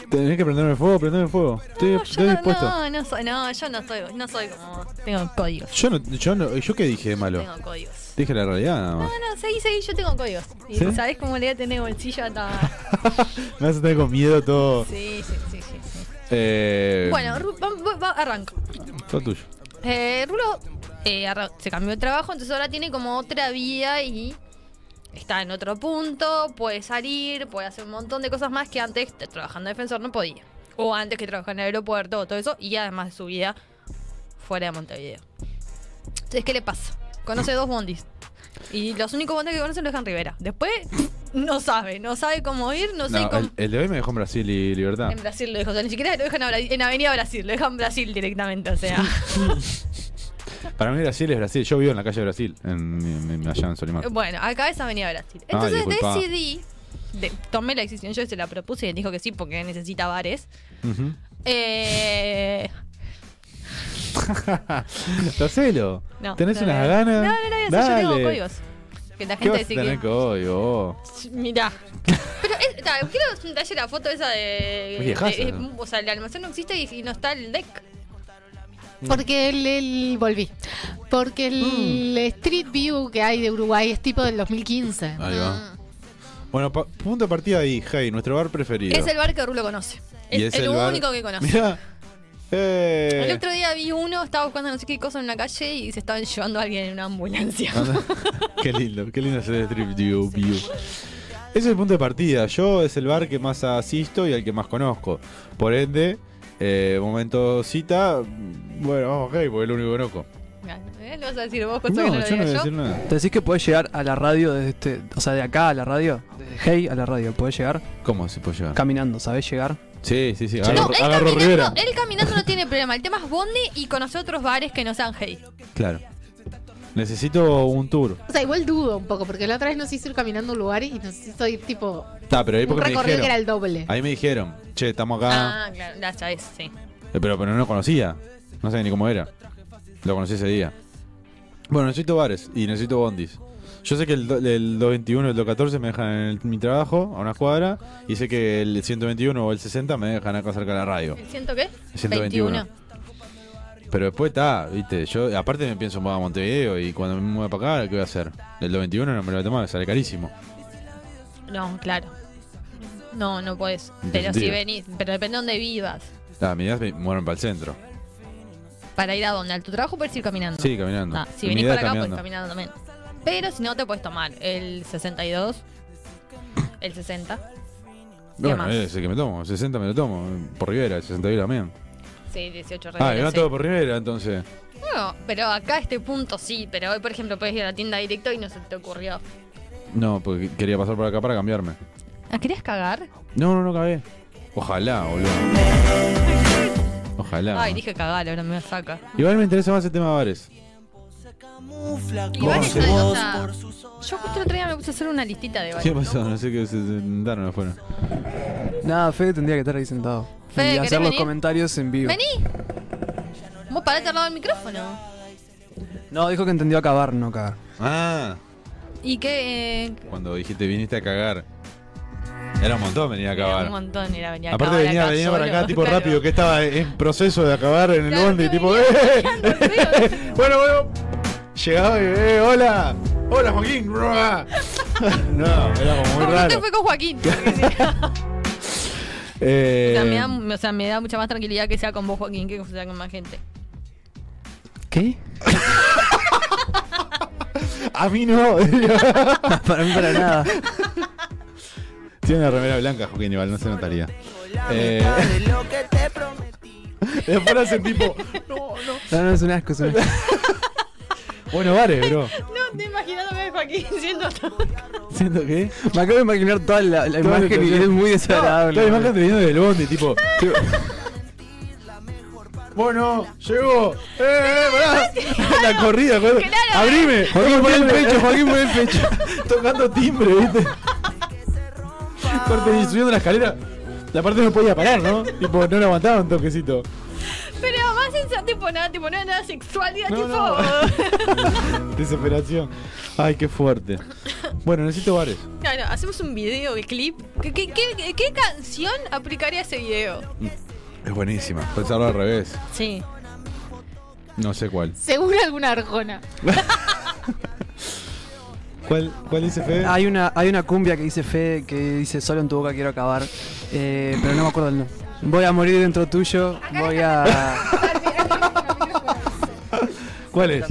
Speaker 3: Tenés que prenderme fuego, prenderme fuego. Estoy, estoy
Speaker 4: No,
Speaker 3: dispuesto.
Speaker 4: no, no soy, no, yo no soy, no soy como. Tengo códigos.
Speaker 3: Yo no, yo no, yo qué dije de malo.
Speaker 4: Tengo Ah. códigos.
Speaker 3: Dije la realidad nada
Speaker 4: No,
Speaker 3: más.
Speaker 4: no, seguí, seguí, yo tengo códigos. Y
Speaker 3: ¿Sí?
Speaker 4: sabés cómo le voy a tener bolsillo a ta-
Speaker 3: Me vas a tener con miedo todo.
Speaker 4: Sí, sí, sí, sí. sí.
Speaker 3: Eh,
Speaker 4: Bueno, Ru- va- va- va- arranco.
Speaker 3: todo tuyo.
Speaker 4: Eh, Rulo eh, arra- se cambió de trabajo, entonces ahora tiene como otra vida y está en otro punto, puede salir, puede hacer un montón de cosas más que antes t- trabajando de defensor no podía. O antes que trabajaba en el aeropuerto, todo eso, y además de su vida fuera de Montevideo. Entonces, ¿qué le pasa? Conoce dos bondis. Y los únicos bondis que conoce lo dejan Rivera. Después, no sabe, no sabe cómo ir, no, sé
Speaker 3: No,
Speaker 4: cómo.
Speaker 3: el, el de hoy me dejó en Brasil y Libertad.
Speaker 4: En Brasil lo dejan, o sea, ni siquiera lo dejan a Bra- en Avenida Brasil, lo dejan en Brasil directamente, o sea.
Speaker 3: Para mí Brasil es Brasil. Yo vivo en la calle de Brasil, en, en- en- allá en Solimar.
Speaker 4: Bueno, acá es Avenida Brasil.
Speaker 3: Ah,
Speaker 4: Entonces
Speaker 3: disculpa.
Speaker 4: decidí, de- tomé la decisión, yo se la propuse y él dijo que sí porque necesita bares.
Speaker 3: Ujú.
Speaker 4: Eh,
Speaker 3: Hacelo.
Speaker 4: no,
Speaker 3: ¿Tenés
Speaker 4: no,
Speaker 3: unas
Speaker 4: no,
Speaker 3: ganas?
Speaker 4: No, no, no, no, yo tengo
Speaker 3: Dale.
Speaker 4: códigos. Que la
Speaker 3: ¿Qué
Speaker 4: gente
Speaker 3: vas a
Speaker 4: dice
Speaker 3: tener
Speaker 4: que...
Speaker 3: código?
Speaker 4: Mirá. Pero es, ta, quiero taller la foto esa de...
Speaker 3: Es viejaza,
Speaker 4: de-
Speaker 3: ¿no?
Speaker 4: o sea, el almacén no existe y, y no está el deck.
Speaker 3: uh.
Speaker 5: Porque el, el- volví. Porque
Speaker 3: Mm.
Speaker 5: el Street View que hay de Uruguay es tipo del 2015.
Speaker 3: Ahí
Speaker 4: Ah. Mm.
Speaker 3: va. Bueno, pa- punto de partida ahí, Hey, nuestro bar preferido.
Speaker 4: Es el bar que Rulo conoce. Es,
Speaker 3: Y
Speaker 4: el,
Speaker 3: bar-
Speaker 4: único que conoce.
Speaker 3: Mirá. Eh.
Speaker 4: El otro día vi uno, estaba buscando no sé qué cosa en la calle y se estaban llevando a alguien en una ambulancia.
Speaker 3: Anda. Ah, qué lindo, qué lindo es el strip view. view. Ese es el punto de partida. Yo es el bar que más asisto y al que más conozco. Por ende, eh, momento cita. Bueno, vamos, Hey, porque es lo único que conozco.
Speaker 4: ¿Eh? ¿Lo vas a decir vos, cosa que no lo diga yo?
Speaker 6: ¿Te decís que podés llegar a la radio desde este, o sea, de acá a la radio? De Hey a la radio, ¿podés llegar?
Speaker 3: ¿Cómo se puede llegar?
Speaker 6: Caminando, ¿sabés llegar?
Speaker 3: Sí, sí, sí.
Speaker 4: No,
Speaker 3: Agarro,
Speaker 4: él
Speaker 3: agarro
Speaker 4: caminando,
Speaker 3: Rivera.
Speaker 4: él caminando no tiene problema. El tema es Bondi y conocer otros bares que no sean hey.
Speaker 3: Claro. Necesito un tour.
Speaker 5: O sea, igual dudo un poco, porque la otra vez nos hizo ir caminando a un lugar y nos hizo ir tipo.
Speaker 3: Está, pero ahí
Speaker 5: Un
Speaker 3: porque me
Speaker 5: recorrido
Speaker 3: dijeron.
Speaker 5: que era el doble.
Speaker 3: Ahí me dijeron, che, estamos acá.
Speaker 4: Ah, claro, ya sabes, sí.
Speaker 3: Eh, Pero, pero no lo conocía. No sabía ni cómo era. Lo conocí ese día. Bueno, necesito bares y necesito bondis. Yo sé que el, do- el 221 y el 214 me dejan en el- mi trabajo, a una cuadra, y sé que el 121 o el 60 me dejan acá cerca de la radio.
Speaker 4: ¿El ciento qué?
Speaker 3: 121. Pero después está, viste, yo aparte me pienso "Vamos a Montevideo y cuando me mueva para acá, ¿qué voy a hacer? El 221 no me lo voy a tomar, sale carísimo.
Speaker 4: No, claro. No, no puedes.
Speaker 3: ¿En qué
Speaker 4: Pero si
Speaker 3: sentido?
Speaker 4: venís, pero depende de dónde vivas.
Speaker 3: Ah, mi edad me muero para el centro.
Speaker 4: Para ir a dónde, al tu trabajo puedes ir caminando.
Speaker 3: Sí, caminando.
Speaker 4: Ah, si
Speaker 3: Mi
Speaker 4: venís
Speaker 3: idea
Speaker 4: para acá,
Speaker 3: es
Speaker 4: puedes caminando también. Pero si no, te puedes tomar el 62, el 60. ¿Qué
Speaker 3: Bueno,
Speaker 4: más?
Speaker 3: ese que me tomo, 60 me lo tomo, por Rivera, el 61 también.
Speaker 4: Sí, 18
Speaker 3: Ah, y
Speaker 4: reales,
Speaker 3: van
Speaker 4: sí.
Speaker 3: todo por Rivera, entonces.
Speaker 4: Bueno, pero acá este punto sí, pero hoy, por ejemplo, puedes ir a la tienda directo y no se te ocurrió.
Speaker 3: No, porque quería pasar por acá para cambiarme.
Speaker 4: ¿Ah, ¿Querías cagar?
Speaker 3: No, no, no cabé. Ojalá, boludo. Ojalá.
Speaker 4: Ay, dije cagar, ahora me saca.
Speaker 3: Igual me interesa más el tema de bares.
Speaker 4: Igual
Speaker 3: ¿Cómo
Speaker 4: es
Speaker 3: se-
Speaker 4: algo, o sea, yo justo el otro día me puse a hacer una listita de
Speaker 3: ¿Qué
Speaker 4: bares.
Speaker 3: pasó? No sé qué se sentaron afuera.
Speaker 6: Nada, Fede tendría que estar ahí sentado.
Speaker 4: Fede,
Speaker 6: y
Speaker 4: ¿querés
Speaker 6: hacer los
Speaker 4: venir?
Speaker 6: comentarios en vivo.
Speaker 4: Vení. Vos parate al lado del micrófono.
Speaker 6: No, dijo que entendió acabar, no cagar.
Speaker 3: Ah,
Speaker 4: ¿Y qué? eh,
Speaker 3: cuando dijiste viniste a cagar. Era un montón venir a
Speaker 4: un
Speaker 3: cagar.
Speaker 4: montón era venir a
Speaker 3: Aparte
Speaker 4: cagar
Speaker 3: venía,
Speaker 4: acá
Speaker 3: venía para
Speaker 4: solo,
Speaker 3: acá tipo
Speaker 4: claro.
Speaker 3: rápido, que estaba en proceso de acabar en el
Speaker 4: Claro,
Speaker 3: bondi,
Speaker 4: que
Speaker 3: tipo, ¡eh! bueno, bueno. Llegaba y, eh, hola. Hola Joaquín. Ruah. no, era como muy
Speaker 4: Por suerte
Speaker 3: raro.
Speaker 4: fue con Joaquín.
Speaker 3: Eh,
Speaker 4: O sea, me da, o sea, me da mucha más tranquilidad que sea con vos, Joaquín, que sea con más gente.
Speaker 6: ¿Qué?
Speaker 3: A mí no.
Speaker 6: para mí para nada.
Speaker 3: Tiene una remera blanca, Joaquín, igual, no se notaría. Eh, después hacen tipo,
Speaker 6: No, no, es un asco, es un asco.
Speaker 3: bueno, bares, bro.
Speaker 4: No, estoy imaginándome a Joaquín siendo
Speaker 3: ¿Siento qué?
Speaker 6: Me acabo de imaginar toda la, la
Speaker 3: Toda la
Speaker 6: imagen y
Speaker 3: situación.
Speaker 6: es muy desagradable.
Speaker 3: No, la imagen te vino del bondi, tipo. tipo, bueno, llegó. ¡Eh, eh, pará! La corrida, acuerdo. ¡Abrime!
Speaker 6: Joaquín, pon el pecho, Joaquín, pon el pecho.
Speaker 3: Tocando timbre, ¿viste? Corte y subiendo la escalera. La parte no podía parar, ¿no? Tipo, no lo aguantaba un toquecito.
Speaker 4: Pero más sensato, tipo nada, tipo no era nada sexual, era
Speaker 3: No,
Speaker 4: tipo.
Speaker 3: Desesperación. Ay, qué fuerte. Bueno, necesito bares.
Speaker 4: Claro, hacemos un video, el clip. ¿Qué, qué, qué- qué canción aplicaría a ese video?
Speaker 3: Es buenísima. Pensarlo al revés.
Speaker 4: Sí.
Speaker 3: No sé cuál.
Speaker 5: Seguro alguna arjona.
Speaker 3: ¿Cuál, cuál dice Fede?
Speaker 6: Hay una, hay una cumbia que dice Fede que dice solo en tu boca quiero acabar. eh, pero no me acuerdo el nombre. Voy a morir dentro tuyo. Voy a.
Speaker 3: ¿Cuál es?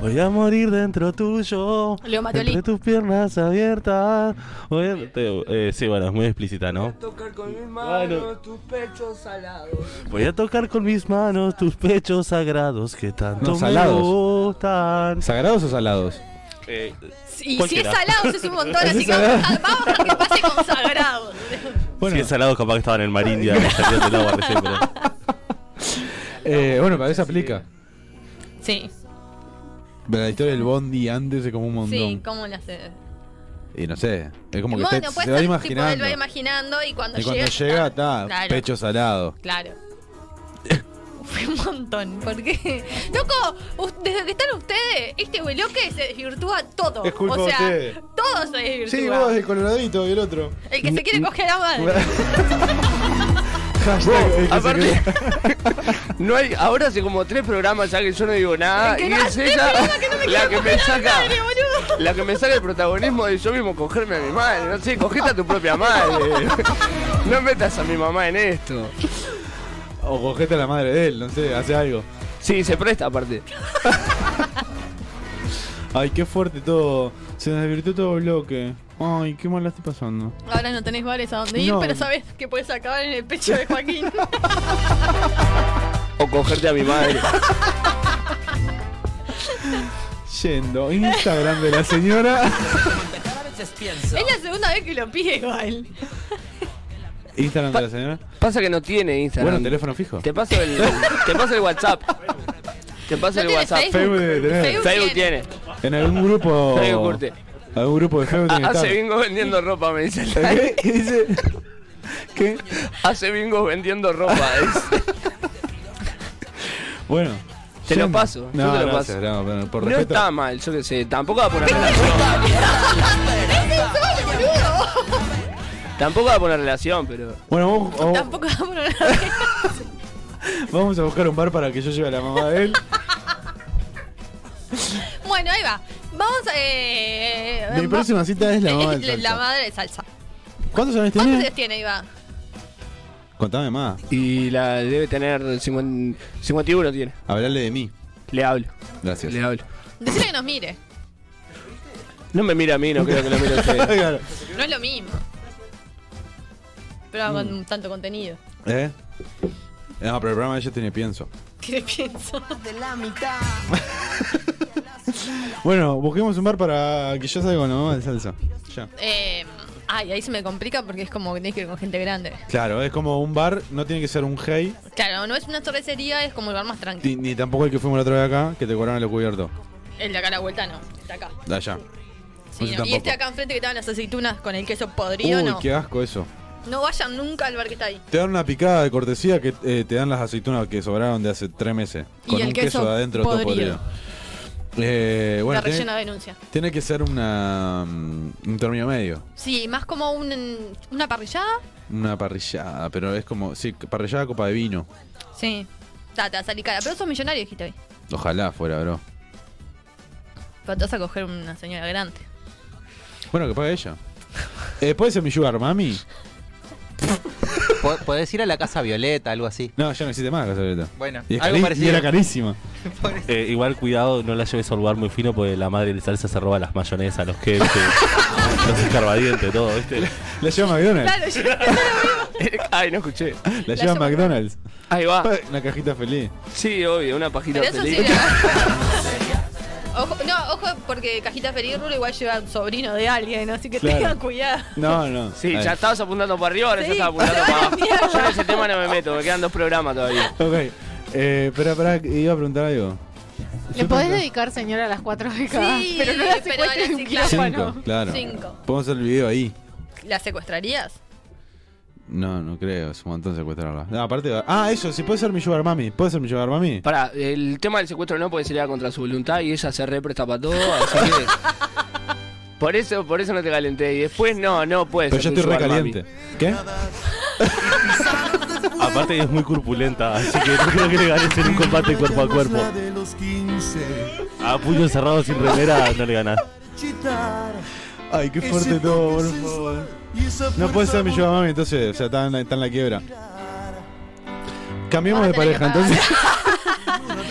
Speaker 13: Voy a morir dentro tuyo.
Speaker 4: Leo Mattioli.
Speaker 13: Entre tus piernas abiertas. Voy a- te- eh, sí, bueno, es muy explícita, ¿no?
Speaker 14: tocar con mis
Speaker 13: Bueno.
Speaker 14: tus pechos salados.
Speaker 13: Voy a tocar con mis manos tus pechos sagrados que tanto
Speaker 3: No,
Speaker 13: me
Speaker 3: salados.
Speaker 13: gustan.
Speaker 3: ¿Sagrados o salados?
Speaker 4: Y si es
Speaker 13: Cualquiera.
Speaker 4: salado, es un montón, así
Speaker 13: es
Speaker 4: que vamos a, vamos a que pase con sagrado.
Speaker 13: Si es salado, capaz que estaba en el marín ya salió del agua recién, pero-
Speaker 3: Eh, bueno, para eso aplica.
Speaker 4: Sí,
Speaker 3: Pero la historia del Bondi antes es como un montón.
Speaker 4: sí, ¿cómo lo haces?
Speaker 3: Y no sé, es como que
Speaker 4: Bueno,
Speaker 3: usted
Speaker 4: puede
Speaker 3: se
Speaker 4: ser,
Speaker 3: va
Speaker 4: tipo,
Speaker 3: imaginando.
Speaker 4: él va imaginando y cuando
Speaker 3: y cuando
Speaker 4: llega.
Speaker 3: llega, está
Speaker 4: Claro.
Speaker 3: pecho salado.
Speaker 4: Claro. Fue un montón, porque. Loco, us- desde que están ustedes, este bloque se desvirtúa todo.
Speaker 3: Es culpa
Speaker 4: o sea,
Speaker 3: de ustedes.
Speaker 4: todo se desvirtúa.
Speaker 3: el coloradito y el otro.
Speaker 4: El que se quiere coger a madre.
Speaker 3: Hashtag, el que se
Speaker 14: Aparte, no hay, ahora hace como tres programas ya que yo no digo
Speaker 3: Ah,
Speaker 14: nada.
Speaker 4: Es que
Speaker 14: y
Speaker 4: no-
Speaker 14: es
Speaker 4: es
Speaker 14: ella
Speaker 4: verdad que no me
Speaker 14: la que
Speaker 4: quiero coger
Speaker 14: me
Speaker 4: a mi
Speaker 14: saca.
Speaker 4: madre, boludo.
Speaker 14: la que me saca el protagonismo de yo mismo cogerme a mi madre. No sé, cogete a tu propia madre. No metas a mi mamá en esto.
Speaker 3: O cogete a la madre de él, no sé, hace algo.
Speaker 14: Sí, se presta aparte.
Speaker 3: Ay, qué fuerte todo. Se nos desvirtió todo el bloque. Ay, qué mal la estoy pasando.
Speaker 4: Ahora no tenés bares a dónde ir,
Speaker 3: No.
Speaker 4: pero sabés que puedes acabar en el pecho de Joaquín.
Speaker 14: O cogerte a mi madre.
Speaker 3: Yendo, Instagram de la señora.
Speaker 4: Es la segunda vez que lo pide igual.
Speaker 3: Instagram de la señora.
Speaker 14: Pasa que no tiene Instagram.
Speaker 3: Bueno, teléfono fijo.
Speaker 14: Te paso el, te paso el WhatsApp. Te paso
Speaker 1: No
Speaker 14: el
Speaker 1: tiene
Speaker 14: WhatsApp.
Speaker 1: Facebook. Facebook debe tener.
Speaker 14: Facebook,
Speaker 1: Facebook
Speaker 14: tiene.
Speaker 3: En algún grupo.
Speaker 14: Traigo curte.
Speaker 3: Algún grupo de Facebook tiene que
Speaker 14: Hace
Speaker 3: estar. ¿Eh?
Speaker 14: bingo vendiendo ropa, me dice.
Speaker 3: ¿Qué?
Speaker 14: ¿Qué dice? ¿Qué? Hace bingo vendiendo ropa. dice.
Speaker 3: Bueno.
Speaker 14: Te lo
Speaker 3: yendo.
Speaker 14: paso, yo
Speaker 3: No,
Speaker 14: te lo
Speaker 3: gracias,
Speaker 14: paso.
Speaker 3: no, pero por
Speaker 14: No
Speaker 3: respeto.
Speaker 14: está mal, yo qué sé. Tampoco va a poner relación. Tampoco va a poner relación, pero.
Speaker 3: Bueno, vamos, vamos-
Speaker 4: Tampoco bueno,
Speaker 3: vamos a buscar un bar para que yo lleve a la mamá de él.
Speaker 4: bueno, ahí va. Vamos a. eh,
Speaker 3: Mi
Speaker 4: va-
Speaker 3: próxima cita es la mamá del
Speaker 4: la- la
Speaker 3: salsa.
Speaker 4: madre de salsa.
Speaker 3: ¿Cuántos años
Speaker 4: ¿Cuántos
Speaker 3: tiene?
Speaker 4: años tiene, Iba?
Speaker 3: Contame más.
Speaker 14: Y la debe tener 50, 51 tiene.
Speaker 3: Hablale de mí.
Speaker 14: Le hablo.
Speaker 3: Gracias.
Speaker 14: Le hablo.
Speaker 4: Decirle que nos mire.
Speaker 14: No me mira a mí, no creo que lo mire a usted.
Speaker 4: No es lo mismo. Pero
Speaker 3: Mm.
Speaker 4: con tanto contenido.
Speaker 3: ¿Eh? No, pero el programa de ella tiene pienso.
Speaker 4: ¿Qué pienso?
Speaker 10: De la mitad.
Speaker 3: Bueno, busquemos un bar para que yo salga con la mamá de salsa. Ya.
Speaker 4: Eh, ay, ahí se me complica porque es como que tenés que ir con gente grande.
Speaker 3: Claro, es como un bar, no tiene que ser un hey,
Speaker 4: Claro, no es una cervecería, es como el bar más tranquilo.
Speaker 3: ni, ni tampoco el que fuimos la otra vez acá, que te cobraron el cubierto.
Speaker 4: El de acá a la vuelta no, el de acá.
Speaker 3: De allá. Ese
Speaker 4: Sí, no. Y
Speaker 3: tampoco.
Speaker 4: este acá enfrente que estaban las aceitunas con el queso podrido,
Speaker 3: Uy,
Speaker 4: no.
Speaker 3: qué asco eso.
Speaker 4: No vayan nunca al bar que está ahí.
Speaker 3: Te dan una picada de cortesía que eh, te dan las aceitunas que sobraron de hace tres meses.
Speaker 4: Y
Speaker 3: Con
Speaker 4: el
Speaker 3: un queso,
Speaker 4: queso
Speaker 3: de adentro todo
Speaker 4: podrido.
Speaker 3: podrido. Eh, bueno,
Speaker 4: la rellena
Speaker 3: tiene,
Speaker 4: de denuncia.
Speaker 3: tiene que ser una, mm, un término medio.
Speaker 4: Sí, más como un- una parrillada.
Speaker 3: Una parrillada, pero es como, sí, parrillada copa de vino.
Speaker 4: Sí. Ta, te va a salir cara. Pero sos millonario, hijito. ahí.
Speaker 3: Ojalá fuera, bro.
Speaker 4: Pero te vas a coger una señora grande.
Speaker 3: Bueno, que pague ella. Eh, ¿Puede ser mi sugar, mami?
Speaker 15: Po- Podés ir a la Casa Violeta, algo así.
Speaker 3: No, ya no existe más la Casa Violeta.
Speaker 15: Bueno,
Speaker 3: Y, es
Speaker 15: algo
Speaker 3: cari-
Speaker 15: parecido.
Speaker 3: y era carísima.
Speaker 13: Eh, igual cuidado, no la lleves a un lugar muy fino porque la madre de salsa se roba las mayonesas, los quesos, los escarbadientes, todo, ¿viste?
Speaker 3: La lleva a McDonald's.
Speaker 14: Ay, no escuché.
Speaker 3: La lleva a McDonald's. Ah.
Speaker 14: Ahí va.
Speaker 3: Una cajita feliz.
Speaker 14: Sí, obvio, una pajita
Speaker 4: Pero eso
Speaker 14: feliz.
Speaker 4: sí Ojo, no, ojo, porque Cajita Feliz Rulo igual lleva un sobrino de alguien, así que
Speaker 14: Claro.
Speaker 4: tengan cuidado.
Speaker 3: No, no.
Speaker 14: Sí,
Speaker 3: Ahí.
Speaker 14: ya estabas apuntando para arriba, ahora ya
Speaker 4: Sí,
Speaker 14: estás apuntando
Speaker 4: para
Speaker 14: para
Speaker 4: la
Speaker 14: abajo. Yo en ese tema no me meto, me quedan dos programas todavía.
Speaker 3: Ok. Eh, espera, espera, iba a preguntar algo.
Speaker 5: ¿Le podés dedicar, señora, a las cuatro décadas?
Speaker 4: Sí,
Speaker 5: pero no la
Speaker 4: pero ahora
Speaker 5: secuestres de un
Speaker 4: sí, claro.
Speaker 5: quirófano.
Speaker 3: Cinco, claro.
Speaker 4: Cinco.
Speaker 3: ¿Podemos hacer el video ahí?
Speaker 4: ¿La secuestrarías?
Speaker 3: No, no creo. Es un montón secuestrarla. Ah, aparte, ah, eso, si puede ser mi sugar mami. ¿Puede ser mi sugar mami?
Speaker 14: Pará, el tema del secuestro no porque sería contra su voluntad y ella se represta para todo, así que. Por eso, por eso no te calenté. Y después no, no puedes.
Speaker 13: Pero yo estoy recaliente.
Speaker 3: ¿Qué?
Speaker 13: Aparte es muy corpulenta, así que no creo que le ganes en un combate cuerpo a cuerpo.
Speaker 1: de los 15.
Speaker 13: A puño cerrado sin remera no le ganas.
Speaker 1: Chitar.
Speaker 3: Ay, qué fuerte
Speaker 1: Ese
Speaker 3: todo,
Speaker 1: toque
Speaker 3: por
Speaker 1: sensual
Speaker 3: favor.
Speaker 1: y esa
Speaker 3: No puede
Speaker 1: fuerza
Speaker 3: ser mi sugar mami, entonces, o sea, está en la, está en la quiebra. Cambiemos de pareja, entonces.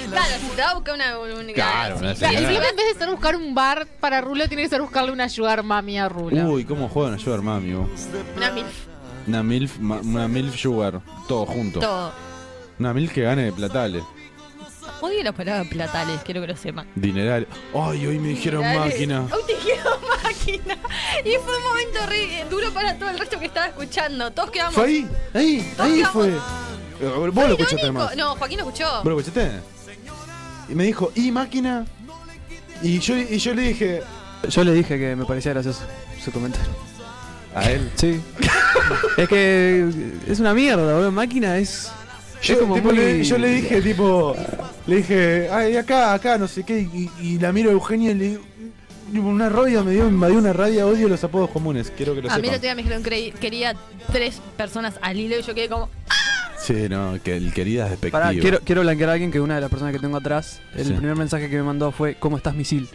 Speaker 4: Claro, si te va a buscar una. una-
Speaker 3: Claro, una
Speaker 4: sí,
Speaker 5: O sea, el
Speaker 3: señora.
Speaker 5: problema en vez de ser buscar un bar para Rulo, tiene que ser buscarle una ayudar mami a Rulo.
Speaker 3: Uy, cómo juegan a sugar mami, vos.
Speaker 4: una milf,
Speaker 3: Una milf, ma- una milf sugar, todo junto.
Speaker 4: todo.
Speaker 3: Una milf que gane de platales.
Speaker 4: Odio la palabra platales, quiero que lo sepan.
Speaker 3: Dineral. Ay, hoy me dijeron
Speaker 4: Platales.
Speaker 3: máquina.
Speaker 4: Hoy te dijeron máquina. Y fue un momento re- eh, duro para todo el resto que estaba escuchando. Todos quedamos.
Speaker 3: Fue ahí, ahí,
Speaker 4: Todos
Speaker 3: ahí
Speaker 4: quedamos-
Speaker 3: fue. Eh, Vos lo escuchaste
Speaker 4: Co-
Speaker 3: además.
Speaker 4: No, Joaquín lo escuchó.
Speaker 3: ¿Vos lo escuchaste? Y me dijo, ¿y máquina? Y yo, y yo le dije.
Speaker 6: Yo le dije que me parecía gracioso su comentario.
Speaker 3: ¿A él?
Speaker 6: Sí. es que es una mierda, boludo. Máquina es.
Speaker 3: Yo,
Speaker 6: es como
Speaker 3: tipo,
Speaker 6: muy-
Speaker 3: le, yo le dije, tipo. Le dije, ay, acá, acá, no sé qué. Y, y la miro a Eugenia y le digo. tipo, Una rabia me dio, me dio una rabia, odio los apodos comunes, quiero que lo
Speaker 4: A mí el
Speaker 3: sepan.
Speaker 4: otro día me dijeron que quería tres personas al hilo y yo quedé como.
Speaker 3: Sí, no, que el querida es despectivo.
Speaker 6: Pará, quiero, quiero blanquear a alguien que una de las personas que tengo atrás, el
Speaker 3: Sí.
Speaker 6: primer mensaje que me mandó fue ¿Cómo estás, misil?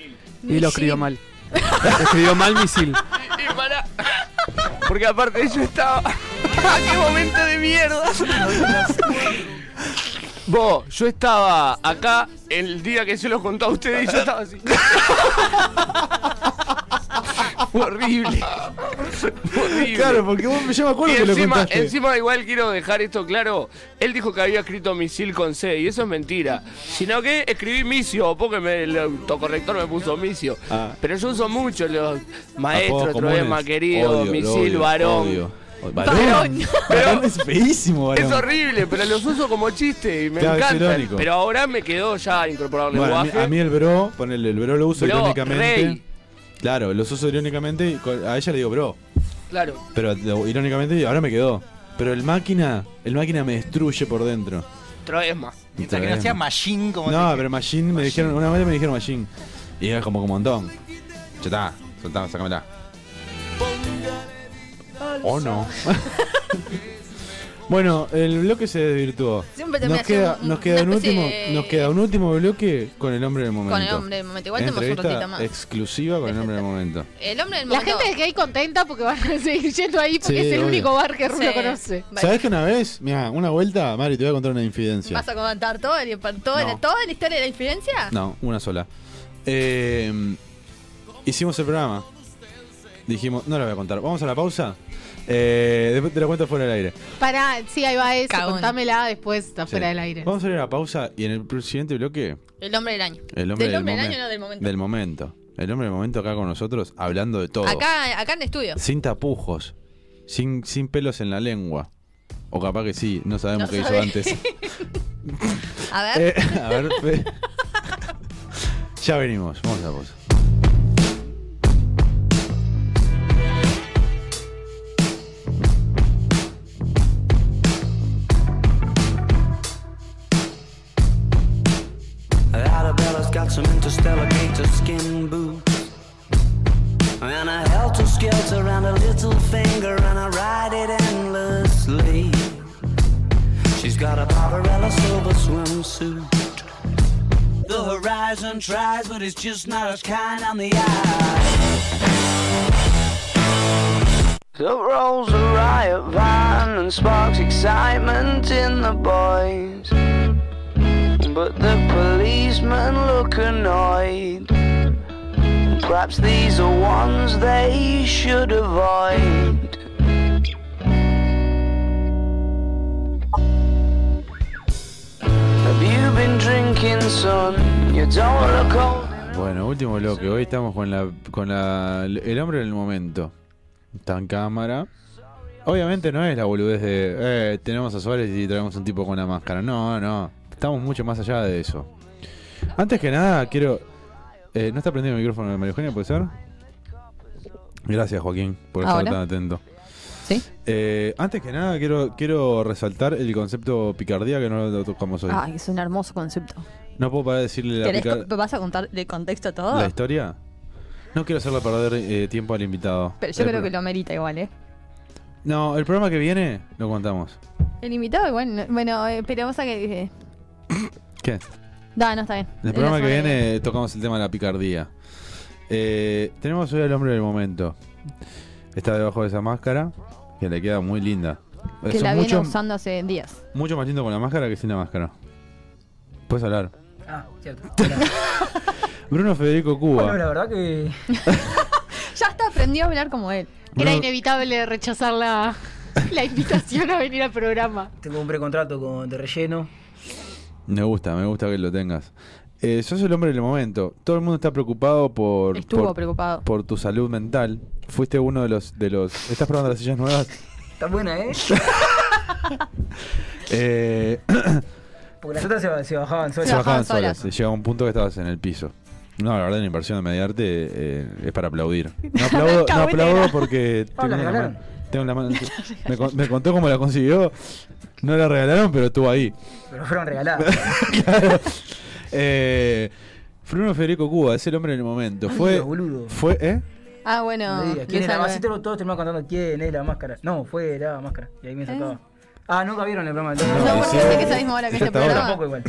Speaker 6: Y
Speaker 14: Misil.
Speaker 6: lo escribió mal. escribió mal misil.
Speaker 14: Y pará. Porque aparte de eso estaba. ¡Qué momento de mierda! Vos, yo estaba acá el día que se los contaba a ustedes y yo estaba así. Fue horrible. Fue horrible.
Speaker 1: Claro, porque vos- yo me acuerdo
Speaker 14: Y
Speaker 1: que lo
Speaker 14: encima-
Speaker 1: contaste.
Speaker 14: Encima, igual quiero dejar esto claro. Él dijo que había escrito misil con C y eso es mentira. Sino que escribí misio, porque me, el autocorrector me puso misio.
Speaker 3: Ah.
Speaker 14: Pero yo uso mucho los
Speaker 3: Apodos
Speaker 14: maestro,
Speaker 3: comunes.
Speaker 14: problema querido,
Speaker 3: Odio, lo
Speaker 14: misil,
Speaker 3: odio,
Speaker 14: varón.
Speaker 3: odio. Varón.
Speaker 14: Varón.
Speaker 3: Varón es feísimo, varón.
Speaker 14: Es horrible, pero los uso como chiste y me
Speaker 3: Claro, es
Speaker 14: encanta.
Speaker 3: irónico.
Speaker 14: Pero ahora me quedó ya incorporado el
Speaker 3: Bueno, a, mí,
Speaker 14: lenguaje.
Speaker 3: a mí el bro, ponele, el bro lo uso
Speaker 14: Bro,
Speaker 3: irónicamente.
Speaker 14: rey.
Speaker 3: Claro, los uso irónicamente y co- a ella le digo bro.
Speaker 14: Claro.
Speaker 3: Pero lo- irónicamente y ahora me quedó. Pero el máquina, el máquina me destruye por dentro.
Speaker 14: Troesma.
Speaker 15: Mientras que no sea Machine como
Speaker 3: No, pero Machine me dijeron, una vez me dijeron Machine. Y era como que un montón. Ya está, soltá, sacámela. O no. bueno, el bloque se desvirtuó.
Speaker 4: Siempre te
Speaker 3: Nos
Speaker 4: me hace
Speaker 3: queda,
Speaker 4: un-
Speaker 3: nos queda un
Speaker 4: una especie
Speaker 3: último,
Speaker 4: de-
Speaker 3: nos queda un último bloque con el hombre del momento.
Speaker 4: Con el hombre del momento. Igual tenemos un
Speaker 3: Entrevista
Speaker 4: ratito más.
Speaker 3: exclusiva con el hombre del momento.
Speaker 4: El hombre del
Speaker 5: La
Speaker 4: momento.
Speaker 5: gente que hay contenta porque van a seguir yendo ahí porque
Speaker 3: Sí,
Speaker 5: es el
Speaker 3: obvio.
Speaker 5: único bar que Rulo
Speaker 4: Sí.
Speaker 5: conoce.
Speaker 3: ¿Sabes que una vez? Mira, una vuelta, Mari, te voy a contar una infidencia.
Speaker 4: ¿Vas a contar todo el- todo el- toda
Speaker 3: No.
Speaker 4: la historia de la infidencia?
Speaker 3: No, una sola. Eh, hicimos el programa. Dijimos, no la voy a contar. Vamos a la pausa. Eh, después te la cuento fuera del aire.
Speaker 5: Para, sí, ahí va eso,
Speaker 4: Cagón.
Speaker 5: contámela después, está fuera
Speaker 3: Sí.
Speaker 5: del aire.
Speaker 3: Vamos a ir a la pausa y en el siguiente bloque,
Speaker 4: El hombre del año.
Speaker 3: el hombre,
Speaker 4: Del
Speaker 3: del,
Speaker 4: hombre del
Speaker 3: momen-
Speaker 4: año, no, del momento.
Speaker 3: Del momento. El hombre del momento acá con nosotros hablando de todo.
Speaker 4: Acá, acá en el estudio.
Speaker 3: Sin tapujos. Sin, sin pelos en la lengua. O capaz que sí, no sabemos
Speaker 4: No
Speaker 3: qué hizo
Speaker 4: sabe.
Speaker 3: antes.
Speaker 4: A ver.
Speaker 3: Eh, a ver, Fe. ya venimos. Vamos a la pausa.
Speaker 10: Arabella's got some interstellar gator skin boots. And a helter skelter and a little finger, and I ride it endlessly. She's got a Barbarella silver swimsuit. The horizon tries, but it's just not as kind on the eye. The rolls a riot van and sparks excitement in the boys. But the policemen look annoyed. Perhaps these are ones they should avoid. Have you been drinking, son? You don't look old.
Speaker 3: Bueno, último bloque. Hoy estamos con la con la, el hombre del momento. Está en cámara. Obviamente no es la boludez de eh, tenemos a Suárez y traemos un tipo con una máscara. No, no. Estamos mucho más allá de eso. Antes que nada, quiero. eh, ¿No está prendido el micrófono de María Eugenia, puede ser? Gracias, Joaquín, por estar
Speaker 4: Ahora.
Speaker 3: tan atento. Eh,
Speaker 4: Sí.
Speaker 3: antes que nada, quiero, quiero resaltar el concepto picardía que no lo tocamos hoy.
Speaker 4: Ay, es un hermoso concepto.
Speaker 3: No puedo parar de decirle la
Speaker 4: Ah. ¿Querés
Speaker 3: picar-
Speaker 4: co- ¿Vas a contar de contexto todo?
Speaker 3: ¿La historia? No quiero hacerle perder eh, tiempo al invitado.
Speaker 4: Pero yo
Speaker 3: El
Speaker 4: creo
Speaker 3: pro-
Speaker 4: que lo merita igual, ¿eh?
Speaker 3: No, el programa que viene lo contamos.
Speaker 4: El invitado igual. no- Bueno, eh, pero vos a que. eh,
Speaker 3: ¿Qué?
Speaker 4: Da, no está bien.
Speaker 3: El programa que viene tocamos el tema de la picardía. Eh, tenemos hoy al hombre del momento. Está debajo de esa máscara que le queda muy linda.
Speaker 4: Que
Speaker 3: Es
Speaker 4: la viene
Speaker 3: mucho,
Speaker 4: usando hace días.
Speaker 3: mucho más lindo con la máscara que sin la máscara. Puedes hablar.
Speaker 8: Ah, cierto.
Speaker 3: Bruno Federico Cuba.
Speaker 8: Bueno, la verdad que.
Speaker 4: Ya está, aprendió a hablar como él.
Speaker 5: Era
Speaker 3: Bruno-
Speaker 5: inevitable rechazar la, la invitación a venir al programa.
Speaker 8: Tengo un precontrato con de relleno.
Speaker 3: Me gusta, me gusta que lo tengas. Eh, sos el hombre del momento. Todo el mundo está preocupado por.
Speaker 4: Estuvo
Speaker 3: por-
Speaker 4: preocupado.
Speaker 3: Por tu salud mental. Fuiste uno de los. De los ¿Estás probando las sillas nuevas?
Speaker 8: Está buena, ¿eh?
Speaker 3: Eh,
Speaker 8: Porque las otras se, se bajaban solas.
Speaker 3: se bajaban solas. y Llega un punto que estabas en el piso. No, la verdad, la inversión de mediarte eh, es para aplaudir. No aplaudo, no aplaudo porque.
Speaker 8: Ah, la
Speaker 3: una
Speaker 8: regalaron.
Speaker 3: mano- tengo la mano- Me, con- me contó cómo la consiguió. No la regalaron, pero estuvo ahí.
Speaker 8: Pero fueron regaladas.
Speaker 3: claro. Eh, Bruno Federico Cuba es el hombre en el momento.
Speaker 8: Ay,
Speaker 3: Fue,
Speaker 8: Dios, boludo.
Speaker 3: fue, ¿eh?
Speaker 4: Ah, bueno.
Speaker 8: No digas, ¿Quién es la
Speaker 4: Lizardo,
Speaker 8: máscara? Así todos terminaban contando quién es la máscara. No, fue la máscara. Y ahí me sacaba. Ah, nunca vieron el programa del
Speaker 4: No, porque sé que es a la misma hora que este
Speaker 8: Yo
Speaker 4: programa.
Speaker 8: tampoco igual.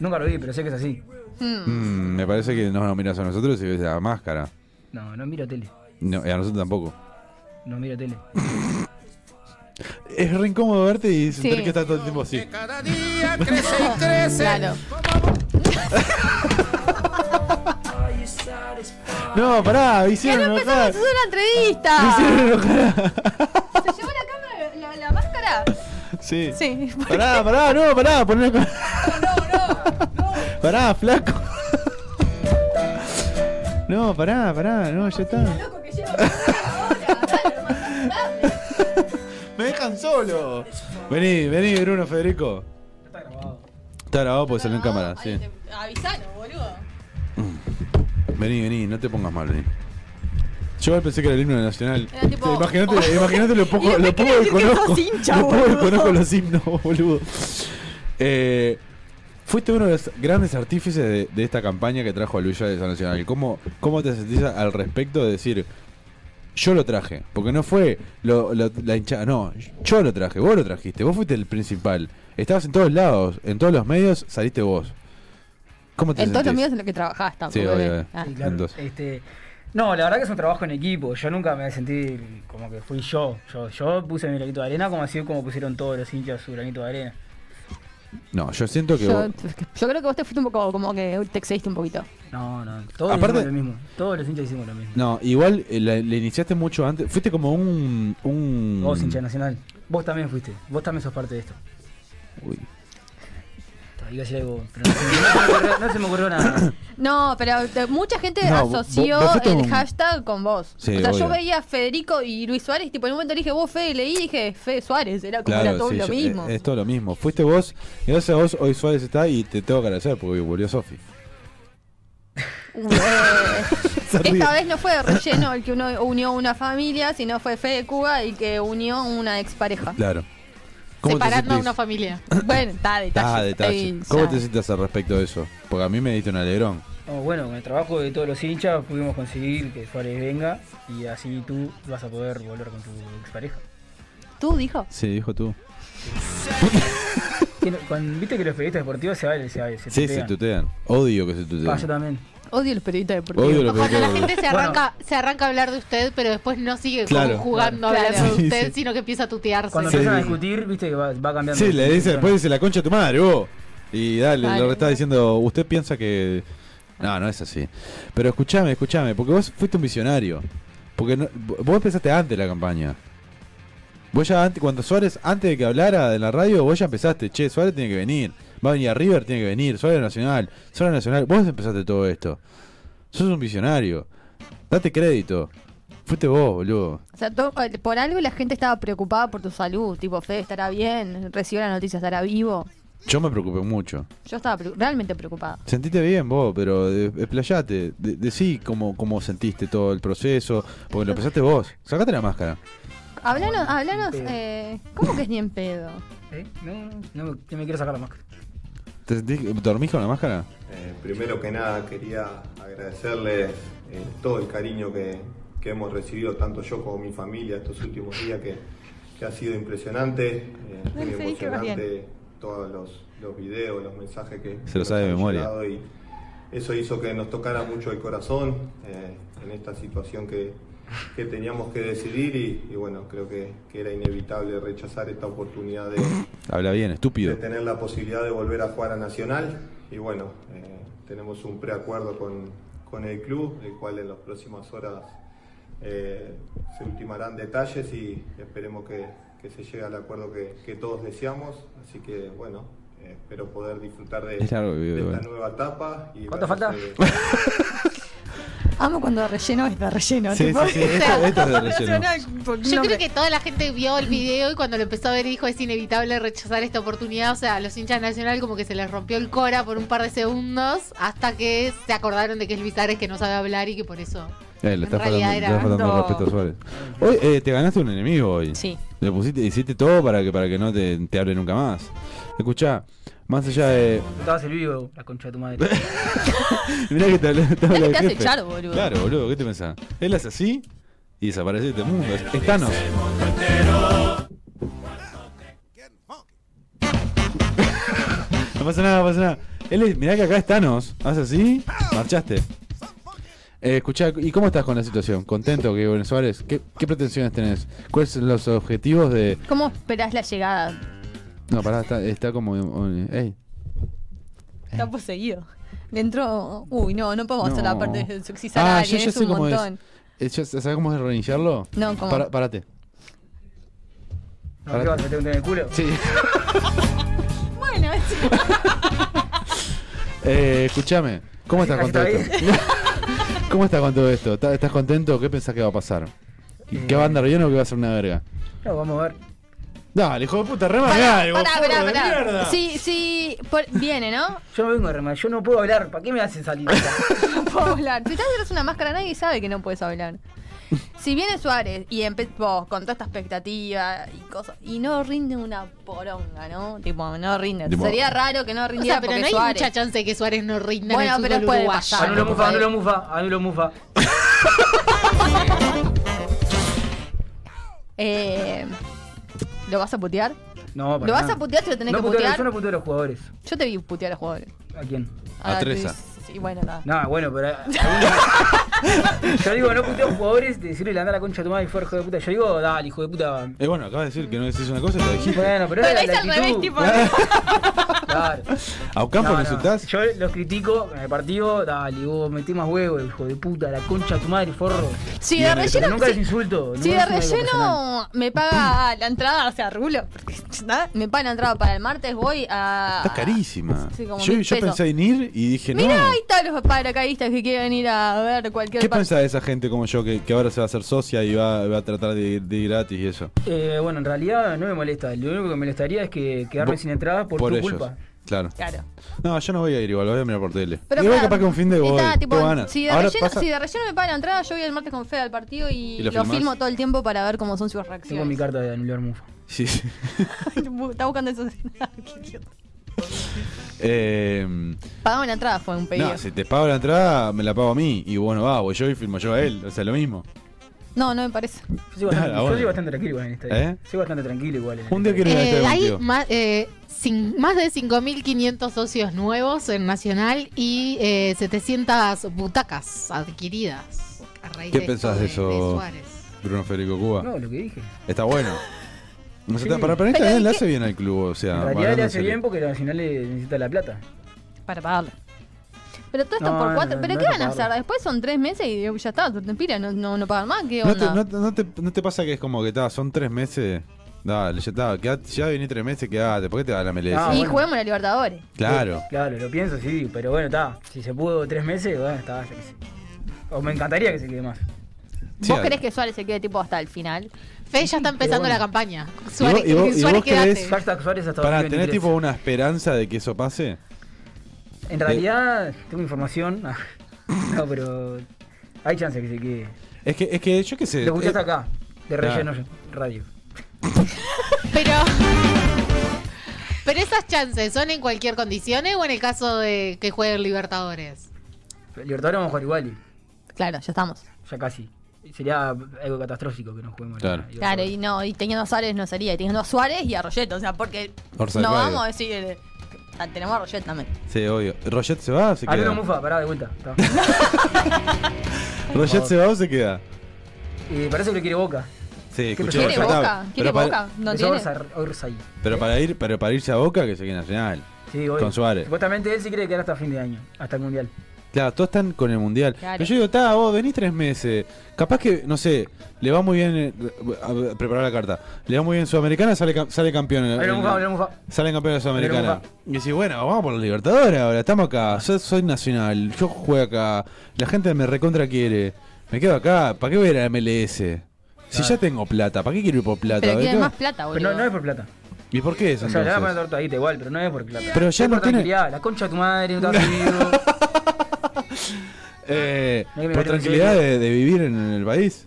Speaker 8: nunca lo vi, pero sé que es así.
Speaker 4: Mm.
Speaker 3: Mm, me parece que no nos miras a nosotros y ves la máscara.
Speaker 8: No, no miro tele.
Speaker 3: No, y a nosotros tampoco.
Speaker 8: No miro tele.
Speaker 3: Es re incómodo verte y sentir
Speaker 8: Sí.
Speaker 3: que estás todo el tiempo así.
Speaker 1: crece y crece.
Speaker 4: Claro.
Speaker 3: No, pará, me
Speaker 4: ¡Ya
Speaker 3: hicieron
Speaker 4: no empezamos a
Speaker 3: enojar.
Speaker 4: hacer una entrevista!
Speaker 3: Me hicieron enojar.
Speaker 4: ¿Se llevó la cámara, la, la máscara?
Speaker 3: Sí.
Speaker 4: Sí.
Speaker 3: Pará, pará, no, pará, poné No, no, no. Pará, flaco. No, pará, pará, no, ya está. Me hablan solo. Vení, vení, Bruno, Federico. Está grabado porque salió en cámara, sí.
Speaker 4: Avisanos, boludo.
Speaker 3: Vení, vení, no te pongas mal, vení. Yo igual pensé que era el himno nacional.
Speaker 4: Era tipo-
Speaker 3: Sí, Imagínate, imagínate lo
Speaker 1: Y
Speaker 3: poco,
Speaker 1: después
Speaker 3: lo poco
Speaker 1: quiere
Speaker 3: que
Speaker 1: decir que
Speaker 3: conozco.
Speaker 1: sos hincha,
Speaker 3: lo poco que
Speaker 1: boludo.
Speaker 3: conozco los himnos, boludo. Eh, fuiste uno de los grandes artífices de, de esta campaña que trajo a Luis de San Nacional. ¿Cómo, ¿Cómo te sentís al respecto de decir, yo lo traje? Porque no fue lo- lo- la hinchada, no, yo lo traje, vos lo trajiste, vos fuiste el principal. Estabas en todos lados, en todos los medios saliste vos. ¿Cómo te
Speaker 16: En todos los
Speaker 3: sentís?
Speaker 16: medios en los que trabajás
Speaker 3: Sí,
Speaker 16: tampoco.
Speaker 3: obvio,
Speaker 16: ¿eh?
Speaker 3: obvio.
Speaker 16: Ah.
Speaker 8: Sí, claro.
Speaker 3: Entonces.
Speaker 8: Este, no, la verdad que es un trabajo en equipo. Yo nunca me sentí como que fui yo. Yo, yo puse mi granito de arena como así como pusieron todos los hinchas su granito de arena.
Speaker 3: No, yo siento que
Speaker 16: Yo,
Speaker 3: vos-
Speaker 16: yo creo que vos te fuiste un poco, como que te excediste un poquito.
Speaker 8: No, no. Todos
Speaker 3: Aparte-
Speaker 8: hicimos lo mismo. Todos los hinchas hicimos lo mismo.
Speaker 3: No, igual eh, la- le iniciaste mucho antes. Fuiste como un. un...
Speaker 8: Vos, hincha de nacional. Vos también fuiste. Vos también sos parte de esto.
Speaker 3: Uy.
Speaker 8: Te Iba a decir algo, pero no se me- no se me ocurrió- no se me ocurrió nada.
Speaker 16: No, pero te- mucha gente
Speaker 8: No, vos-
Speaker 16: asoció
Speaker 8: vos- vos fuiste
Speaker 16: el
Speaker 8: un-
Speaker 16: hashtag con vos.
Speaker 3: Sí,
Speaker 16: o sea, yo
Speaker 3: obvio.
Speaker 16: veía a Federico y Luis Suárez, y tipo, en un momento le dije, vos Fede, leí, y dije, Fede Suárez, era como era
Speaker 3: Claro,
Speaker 16: todo
Speaker 3: sí,
Speaker 16: lo
Speaker 3: yo-
Speaker 16: mismo.
Speaker 3: eh, es todo lo mismo. Fuiste vos, y gracias a vos, hoy Suárez está y te tengo que agradecer porque volvió Sofi.
Speaker 16: Uy, eh,
Speaker 3: Se ríe.
Speaker 16: Esta vez no fue relleno el que uno unió una familia, sino fue Fede Cuba el que unió una expareja.
Speaker 3: Claro.
Speaker 5: Separando a
Speaker 3: sentís?
Speaker 5: una familia.
Speaker 16: Bueno, está detalle.
Speaker 3: Ah, detalle.
Speaker 16: Ey,
Speaker 3: ¿Cómo
Speaker 16: ya.
Speaker 3: te sientes al respecto de eso? Porque a mí me diste un alegrón.
Speaker 8: No, bueno, con el trabajo de todos los hinchas pudimos conseguir que Suárez venga y así tú vas a poder volver con tu expareja.
Speaker 16: ¿Tú, dijo?
Speaker 3: Sí, dijo tú.
Speaker 8: Que no- cuando- ¿Viste que los periodistas deportivos se, va- se, va- se
Speaker 3: Sí, se
Speaker 8: tutean?
Speaker 3: tutean. Odio que se
Speaker 8: Ah, yo
Speaker 3: tuteen.
Speaker 8: también.
Speaker 16: Odio los periodistas deportivos.
Speaker 3: Odio lo que
Speaker 5: Cuando la
Speaker 3: se
Speaker 5: gente se arranca, se arranca a hablar de usted, pero después no sigue
Speaker 3: Claro.
Speaker 5: como jugando a
Speaker 16: Claro.
Speaker 5: hablar de
Speaker 3: Sí,
Speaker 5: usted,
Speaker 3: sí.
Speaker 5: sino que empieza a tutearse.
Speaker 8: Cuando
Speaker 3: Sí.
Speaker 8: empiezan a discutir, viste que va, va cambiando.
Speaker 3: Sí, le dice,
Speaker 8: Persona.
Speaker 3: después dice la concha de tu madre, vos. Y dale,
Speaker 8: Dale,
Speaker 3: le está diciendo, usted piensa que. No, no es así. Pero escúchame, escúchame, porque vos fuiste un visionario. Porque no- vos empezaste antes la campaña. Vos ya antes, cuando Suárez, antes de que hablara en la radio, vos ya empezaste, che, Suárez tiene que venir. Va a venir a River, tiene que venir. Suárez Nacional, Suárez Nacional. Vos empezaste todo esto. Sos un visionario. Date crédito. Fuiste vos, boludo.
Speaker 16: O sea, to- eh, por algo la gente estaba preocupada por tu salud. Tipo, Fede estará bien, recibió la noticia, estará vivo.
Speaker 3: Yo me preocupé mucho.
Speaker 16: Yo estaba preocu- realmente preocupada.
Speaker 3: Sentiste bien vos, pero de- explayate, de- decí cómo, cómo sentiste todo el proceso, porque lo empezaste vos, sacate la máscara.
Speaker 16: Hablanos, hablanos,
Speaker 8: pedo.
Speaker 16: eh, ¿cómo que es ni en pedo?
Speaker 8: ¿Eh? No, no, no me, no me quiero sacar la máscara.
Speaker 3: ¿Te sentís, dormís con la máscara?
Speaker 17: Eh, primero que nada quería agradecerles eh, todo el cariño que, que hemos recibido, tanto yo como mi familia, estos últimos días que, que ha sido impresionante, eh, muy
Speaker 16: Sí, qué
Speaker 17: emocionante todos los, los videos, los mensajes que
Speaker 3: Se lo sabe de
Speaker 17: han
Speaker 3: memoria.
Speaker 17: llegado y eso hizo que nos tocara mucho el corazón eh, en esta situación que, que teníamos que decidir y, y bueno, creo que, que era inevitable rechazar esta oportunidad de,
Speaker 3: Habla bien, estúpido.
Speaker 17: de tener la posibilidad de volver a jugar a Nacional. Y bueno, eh, tenemos un preacuerdo con, con el club, el cual en las próximas horas eh, se ultimarán detalles y esperemos que, que se llegue al acuerdo que, que todos deseamos. Así que bueno, eh, espero poder disfrutar de,
Speaker 3: Es largo el video,
Speaker 17: de esta
Speaker 3: igual.
Speaker 17: nueva etapa. Y
Speaker 8: ¿Cuánto
Speaker 17: bueno,
Speaker 8: falta?
Speaker 17: eh,
Speaker 16: Amo cuando relleno es de relleno.
Speaker 3: Sí,
Speaker 16: tipo.
Speaker 3: sí, sí, esto- esto es Eh, de relleno.
Speaker 5: Yo creo que
Speaker 16: Eh.
Speaker 5: toda la gente vio el video y cuando lo empezó a ver dijo es inevitable rechazar esta oportunidad. O sea, a los hinchas nacional como que se les rompió el cora por un par de segundos hasta que se acordaron de que es Luis Ares que no sabe hablar y que por eso.
Speaker 3: Eh, le
Speaker 5: En
Speaker 3: estás faltando,
Speaker 5: realidad
Speaker 3: le
Speaker 5: era-
Speaker 3: estás faltando el
Speaker 5: No.
Speaker 3: respeto a Suárez. Hoy eh, te ganaste un enemigo hoy.
Speaker 16: Sí.
Speaker 3: Le pusiste, hiciste todo para que para que no te, te hable nunca más. Escuchá, más allá de.
Speaker 8: Estabas el vivo, la concha de tu madre.
Speaker 3: Mirá que te habla, te habla
Speaker 8: que
Speaker 3: el
Speaker 8: te hace
Speaker 3: jefe.
Speaker 8: echar, boludo.
Speaker 3: Claro, boludo, ¿qué te pensás? Él hace así y desaparece de este mundo. Es- Es Thanos. No pasa nada, no pasa nada. Él es- mirá que acá es Thanos. Hace así, marchaste. Eh, escuchá, ¿y cómo estás con la situación? ¿Contento que Buenos Suárez? ¿Qué, qué pretensiones tenés? ¿Cuáles son los objetivos de...?
Speaker 16: ¿Cómo esperás la llegada?
Speaker 3: No, pará, está, está como... eh, Ey,
Speaker 16: Está poseído. Dentro. Uy, no, no podemos
Speaker 3: No.
Speaker 16: hacer la parte de sexizar a
Speaker 3: Ah, yo
Speaker 16: alguien,
Speaker 3: ya
Speaker 16: es
Speaker 3: sé
Speaker 16: un
Speaker 3: cómo es.
Speaker 16: montón.
Speaker 3: Eh, ya- ¿Sabes cómo es reiniciarlo?
Speaker 16: No, ¿cómo?
Speaker 3: Pará- Parate.
Speaker 8: ¿No qué vas a meter un dedo en el culo?
Speaker 3: Sí.
Speaker 16: Bueno,
Speaker 3: Eh, escúchame, ¿cómo estás con todo
Speaker 8: Ahí
Speaker 3: esto? ¿Cómo estás con todo esto? ¿Estás estás contento? ¿Qué pensás que va a pasar? ¿Qué va a andar bien o que va a ser una verga?
Speaker 8: No, vamos a ver.
Speaker 3: Dale, hijo de puta, rema
Speaker 8: Pará,
Speaker 3: algo.
Speaker 8: pará, pará,
Speaker 3: forro de
Speaker 8: pará.
Speaker 3: mierda.
Speaker 4: Sí, sí, por- viene, ¿no?
Speaker 8: Yo no vengo de remar, yo no puedo hablar. ¿Para qué me hacen salir?
Speaker 4: No puedo hablar. Si estás detrás de una máscara, nadie sabe que no puedes hablar. Si viene Suárez y empe- vos con toda esta expectativa y cosas, y no rinde una poronga, ¿no? Tipo, no rinde.
Speaker 5: Tipo-
Speaker 4: Sería raro que no
Speaker 5: O sea,
Speaker 4: rindiera
Speaker 5: pero
Speaker 4: porque
Speaker 5: no hay
Speaker 4: Suárez.
Speaker 5: mucha chance de que Suárez no rinda en
Speaker 4: Bueno,
Speaker 5: el
Speaker 4: pero
Speaker 5: fútbol
Speaker 4: puede
Speaker 5: uruguayo.
Speaker 4: pasar.
Speaker 8: Anulo mufa, anulo mufa, anulo mufa.
Speaker 4: Eh, ¿Lo vas a putear?
Speaker 8: No,
Speaker 4: ¿Lo vas a putear? ¿Te lo tenés
Speaker 8: No
Speaker 4: que
Speaker 8: puteo,
Speaker 4: putear?
Speaker 8: Yo no puteo a los jugadores.
Speaker 4: Yo te vi putear a los jugadores.
Speaker 8: ¿A quién?
Speaker 4: A A Treza. Sí, bueno, nada.
Speaker 8: No, bueno, pero. eh, yo digo, no puteo a jugadores de decirle anda la concha a tu madre y fuera hijo de puta. Yo digo, dale, hijo de puta.
Speaker 3: Eh, bueno, acabas de decir que no decís una cosa y lo dijiste.
Speaker 8: Bueno, pero era la, la actitud. Claro.
Speaker 3: ¿A Ocampo
Speaker 8: No,
Speaker 3: lo
Speaker 8: no.
Speaker 3: insultás?
Speaker 8: Yo los critico en el partido, dale, vos metí más huevo, hijo de puta, la concha a tu madre, forro.
Speaker 4: Si de
Speaker 8: Bien, pero
Speaker 4: relleno-
Speaker 8: Nunca
Speaker 4: si-
Speaker 8: les insulto.
Speaker 4: Si
Speaker 8: nunca
Speaker 4: de
Speaker 8: les insulto algo personal.
Speaker 4: relleno me paga la entrada, o sea, Rulo, porque ¿no? me paga la entrada para el martes, voy a.
Speaker 3: Está carísima.
Speaker 4: Sí, como
Speaker 3: yo
Speaker 4: mil
Speaker 3: yo
Speaker 4: pesos.
Speaker 3: pensé en ir y dije,
Speaker 4: Mirá,
Speaker 3: no.
Speaker 4: ahí están los paracaidistas que quieren ir a ver cualquier
Speaker 3: ¿Qué
Speaker 4: par-
Speaker 3: pensás de esa gente como yo que, que ahora se va a hacer socia y va, va a tratar de ir, de ir gratis y eso?
Speaker 8: Eh, bueno, en realidad no me molesta. Lo único que me molestaría es que quedarme
Speaker 3: Por-
Speaker 8: sin entrada por, tu culpa.
Speaker 3: Claro.
Speaker 4: Claro.
Speaker 3: No, yo no voy a ir igual, voy a mirar por tele.
Speaker 4: Pero
Speaker 3: igual
Speaker 4: claro,
Speaker 3: capaz que un fin de voy.
Speaker 4: Está, tipo,
Speaker 3: Tengo ganas.
Speaker 4: si, de
Speaker 3: Ahora
Speaker 4: relleno,
Speaker 3: pasa-
Speaker 4: si de relleno me paga la entrada, yo voy el martes con Fede al partido y,
Speaker 3: ¿Y lo
Speaker 4: lo,
Speaker 3: filmás?
Speaker 4: filmo todo el tiempo para ver cómo son sus
Speaker 8: Tengo
Speaker 4: reacciones.
Speaker 8: mi carta de anular mufa.
Speaker 3: Sí, sí.
Speaker 4: Está buscando eso. Qué idiota.
Speaker 3: Eh,
Speaker 4: Pagame la entrada, fue un pedido.
Speaker 3: no, si te pago la entrada, me la pago a mí. Y bueno, va, voy yo y firmo yo a él. O sea, lo mismo.
Speaker 4: No, no me parece.
Speaker 8: Yo soy bastante,
Speaker 3: Ah,
Speaker 8: yo
Speaker 3: bueno.
Speaker 8: soy bastante tranquilo igual en esta. vida.
Speaker 3: ¿Eh?
Speaker 8: Soy bastante tranquilo igual en
Speaker 3: Un día quiero ir a este
Speaker 5: Eh,
Speaker 3: estar
Speaker 5: hay
Speaker 3: contigo.
Speaker 5: más, eh, cin- más de 5.500 socios nuevos en Nacional y eh, 700 butacas adquiridas. a raíz
Speaker 3: ¿Qué
Speaker 5: de
Speaker 3: pensás de
Speaker 5: esto de
Speaker 3: eso,
Speaker 5: Suárez.
Speaker 3: Bruno Federico Cuba?
Speaker 8: No, lo que dije.
Speaker 3: Está bueno. No sé,
Speaker 8: Sí.
Speaker 3: Para para mí
Speaker 8: Pero
Speaker 3: también
Speaker 8: ¿y
Speaker 3: le
Speaker 8: qué-
Speaker 3: hace bien al club, o sea.
Speaker 8: En realidad
Speaker 3: hablando
Speaker 8: le
Speaker 3: en
Speaker 8: hace
Speaker 3: serio.
Speaker 8: bien porque Nacional le necesita la plata.
Speaker 4: Para pagarlo. Pero todo esto
Speaker 8: No,
Speaker 4: por
Speaker 8: no,
Speaker 4: cuatro.
Speaker 8: no,
Speaker 4: ¿Pero
Speaker 8: no
Speaker 4: qué
Speaker 8: es
Speaker 4: van a
Speaker 8: pagarlo.
Speaker 4: hacer? Después son tres meses y digo, ya está, te pira, no, no, no pagan más. ¿Qué
Speaker 3: ¿No te,
Speaker 4: onda?
Speaker 3: no te- no te- no te pasa que es como que ta, son tres meses? Dale, ya está. quedate- ya vení tres meses, quedate. ¿Por qué te vas a la MLS?
Speaker 4: y juguemos la Libertadores.
Speaker 3: Claro.
Speaker 8: Claro, lo pienso, sí, pero bueno, está. Si se pudo tres meses, bueno, está, yo qué sé. O me encantaría que se quede más.
Speaker 4: ¿Vos querés que Suárez se quede tipo hasta el final?
Speaker 5: Fede ya está empezando la campaña.
Speaker 3: Suárez- y vos- y Suárez, vos quedate. querés-
Speaker 8: Hashtag Suárez hasta
Speaker 3: Para tener
Speaker 8: 2023.
Speaker 3: tipo una esperanza de que eso pase.
Speaker 8: En realidad, tengo información. ah, no, pero hay chance que se quede.
Speaker 3: Es que, es que yo qué sé.
Speaker 8: Lo escuchás
Speaker 3: eh,
Speaker 8: acá, de
Speaker 3: Claro.
Speaker 8: relleno radio.
Speaker 5: Pero. Pero esas chances son en cualquier condición ¿eh? o en el caso de que juegue el Libertadores.
Speaker 8: Pero Libertadores vamos a jugar igual,
Speaker 4: Claro, ya estamos.
Speaker 8: ya casi. Sería algo catastrófico que no juguemos.
Speaker 3: Claro.
Speaker 4: Claro, y no, y teniendo a Suárez no sería, y teniendo a Suárez y a Roget, o sea, porque
Speaker 3: Orsay
Speaker 4: no
Speaker 3: Rider.
Speaker 4: vamos a decir, eh, ah, tenemos a Roget también.
Speaker 3: Sí, obvio. ¿Roget se va o se
Speaker 8: Anulo
Speaker 3: queda?
Speaker 8: Mufa, pará, de vuelta. está.
Speaker 3: ¿Roget se va o se queda?
Speaker 8: Eh, parece que lo quiere Boca.
Speaker 3: Sí,
Speaker 8: ¿Qué
Speaker 3: escuché.
Speaker 8: pensó?
Speaker 3: ya está. Pero para-
Speaker 4: ¿No
Speaker 8: Pensó
Speaker 4: tiene?
Speaker 8: Orsa- Orsay.
Speaker 3: Pero para ir, pero para irse a Boca que se quede nacional.
Speaker 8: Sí, obvio.
Speaker 3: Con Suárez. Eh,
Speaker 8: Supuestamente él sí quiere quedar hasta fin de año, hasta el Mundial.
Speaker 3: Claro, todos están con el mundial.
Speaker 8: Claro.
Speaker 3: Pero yo digo, ta, vos venís tres meses. Capaz que, no sé, le va muy bien. eh, a- a preparar la carta. Le va muy bien Sudamericana, sale, cam- sale campeón. en- en-
Speaker 8: Anulo Mufa, Anulo Mufa.
Speaker 3: Salen campeones
Speaker 8: Pero
Speaker 3: sudamericanos.
Speaker 8: vamos
Speaker 3: Y decís, bueno, vamos por la Libertadores ahora, estamos acá, yo soy nacional, yo juego acá, la gente me recontra quiere, me quedo acá, ¿para qué voy a ir a la MLS? Si ya tengo plata, ¿para qué quiero ir por plata?
Speaker 4: Pero quieren
Speaker 3: ¿Verdad?
Speaker 4: más plata,
Speaker 8: Pero no,
Speaker 4: boludo.
Speaker 8: no es por plata.
Speaker 3: ¿Y por qué eso
Speaker 8: O sea, le van a poner
Speaker 3: entonces?
Speaker 8: tortadita igual, pero no es por plata.
Speaker 3: Pero ya
Speaker 8: Es
Speaker 3: no
Speaker 8: por
Speaker 3: tiene-
Speaker 8: tranquilidad, La concha de tu madre, no te has vivido.
Speaker 3: Eh,
Speaker 8: No hay que meter
Speaker 3: por
Speaker 8: en
Speaker 3: tranquilidad
Speaker 8: serio.
Speaker 3: de, de vivir en, el país,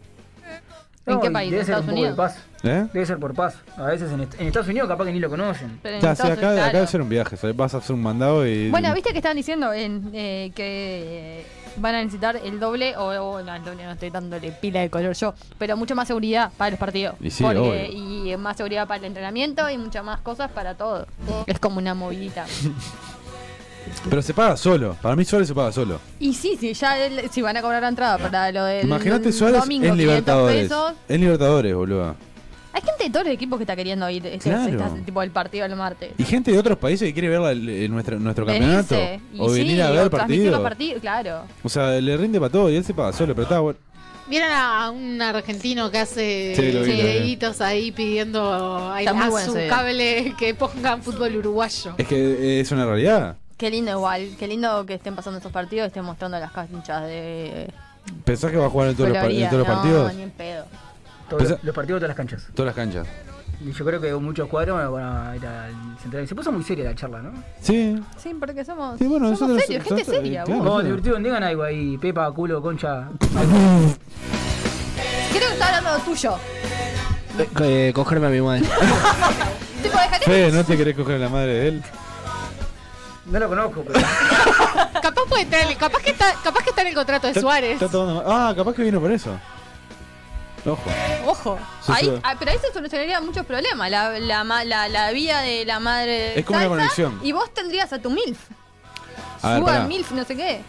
Speaker 4: ¿En
Speaker 8: No,
Speaker 4: qué
Speaker 8: y
Speaker 4: país? ¿En
Speaker 8: Debe ser
Speaker 4: Estados
Speaker 8: un poco de
Speaker 4: Unidos?
Speaker 8: paz.
Speaker 3: ¿eh?
Speaker 8: Debe ser por paz. A veces en, est- en Estados Unidos capaz que ni lo conocen.
Speaker 4: Pero en
Speaker 3: Ya, sí,
Speaker 4: Estados
Speaker 3: acá,
Speaker 4: Unidos,
Speaker 3: acá
Speaker 4: claro.
Speaker 3: de hacer un viaje, ¿sabes? vas a hacer un mandado y...
Speaker 4: Bueno, viste que estaban diciendo en, eh, que eh, van a necesitar el doble, o o no, el doble no estoy dándole pila de color yo, pero mucha más seguridad para los partidos.
Speaker 3: Y sí,
Speaker 4: porque, y más seguridad para el entrenamiento y muchas más cosas para todo. Es como una movidita.
Speaker 3: Pero se paga solo, para mí Suárez se paga solo.
Speaker 4: Y sí, sí, ya el- si van a cobrar la entrada para lo del
Speaker 3: Imagínate
Speaker 4: del
Speaker 3: Suárez
Speaker 4: domingo,
Speaker 3: en
Speaker 4: 500
Speaker 3: Libertadores.
Speaker 4: pesos.
Speaker 3: En Libertadores, boludo.
Speaker 4: Hay gente de todos los equipos que está queriendo ir este,
Speaker 3: Claro.
Speaker 4: este- tipo el partido el martes.
Speaker 3: Y gente de otros países que quiere ver la- el- eh, nuestra- nuestro campeonato.
Speaker 4: Venirse. Y
Speaker 3: o
Speaker 4: sí,
Speaker 3: venir a ver
Speaker 4: o
Speaker 3: el
Speaker 4: transmitir los
Speaker 3: partido.
Speaker 4: partidos, claro.
Speaker 3: O sea, le rinde para todo y él se paga solo, pero está bueno.
Speaker 5: ¿Vieron a un argentino que hace
Speaker 3: Sí, lo vi, lo vi.
Speaker 5: videitos ahí pidiendo a,
Speaker 4: Está muy
Speaker 5: a
Speaker 4: bueno
Speaker 5: su
Speaker 4: ese video.
Speaker 5: cable que pongan fútbol uruguayo?
Speaker 3: Es que eh, es una realidad.
Speaker 4: Qué lindo igual, qué lindo que estén pasando estos partidos y estén mostrando las canchas de
Speaker 3: ¿Pensás que va a jugar en todos los, par- en
Speaker 4: Florida.
Speaker 3: todos los
Speaker 4: Pues No,
Speaker 3: partidos?
Speaker 4: ni en pedo.
Speaker 8: Todos
Speaker 3: Pues,
Speaker 8: los, los partidos de todas las canchas.
Speaker 3: Todas las canchas.
Speaker 8: Yo creo que muchos cuadros van a ir al central. Se puso muy seria la charla, ¿no?
Speaker 3: Sí.
Speaker 4: Sí, porque somos,
Speaker 3: Sí, bueno,
Speaker 4: somos
Speaker 3: nosotros-
Speaker 4: serios, gente
Speaker 3: nosotros-
Speaker 4: seria.
Speaker 3: claro,
Speaker 4: vos.
Speaker 8: Oh, divertido, digan algo ahí. Pepa, culo, concha.
Speaker 4: Creo que está hablando tuyo.
Speaker 14: Eh,
Speaker 1: cogerme a mi madre.
Speaker 4: Tipo, déjate.
Speaker 3: Fede, ¿no te querés coger la madre de él?
Speaker 8: No lo conozco, pero.
Speaker 5: Capaz puede entrar, en el- capaz que está, capaz que está en el contrato de
Speaker 3: Está-
Speaker 5: Suárez.
Speaker 3: está tomando- Ah, capaz que vino por eso. Ojo.
Speaker 4: Ojo.
Speaker 3: Sí,
Speaker 4: Ahí,
Speaker 3: sí.
Speaker 4: ah, pero ahí se solucionarían muchos problemas. La, la, ma- la, la vía de la madre.
Speaker 3: Es como una
Speaker 4: salsa,
Speaker 3: conexión.
Speaker 4: Y vos tendrías a tu MILF.
Speaker 3: A ver,
Speaker 4: Sugar
Speaker 3: pará.
Speaker 4: MILF, no sé qué.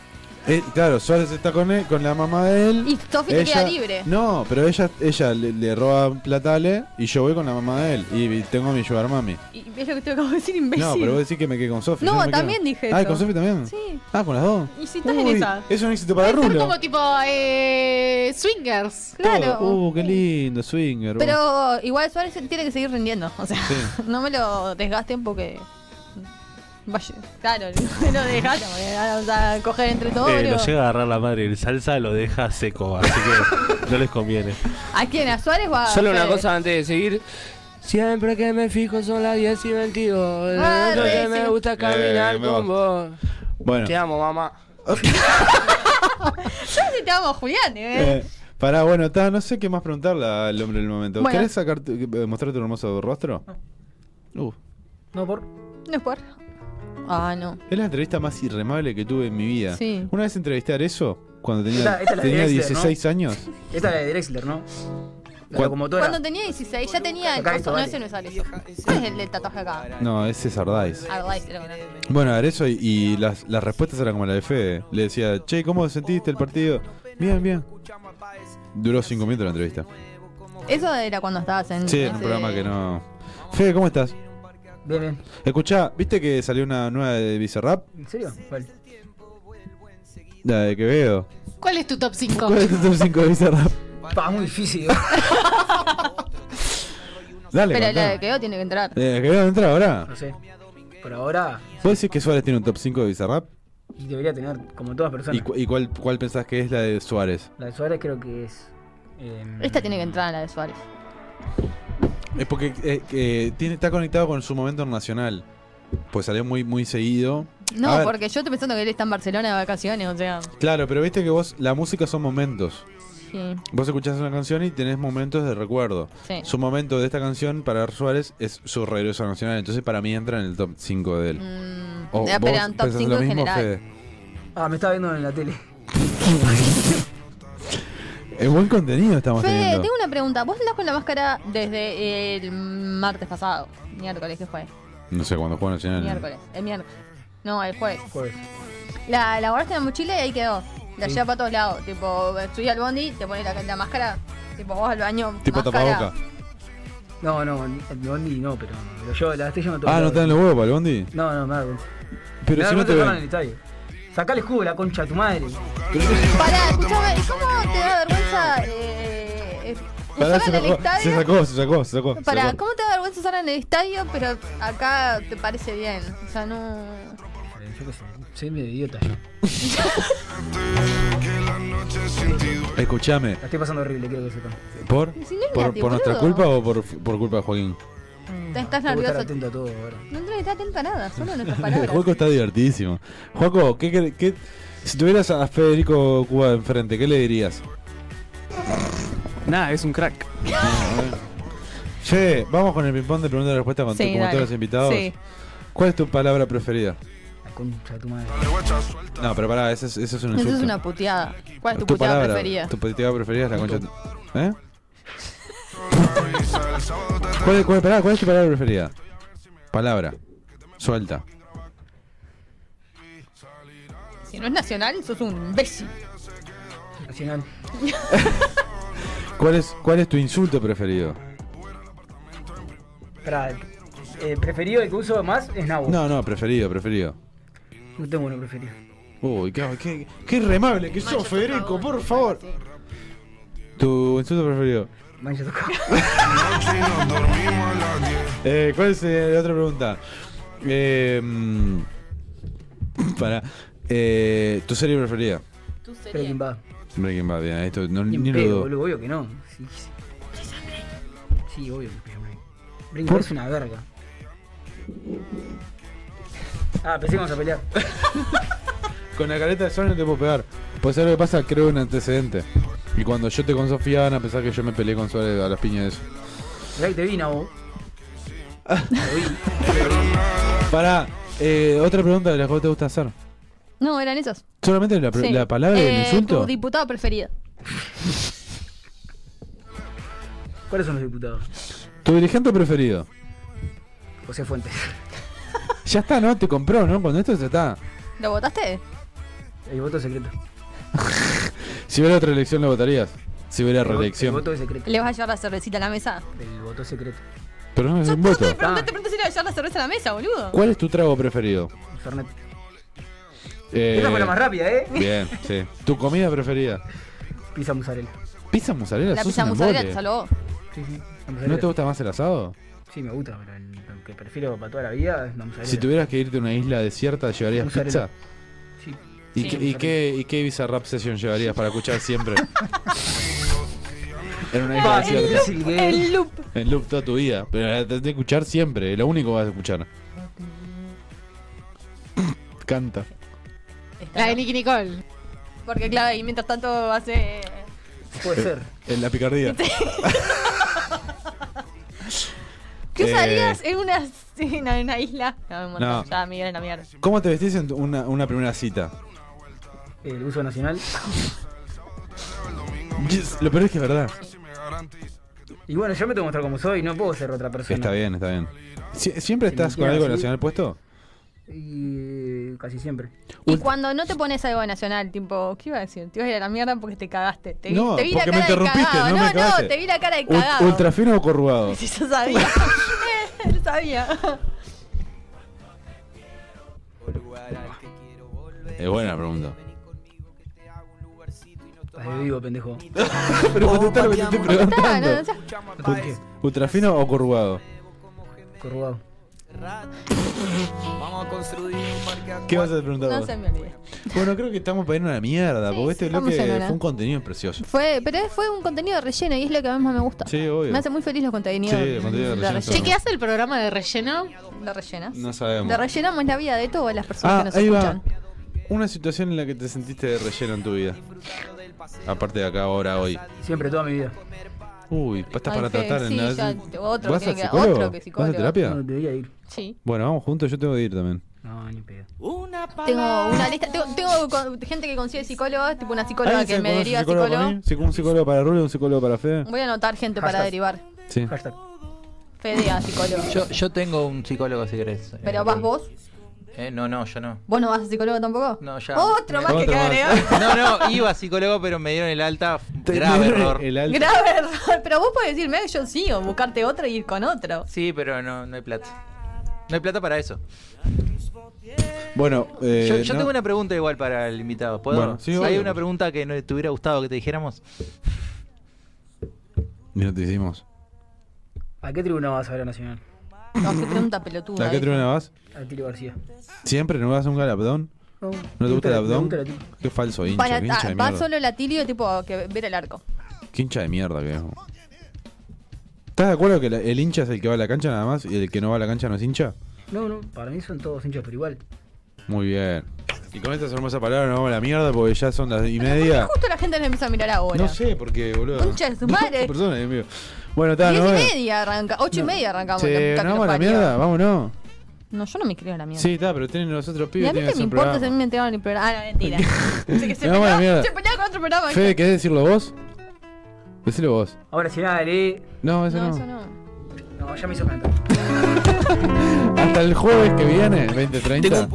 Speaker 3: Eh, claro, Suárez está con él, con la mamá de él.
Speaker 4: Y Sofi te queda libre.
Speaker 3: No, pero ella, ella le, le roba platale y yo voy con la mamá de él. Y, y tengo a mi sugar mami.
Speaker 4: Y es lo que te acabo de decir, imbécil.
Speaker 3: No, pero vos decís que me quedé con Sofi.
Speaker 4: No,
Speaker 3: yo me quedo.
Speaker 4: también dije
Speaker 3: Ah,
Speaker 4: eso.
Speaker 3: ¿con Sofi también?
Speaker 4: Sí.
Speaker 3: Ah, con las dos.
Speaker 4: Y si estás en
Speaker 3: Uy,
Speaker 4: esa.
Speaker 3: Es un éxito para
Speaker 5: Puede ser
Speaker 3: Rulo.
Speaker 5: como tipo eh, swingers.
Speaker 3: Todo. Uh, qué lindo, swinger. vos.
Speaker 4: Pero igual Suárez tiene que seguir rindiendo. O sea,
Speaker 3: Sí.
Speaker 4: no me lo desgasten porque. Vaya, claro, no lo desgastan porque vamos a coger entre todos.
Speaker 18: Eh, lo
Speaker 4: boludo.
Speaker 18: llega a agarrar la madre del salsa, lo deja seco, así que no les conviene.
Speaker 4: ¿A quién? ¿A Suárez o a.?
Speaker 14: Solo una
Speaker 4: Fede?
Speaker 14: cosa antes de seguir. Siempre que me fijo son las 10 y 22.
Speaker 4: Ah,
Speaker 14: Lo que
Speaker 4: re,
Speaker 14: me
Speaker 4: sí.
Speaker 14: gusta caminar
Speaker 3: Eh, me
Speaker 14: con vos.
Speaker 3: Bueno,
Speaker 14: Te amo, mamá.
Speaker 4: Yo necesitábamos a Julián, ¿eh?
Speaker 3: eh, pará, bueno, está, no sé qué más preguntarle al hombre del momento.
Speaker 4: Bueno. Ah.
Speaker 3: ¿Querés sacar tu- eh, mostrar tu hermoso rostro? Uh,
Speaker 8: No, por.
Speaker 4: No es por. Ah, no.
Speaker 3: es la entrevista más irremable que tuve en mi vida.
Speaker 4: Sí.
Speaker 3: Una vez entrevisté a eso cuando tenía,
Speaker 8: Esta- esta es la
Speaker 3: tenía
Speaker 8: de Dexter,
Speaker 3: 16
Speaker 8: ¿no?
Speaker 3: años.
Speaker 8: Esta es la de Drexler, ¿no? La
Speaker 3: Cuan-
Speaker 8: locomotora.
Speaker 4: Cuando tenía 16, ya tenía el
Speaker 8: Acá
Speaker 4: coso.
Speaker 8: esto,
Speaker 4: No,
Speaker 8: vale.
Speaker 4: ese no es Aleso. ¿Cuál es el del tatuaje acá?
Speaker 3: No, ese es Ardais.
Speaker 4: Ardais, creo que no.
Speaker 3: Bueno, Arezo y, y las, las respuestas eran como la de Fede. Le decía, che, ¿cómo sentiste el partido? Bien, bien. Duró 5 minutos la entrevista.
Speaker 4: Mm, Eso era cuando estabas en.
Speaker 3: Sí, en un
Speaker 4: ese-
Speaker 3: programa que no. Fede, ¿cómo estás?
Speaker 8: Bien, bien.
Speaker 3: Escuchá, ¿viste que salió una nueva de Bizarrap?
Speaker 8: ¿En serio? ¿Cuál?
Speaker 3: La de Quevedo.
Speaker 5: ¿Cuál es tu top
Speaker 4: Oh.
Speaker 5: 5?
Speaker 3: ¿Cuál es tu top 5 de Bizarrap?
Speaker 8: Pa, muy difícil. ¿eh?
Speaker 3: Dale,
Speaker 4: Pero la
Speaker 3: contá.
Speaker 4: de Quevedo tiene que entrar.
Speaker 3: Eh, Quevedo entra ahora.
Speaker 8: No sé. Por ahora,
Speaker 3: ¿Puedes decir que Suárez tiene un top 5 de Bizarrap?
Speaker 8: y debería tener, como todas
Speaker 3: ¿Y,
Speaker 8: personas.
Speaker 3: cu- y cuál, cuál pensás que es la de Suárez?
Speaker 8: La de Suárez creo que es. em,
Speaker 4: Esta tiene que entrar la de Suárez.
Speaker 3: Es porque eh, que tiene, está conectado con su momento nacional. Pues salió muy, muy seguido. A
Speaker 4: No,
Speaker 3: ver,
Speaker 4: porque yo estoy pensando que él está en Barcelona de vacaciones, o sea.
Speaker 3: Claro, pero viste que vos, la música son momentos.
Speaker 4: Sí.
Speaker 3: Vos escuchás una canción y tenés momentos de recuerdo.
Speaker 4: Sí.
Speaker 3: Su momento de esta canción para Suárez es su regreso nacional. Entonces para mí entra en el top 5 de él. O
Speaker 4: Eh,
Speaker 3: Oh, vos
Speaker 4: pero en top
Speaker 3: pensás
Speaker 4: 5
Speaker 3: lo
Speaker 4: en
Speaker 3: mismo,
Speaker 4: general.
Speaker 3: Fede.
Speaker 8: Ah, me estaba viendo en la tele.
Speaker 3: Es buen contenido estamos
Speaker 4: Fede,
Speaker 3: teniendo.
Speaker 4: tengo una pregunta. Vos andás con la máscara desde el martes pasado. Miércoles, ¿qué fue?
Speaker 3: No sé cuándo juega Nacional.
Speaker 4: Miércoles. El miércoles. No, el jueves.
Speaker 8: Jueves.
Speaker 4: La, la guardaste en la mochila y ahí quedó. La
Speaker 8: Sí.
Speaker 4: llevas para todos lados. Tipo, subí al bondi, te pones la, la máscara. Tipo, vos al baño.
Speaker 3: Tipo
Speaker 4: máscara.
Speaker 3: tapaboca.
Speaker 8: No, no, el Bondi no, pero, pero yo la estoy llevando
Speaker 3: Ah, ¿no te dan los huevos para el bondi?
Speaker 8: No, no, me da vergüenza.
Speaker 3: Pero
Speaker 8: me da
Speaker 3: si no
Speaker 8: vergüenza
Speaker 3: te
Speaker 8: verlo en
Speaker 3: ven.
Speaker 8: el estadio. Sacá el escudo de la concha a tu madre.
Speaker 4: Pará, escúchame, ¿y cómo te da vergüenza eh, eh,
Speaker 3: Pará,
Speaker 4: usarla
Speaker 3: se,
Speaker 4: en el
Speaker 3: sacó, se
Speaker 4: estadio?
Speaker 3: sacó, se sacó, se sacó. se
Speaker 4: Pará,
Speaker 3: sacó.
Speaker 4: ¿cómo te da vergüenza usarla en el estadio, pero acá te parece bien? O sea, no...
Speaker 8: Eh, Yo qué sé, soy medio idiota yo.
Speaker 3: Escúchame,
Speaker 8: La estoy pasando horrible, creo que sepan.
Speaker 4: Ah,
Speaker 3: ¿por,
Speaker 4: Si no es
Speaker 3: por,
Speaker 4: gratis,
Speaker 3: por nuestra
Speaker 4: boludo.
Speaker 3: culpa o por, por culpa de Joaquín?
Speaker 4: Te
Speaker 8: Tengo
Speaker 4: estás
Speaker 8: que estar
Speaker 4: nervioso.
Speaker 8: atento a todo ahora.
Speaker 4: No tenés que estar atento a nada, solo nuestras
Speaker 3: El
Speaker 4: palabras.
Speaker 3: Eh, Juaco está divertidísimo. Juaco, ¿qué, quer- qué- si tuvieras a Federico Cuba enfrente, ¿qué le dirías?
Speaker 1: Nada, es un crack.
Speaker 3: Che, vamos con el ping-pong de pregunta y respuesta con tu-
Speaker 1: Sí,
Speaker 3: como
Speaker 1: dale.
Speaker 3: todos los invitados.
Speaker 1: Sí.
Speaker 3: ¿Cuál es tu palabra preferida?
Speaker 8: La concha de tu madre.
Speaker 3: No, pero pará, ese es, ese es un
Speaker 4: Eso
Speaker 3: insulto.
Speaker 4: es una puteada. ¿Cuál es tu, puteada
Speaker 3: palabra,
Speaker 4: preferida?
Speaker 3: Tu puteada preferida es la concha. de tu- ¿Eh? ¿Cuál, es- cuál- pará, ¿Cuál es tu palabra preferida? Palabra. Suelta.
Speaker 4: Si no es nacional, sos un imbécil.
Speaker 8: Nacional.
Speaker 3: ¿Cuál es, cuál es tu insulto preferido?
Speaker 8: Pará, eh, preferido el que uso más es Nabo.
Speaker 3: No, no, preferido, preferido.
Speaker 8: No tengo uno preferido.
Speaker 3: Uy, qué, qué, qué remable que sos, Federico, por favor. ¿Tu insulto preferido?
Speaker 8: Mancha tocó.
Speaker 3: Eh, ¿Cuál es eh, la otra pregunta? Eh, mm, para. Eh, ¿Tu serie preferida?
Speaker 8: Breaking Bad.
Speaker 3: Breaking Bad, bien, esto no,
Speaker 8: Ni en
Speaker 3: ni lo
Speaker 8: pedo,
Speaker 3: dudo.
Speaker 8: boludo, obvio que no. Sí, sí. Sí, obvio que Brinco es una verga. Ah, pensé que íbamos a pelear.
Speaker 3: Con la careta de sol no te puedo pegar. Pues ¿sabes lo que pasa? Creo un antecedente. Y cuando yo te con Sofía van a pensar que yo me peleé con Suárez a las piñas de eso.
Speaker 8: Mirá que te vi, Nabo.
Speaker 3: Pará, eh, otra pregunta de las que te gusta hacer.
Speaker 4: No, eran esas.
Speaker 3: ¿Solamente la, pre-
Speaker 4: Sí.
Speaker 3: la palabra y el
Speaker 4: Eh,
Speaker 3: insulto?
Speaker 4: Tu diputada preferida.
Speaker 8: ¿Cuáles son los diputados?
Speaker 3: Tu dirigente preferido.
Speaker 8: José Fuentes.
Speaker 3: Ya está, ¿no? Te compró, ¿no? Cuando esto se está.
Speaker 4: ¿Lo votaste?
Speaker 8: El voto secreto.
Speaker 3: Si hubiera otra elección, ¿lo votarías? Si hubiera
Speaker 8: El vo- El
Speaker 3: reelección.
Speaker 8: voto es secreto.
Speaker 4: ¿Le vas a llevar la cervecita a la mesa?
Speaker 8: El voto es secreto.
Speaker 3: Pero no es un voto.
Speaker 4: No te pregunté si le vas a llevar la cerveza a la mesa, boludo.
Speaker 3: ¿Cuál es tu trago preferido?
Speaker 8: Fernet.
Speaker 3: Eh,
Speaker 8: Esta fue la más rápida, ¿eh?
Speaker 3: Bien, sí. ¿Tu comida preferida?
Speaker 8: Pizza mozzarella.
Speaker 3: ¿Pizza mozzarella?
Speaker 4: La
Speaker 3: ¿Sos
Speaker 4: pizza
Speaker 3: un
Speaker 4: mozzarella
Speaker 3: embole?
Speaker 4: te salvó.
Speaker 8: Sí, sí. la
Speaker 3: ¿No
Speaker 8: mozzarella.
Speaker 3: te gusta más el asado?
Speaker 8: Sí, me gusta, pero el, el que prefiero para toda la vida es la mozzarella.
Speaker 3: Si tuvieras que irte a una isla desierta, ¿llevarías pizza?
Speaker 8: Mozzarella. Sí.
Speaker 3: ¿Y,
Speaker 8: Sí,
Speaker 3: qué, y,
Speaker 8: mozzarella.
Speaker 3: qué, ¿Y qué Bizarrap Session llevarías para escuchar siempre? en una isla
Speaker 8: Ah, el
Speaker 3: desierta.
Speaker 8: loop, el
Speaker 4: loop.
Speaker 3: En loop toda tu vida. Pero la tenés que escuchar siempre. es Lo único que vas a escuchar. Canta.
Speaker 19: La de Nicky Nicole.
Speaker 4: Porque claro, y mientras tanto hace...
Speaker 8: Puede ser.
Speaker 3: Eh, En la picardía.
Speaker 4: ¿Qué
Speaker 3: Eh,
Speaker 4: usarías en una, en una isla? No,
Speaker 3: No.
Speaker 4: me no. Ya, Miguel, la mierda.
Speaker 3: ¿Cómo te vestís en tu- una, una primera cita?
Speaker 8: El uso nacional.
Speaker 3: Yes, Lo peor es que es verdad.
Speaker 8: Y bueno, yo me tengo que mostrar como soy, no puedo ser otra persona.
Speaker 3: Está bien, está bien. Sie- ¿Siempre
Speaker 8: Si
Speaker 3: estás
Speaker 8: me
Speaker 3: con algo
Speaker 8: quieres, sí.
Speaker 3: nacional puesto?
Speaker 8: Y eh, casi siempre.
Speaker 4: Y cuando no te pones algo nacional, tipo, ¿qué iba a decir? Te ibas a ir a la mierda porque te cagaste. Te vi,
Speaker 3: No,
Speaker 4: te vi
Speaker 3: porque
Speaker 4: la
Speaker 3: me
Speaker 4: cara de
Speaker 3: interrumpiste,
Speaker 4: cagado.
Speaker 3: no me
Speaker 4: no,
Speaker 3: cagaste.
Speaker 4: te vi la cara de
Speaker 3: Ul-
Speaker 4: cagado.
Speaker 3: ¿Ultrafino o corrugado?
Speaker 4: Sí, yo sabía. Yo sabía.
Speaker 3: Es buena pregunta.
Speaker 8: Las de vivo, pendejo.
Speaker 3: Pero contestá lo que te estoy
Speaker 4: Está,
Speaker 3: preguntando.
Speaker 4: no, no seas-
Speaker 8: ¿Con qué?
Speaker 3: ¿Ultrafino o corrugado?
Speaker 8: Corrugado.
Speaker 1: Vamos a construir un parque
Speaker 3: ¿Qué vas a preguntar
Speaker 4: no
Speaker 3: vos?
Speaker 4: se me olvida.
Speaker 3: Bueno, creo que estamos para ir a una mierda, porque este
Speaker 4: estamos
Speaker 3: bloque
Speaker 4: en una.
Speaker 3: fue un contenido precioso.
Speaker 4: Fue, pero fue un contenido de relleno y es lo que más me gusta.
Speaker 3: Sí, obvio.
Speaker 4: Me hace muy feliz los contenidos.
Speaker 3: Sí, el contenido de relleno está
Speaker 4: Che,
Speaker 3: bueno.
Speaker 4: ¿qué hace?
Speaker 19: ¿Hace el programa de relleno?
Speaker 4: ¿La rellenas?
Speaker 3: No sabemos.
Speaker 4: Le rellenamos la vida de todas las personas
Speaker 3: Ah,
Speaker 4: que nos
Speaker 3: ahí
Speaker 4: escuchan.
Speaker 3: va. Una situación en la que te sentiste de relleno en tu vida. Aparte de acá, ahora, hoy.
Speaker 8: Siempre, toda mi vida.
Speaker 3: Uy, estás
Speaker 4: Ay,
Speaker 3: para
Speaker 4: Fe,
Speaker 3: tratar
Speaker 4: sí,
Speaker 3: en la-
Speaker 4: ya, otro
Speaker 3: ¿Vas
Speaker 4: que-
Speaker 3: al
Speaker 4: que-
Speaker 3: psicólogo?
Speaker 4: otro que
Speaker 3: ¿Vas a
Speaker 4: psicólogo.
Speaker 3: terapia?
Speaker 8: No, debía ir.
Speaker 4: Sí.
Speaker 3: Bueno, vamos juntos, yo tengo que ir también.
Speaker 8: No, ni pedo.
Speaker 4: Tengo una lista. Tengo, tengo con- gente que consigue psicólogos, tipo una psicóloga
Speaker 3: ¿Alguien
Speaker 4: que
Speaker 3: se
Speaker 4: me
Speaker 3: conoce
Speaker 4: deriva a
Speaker 3: psicólogo para
Speaker 4: psicólogo.
Speaker 3: mí? Sí, Un psicólogo para Rulo y un psicólogo para Fede.
Speaker 4: Voy a anotar gente para
Speaker 3: Hashtag.
Speaker 4: derivar.
Speaker 3: Sí.
Speaker 4: Fede a psicólogo.
Speaker 15: Yo, yo tengo un psicólogo si querés.
Speaker 4: Pero vas vos.
Speaker 15: Eh, no, no, yo no.
Speaker 4: ¿Vos no vas a psicólogo tampoco?
Speaker 15: No, ya.
Speaker 4: Otro más que
Speaker 15: Otro
Speaker 4: queda
Speaker 15: más.
Speaker 4: agregado.
Speaker 15: No, no, iba a psicólogo, pero me dieron el alta. f-
Speaker 3: Te-
Speaker 15: Grave
Speaker 3: dieron
Speaker 15: error.
Speaker 3: el alta.
Speaker 4: Grave error. Pero vos podés decirme que yo sí, o buscarte otro y ir con otro.
Speaker 15: Sí, pero no, no hay plata. No hay plata para eso.
Speaker 3: Bueno, eh,
Speaker 15: yo yo
Speaker 3: no-
Speaker 15: tengo una pregunta igual para el invitado. ¿Puedo?
Speaker 3: Bueno, sí,
Speaker 15: ¿Hay
Speaker 3: obvio.
Speaker 15: una pregunta que no te hubiera gustado que te dijéramos?
Speaker 3: Mira, te hicimos.
Speaker 8: ¿A qué tribuna vas ahora nacional?
Speaker 4: No, qué pregunta pelotuda.
Speaker 3: ¿A qué
Speaker 4: eh.
Speaker 3: tribuna vas?
Speaker 8: Al Tiro García.
Speaker 3: ¿Siempre? ¿No vas nunca al abdón?
Speaker 8: No.
Speaker 3: ¿No te gusta el
Speaker 8: Me
Speaker 3: abdón?
Speaker 8: gusta el abdón.
Speaker 3: Qué falso hincha,
Speaker 4: Para,
Speaker 3: qué hincha
Speaker 4: ah,
Speaker 3: de
Speaker 4: va
Speaker 3: mierda.
Speaker 4: solo la tirio tipo que ver el arco.
Speaker 3: Qué hincha de mierda, viejo. ¿Estás de acuerdo que la- el hincha es el que va a la cancha nada más y el que no va a la cancha no es hincha?
Speaker 8: No, no, para mí son todos hinchas, pero igual.
Speaker 3: Muy bien. Y con estas hermosas palabras nos vamos a la mierda porque ya son las y media.
Speaker 4: Justo la gente nos empieza a mirar ahora.
Speaker 3: No sé por qué, boludo.
Speaker 4: Concha de su madre.
Speaker 3: Personas, Dios mío. Bueno, está,
Speaker 4: Diez
Speaker 3: no.
Speaker 4: y
Speaker 3: bueno.
Speaker 4: media arranca, ocho y media arrancamos. la
Speaker 3: Che,
Speaker 4: puta
Speaker 3: ¿nos
Speaker 4: que
Speaker 3: vamos a
Speaker 4: nos
Speaker 3: la
Speaker 4: parió.
Speaker 3: mierda? Vámonos.
Speaker 4: No, yo no me creo en la mierda.
Speaker 3: Sí, está, pero tienen los otros
Speaker 4: Y
Speaker 3: pibes.
Speaker 4: a mí
Speaker 3: tienen
Speaker 4: que
Speaker 3: que hacer
Speaker 4: me importa si a
Speaker 3: programa.
Speaker 4: mí me enteraron el programa. Ah, no, mentira. Así que se,
Speaker 3: Me vamos a la
Speaker 4: peleaba,
Speaker 3: mierda.
Speaker 4: se peleaba con otro programa.
Speaker 3: Fede, ¿querés decirlo vos? Decilo vos.
Speaker 8: Ahora sí, dale.
Speaker 3: No, eso
Speaker 4: no,
Speaker 3: no.
Speaker 4: eso no.
Speaker 8: No, ya me hizo cantar.
Speaker 3: Hasta el jueves que viene, 2030.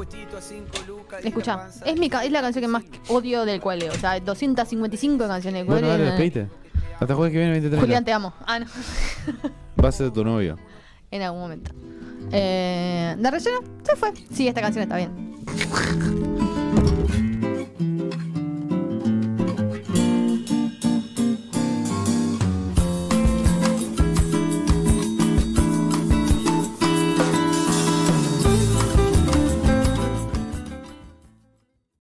Speaker 4: Escucha, es, mi ca- es la canción que más odio del cueleo. O sea, 255 canciones del
Speaker 3: Bueno,
Speaker 4: cueleo.
Speaker 3: dale, despedite. Hasta el jueves que viene, 2030.
Speaker 4: Julián, te amo. Ah, no.
Speaker 3: Va a ser tu novio.
Speaker 4: en algún momento. Eh, ¿De relleno? Se fue. Sí, esta canción está bien.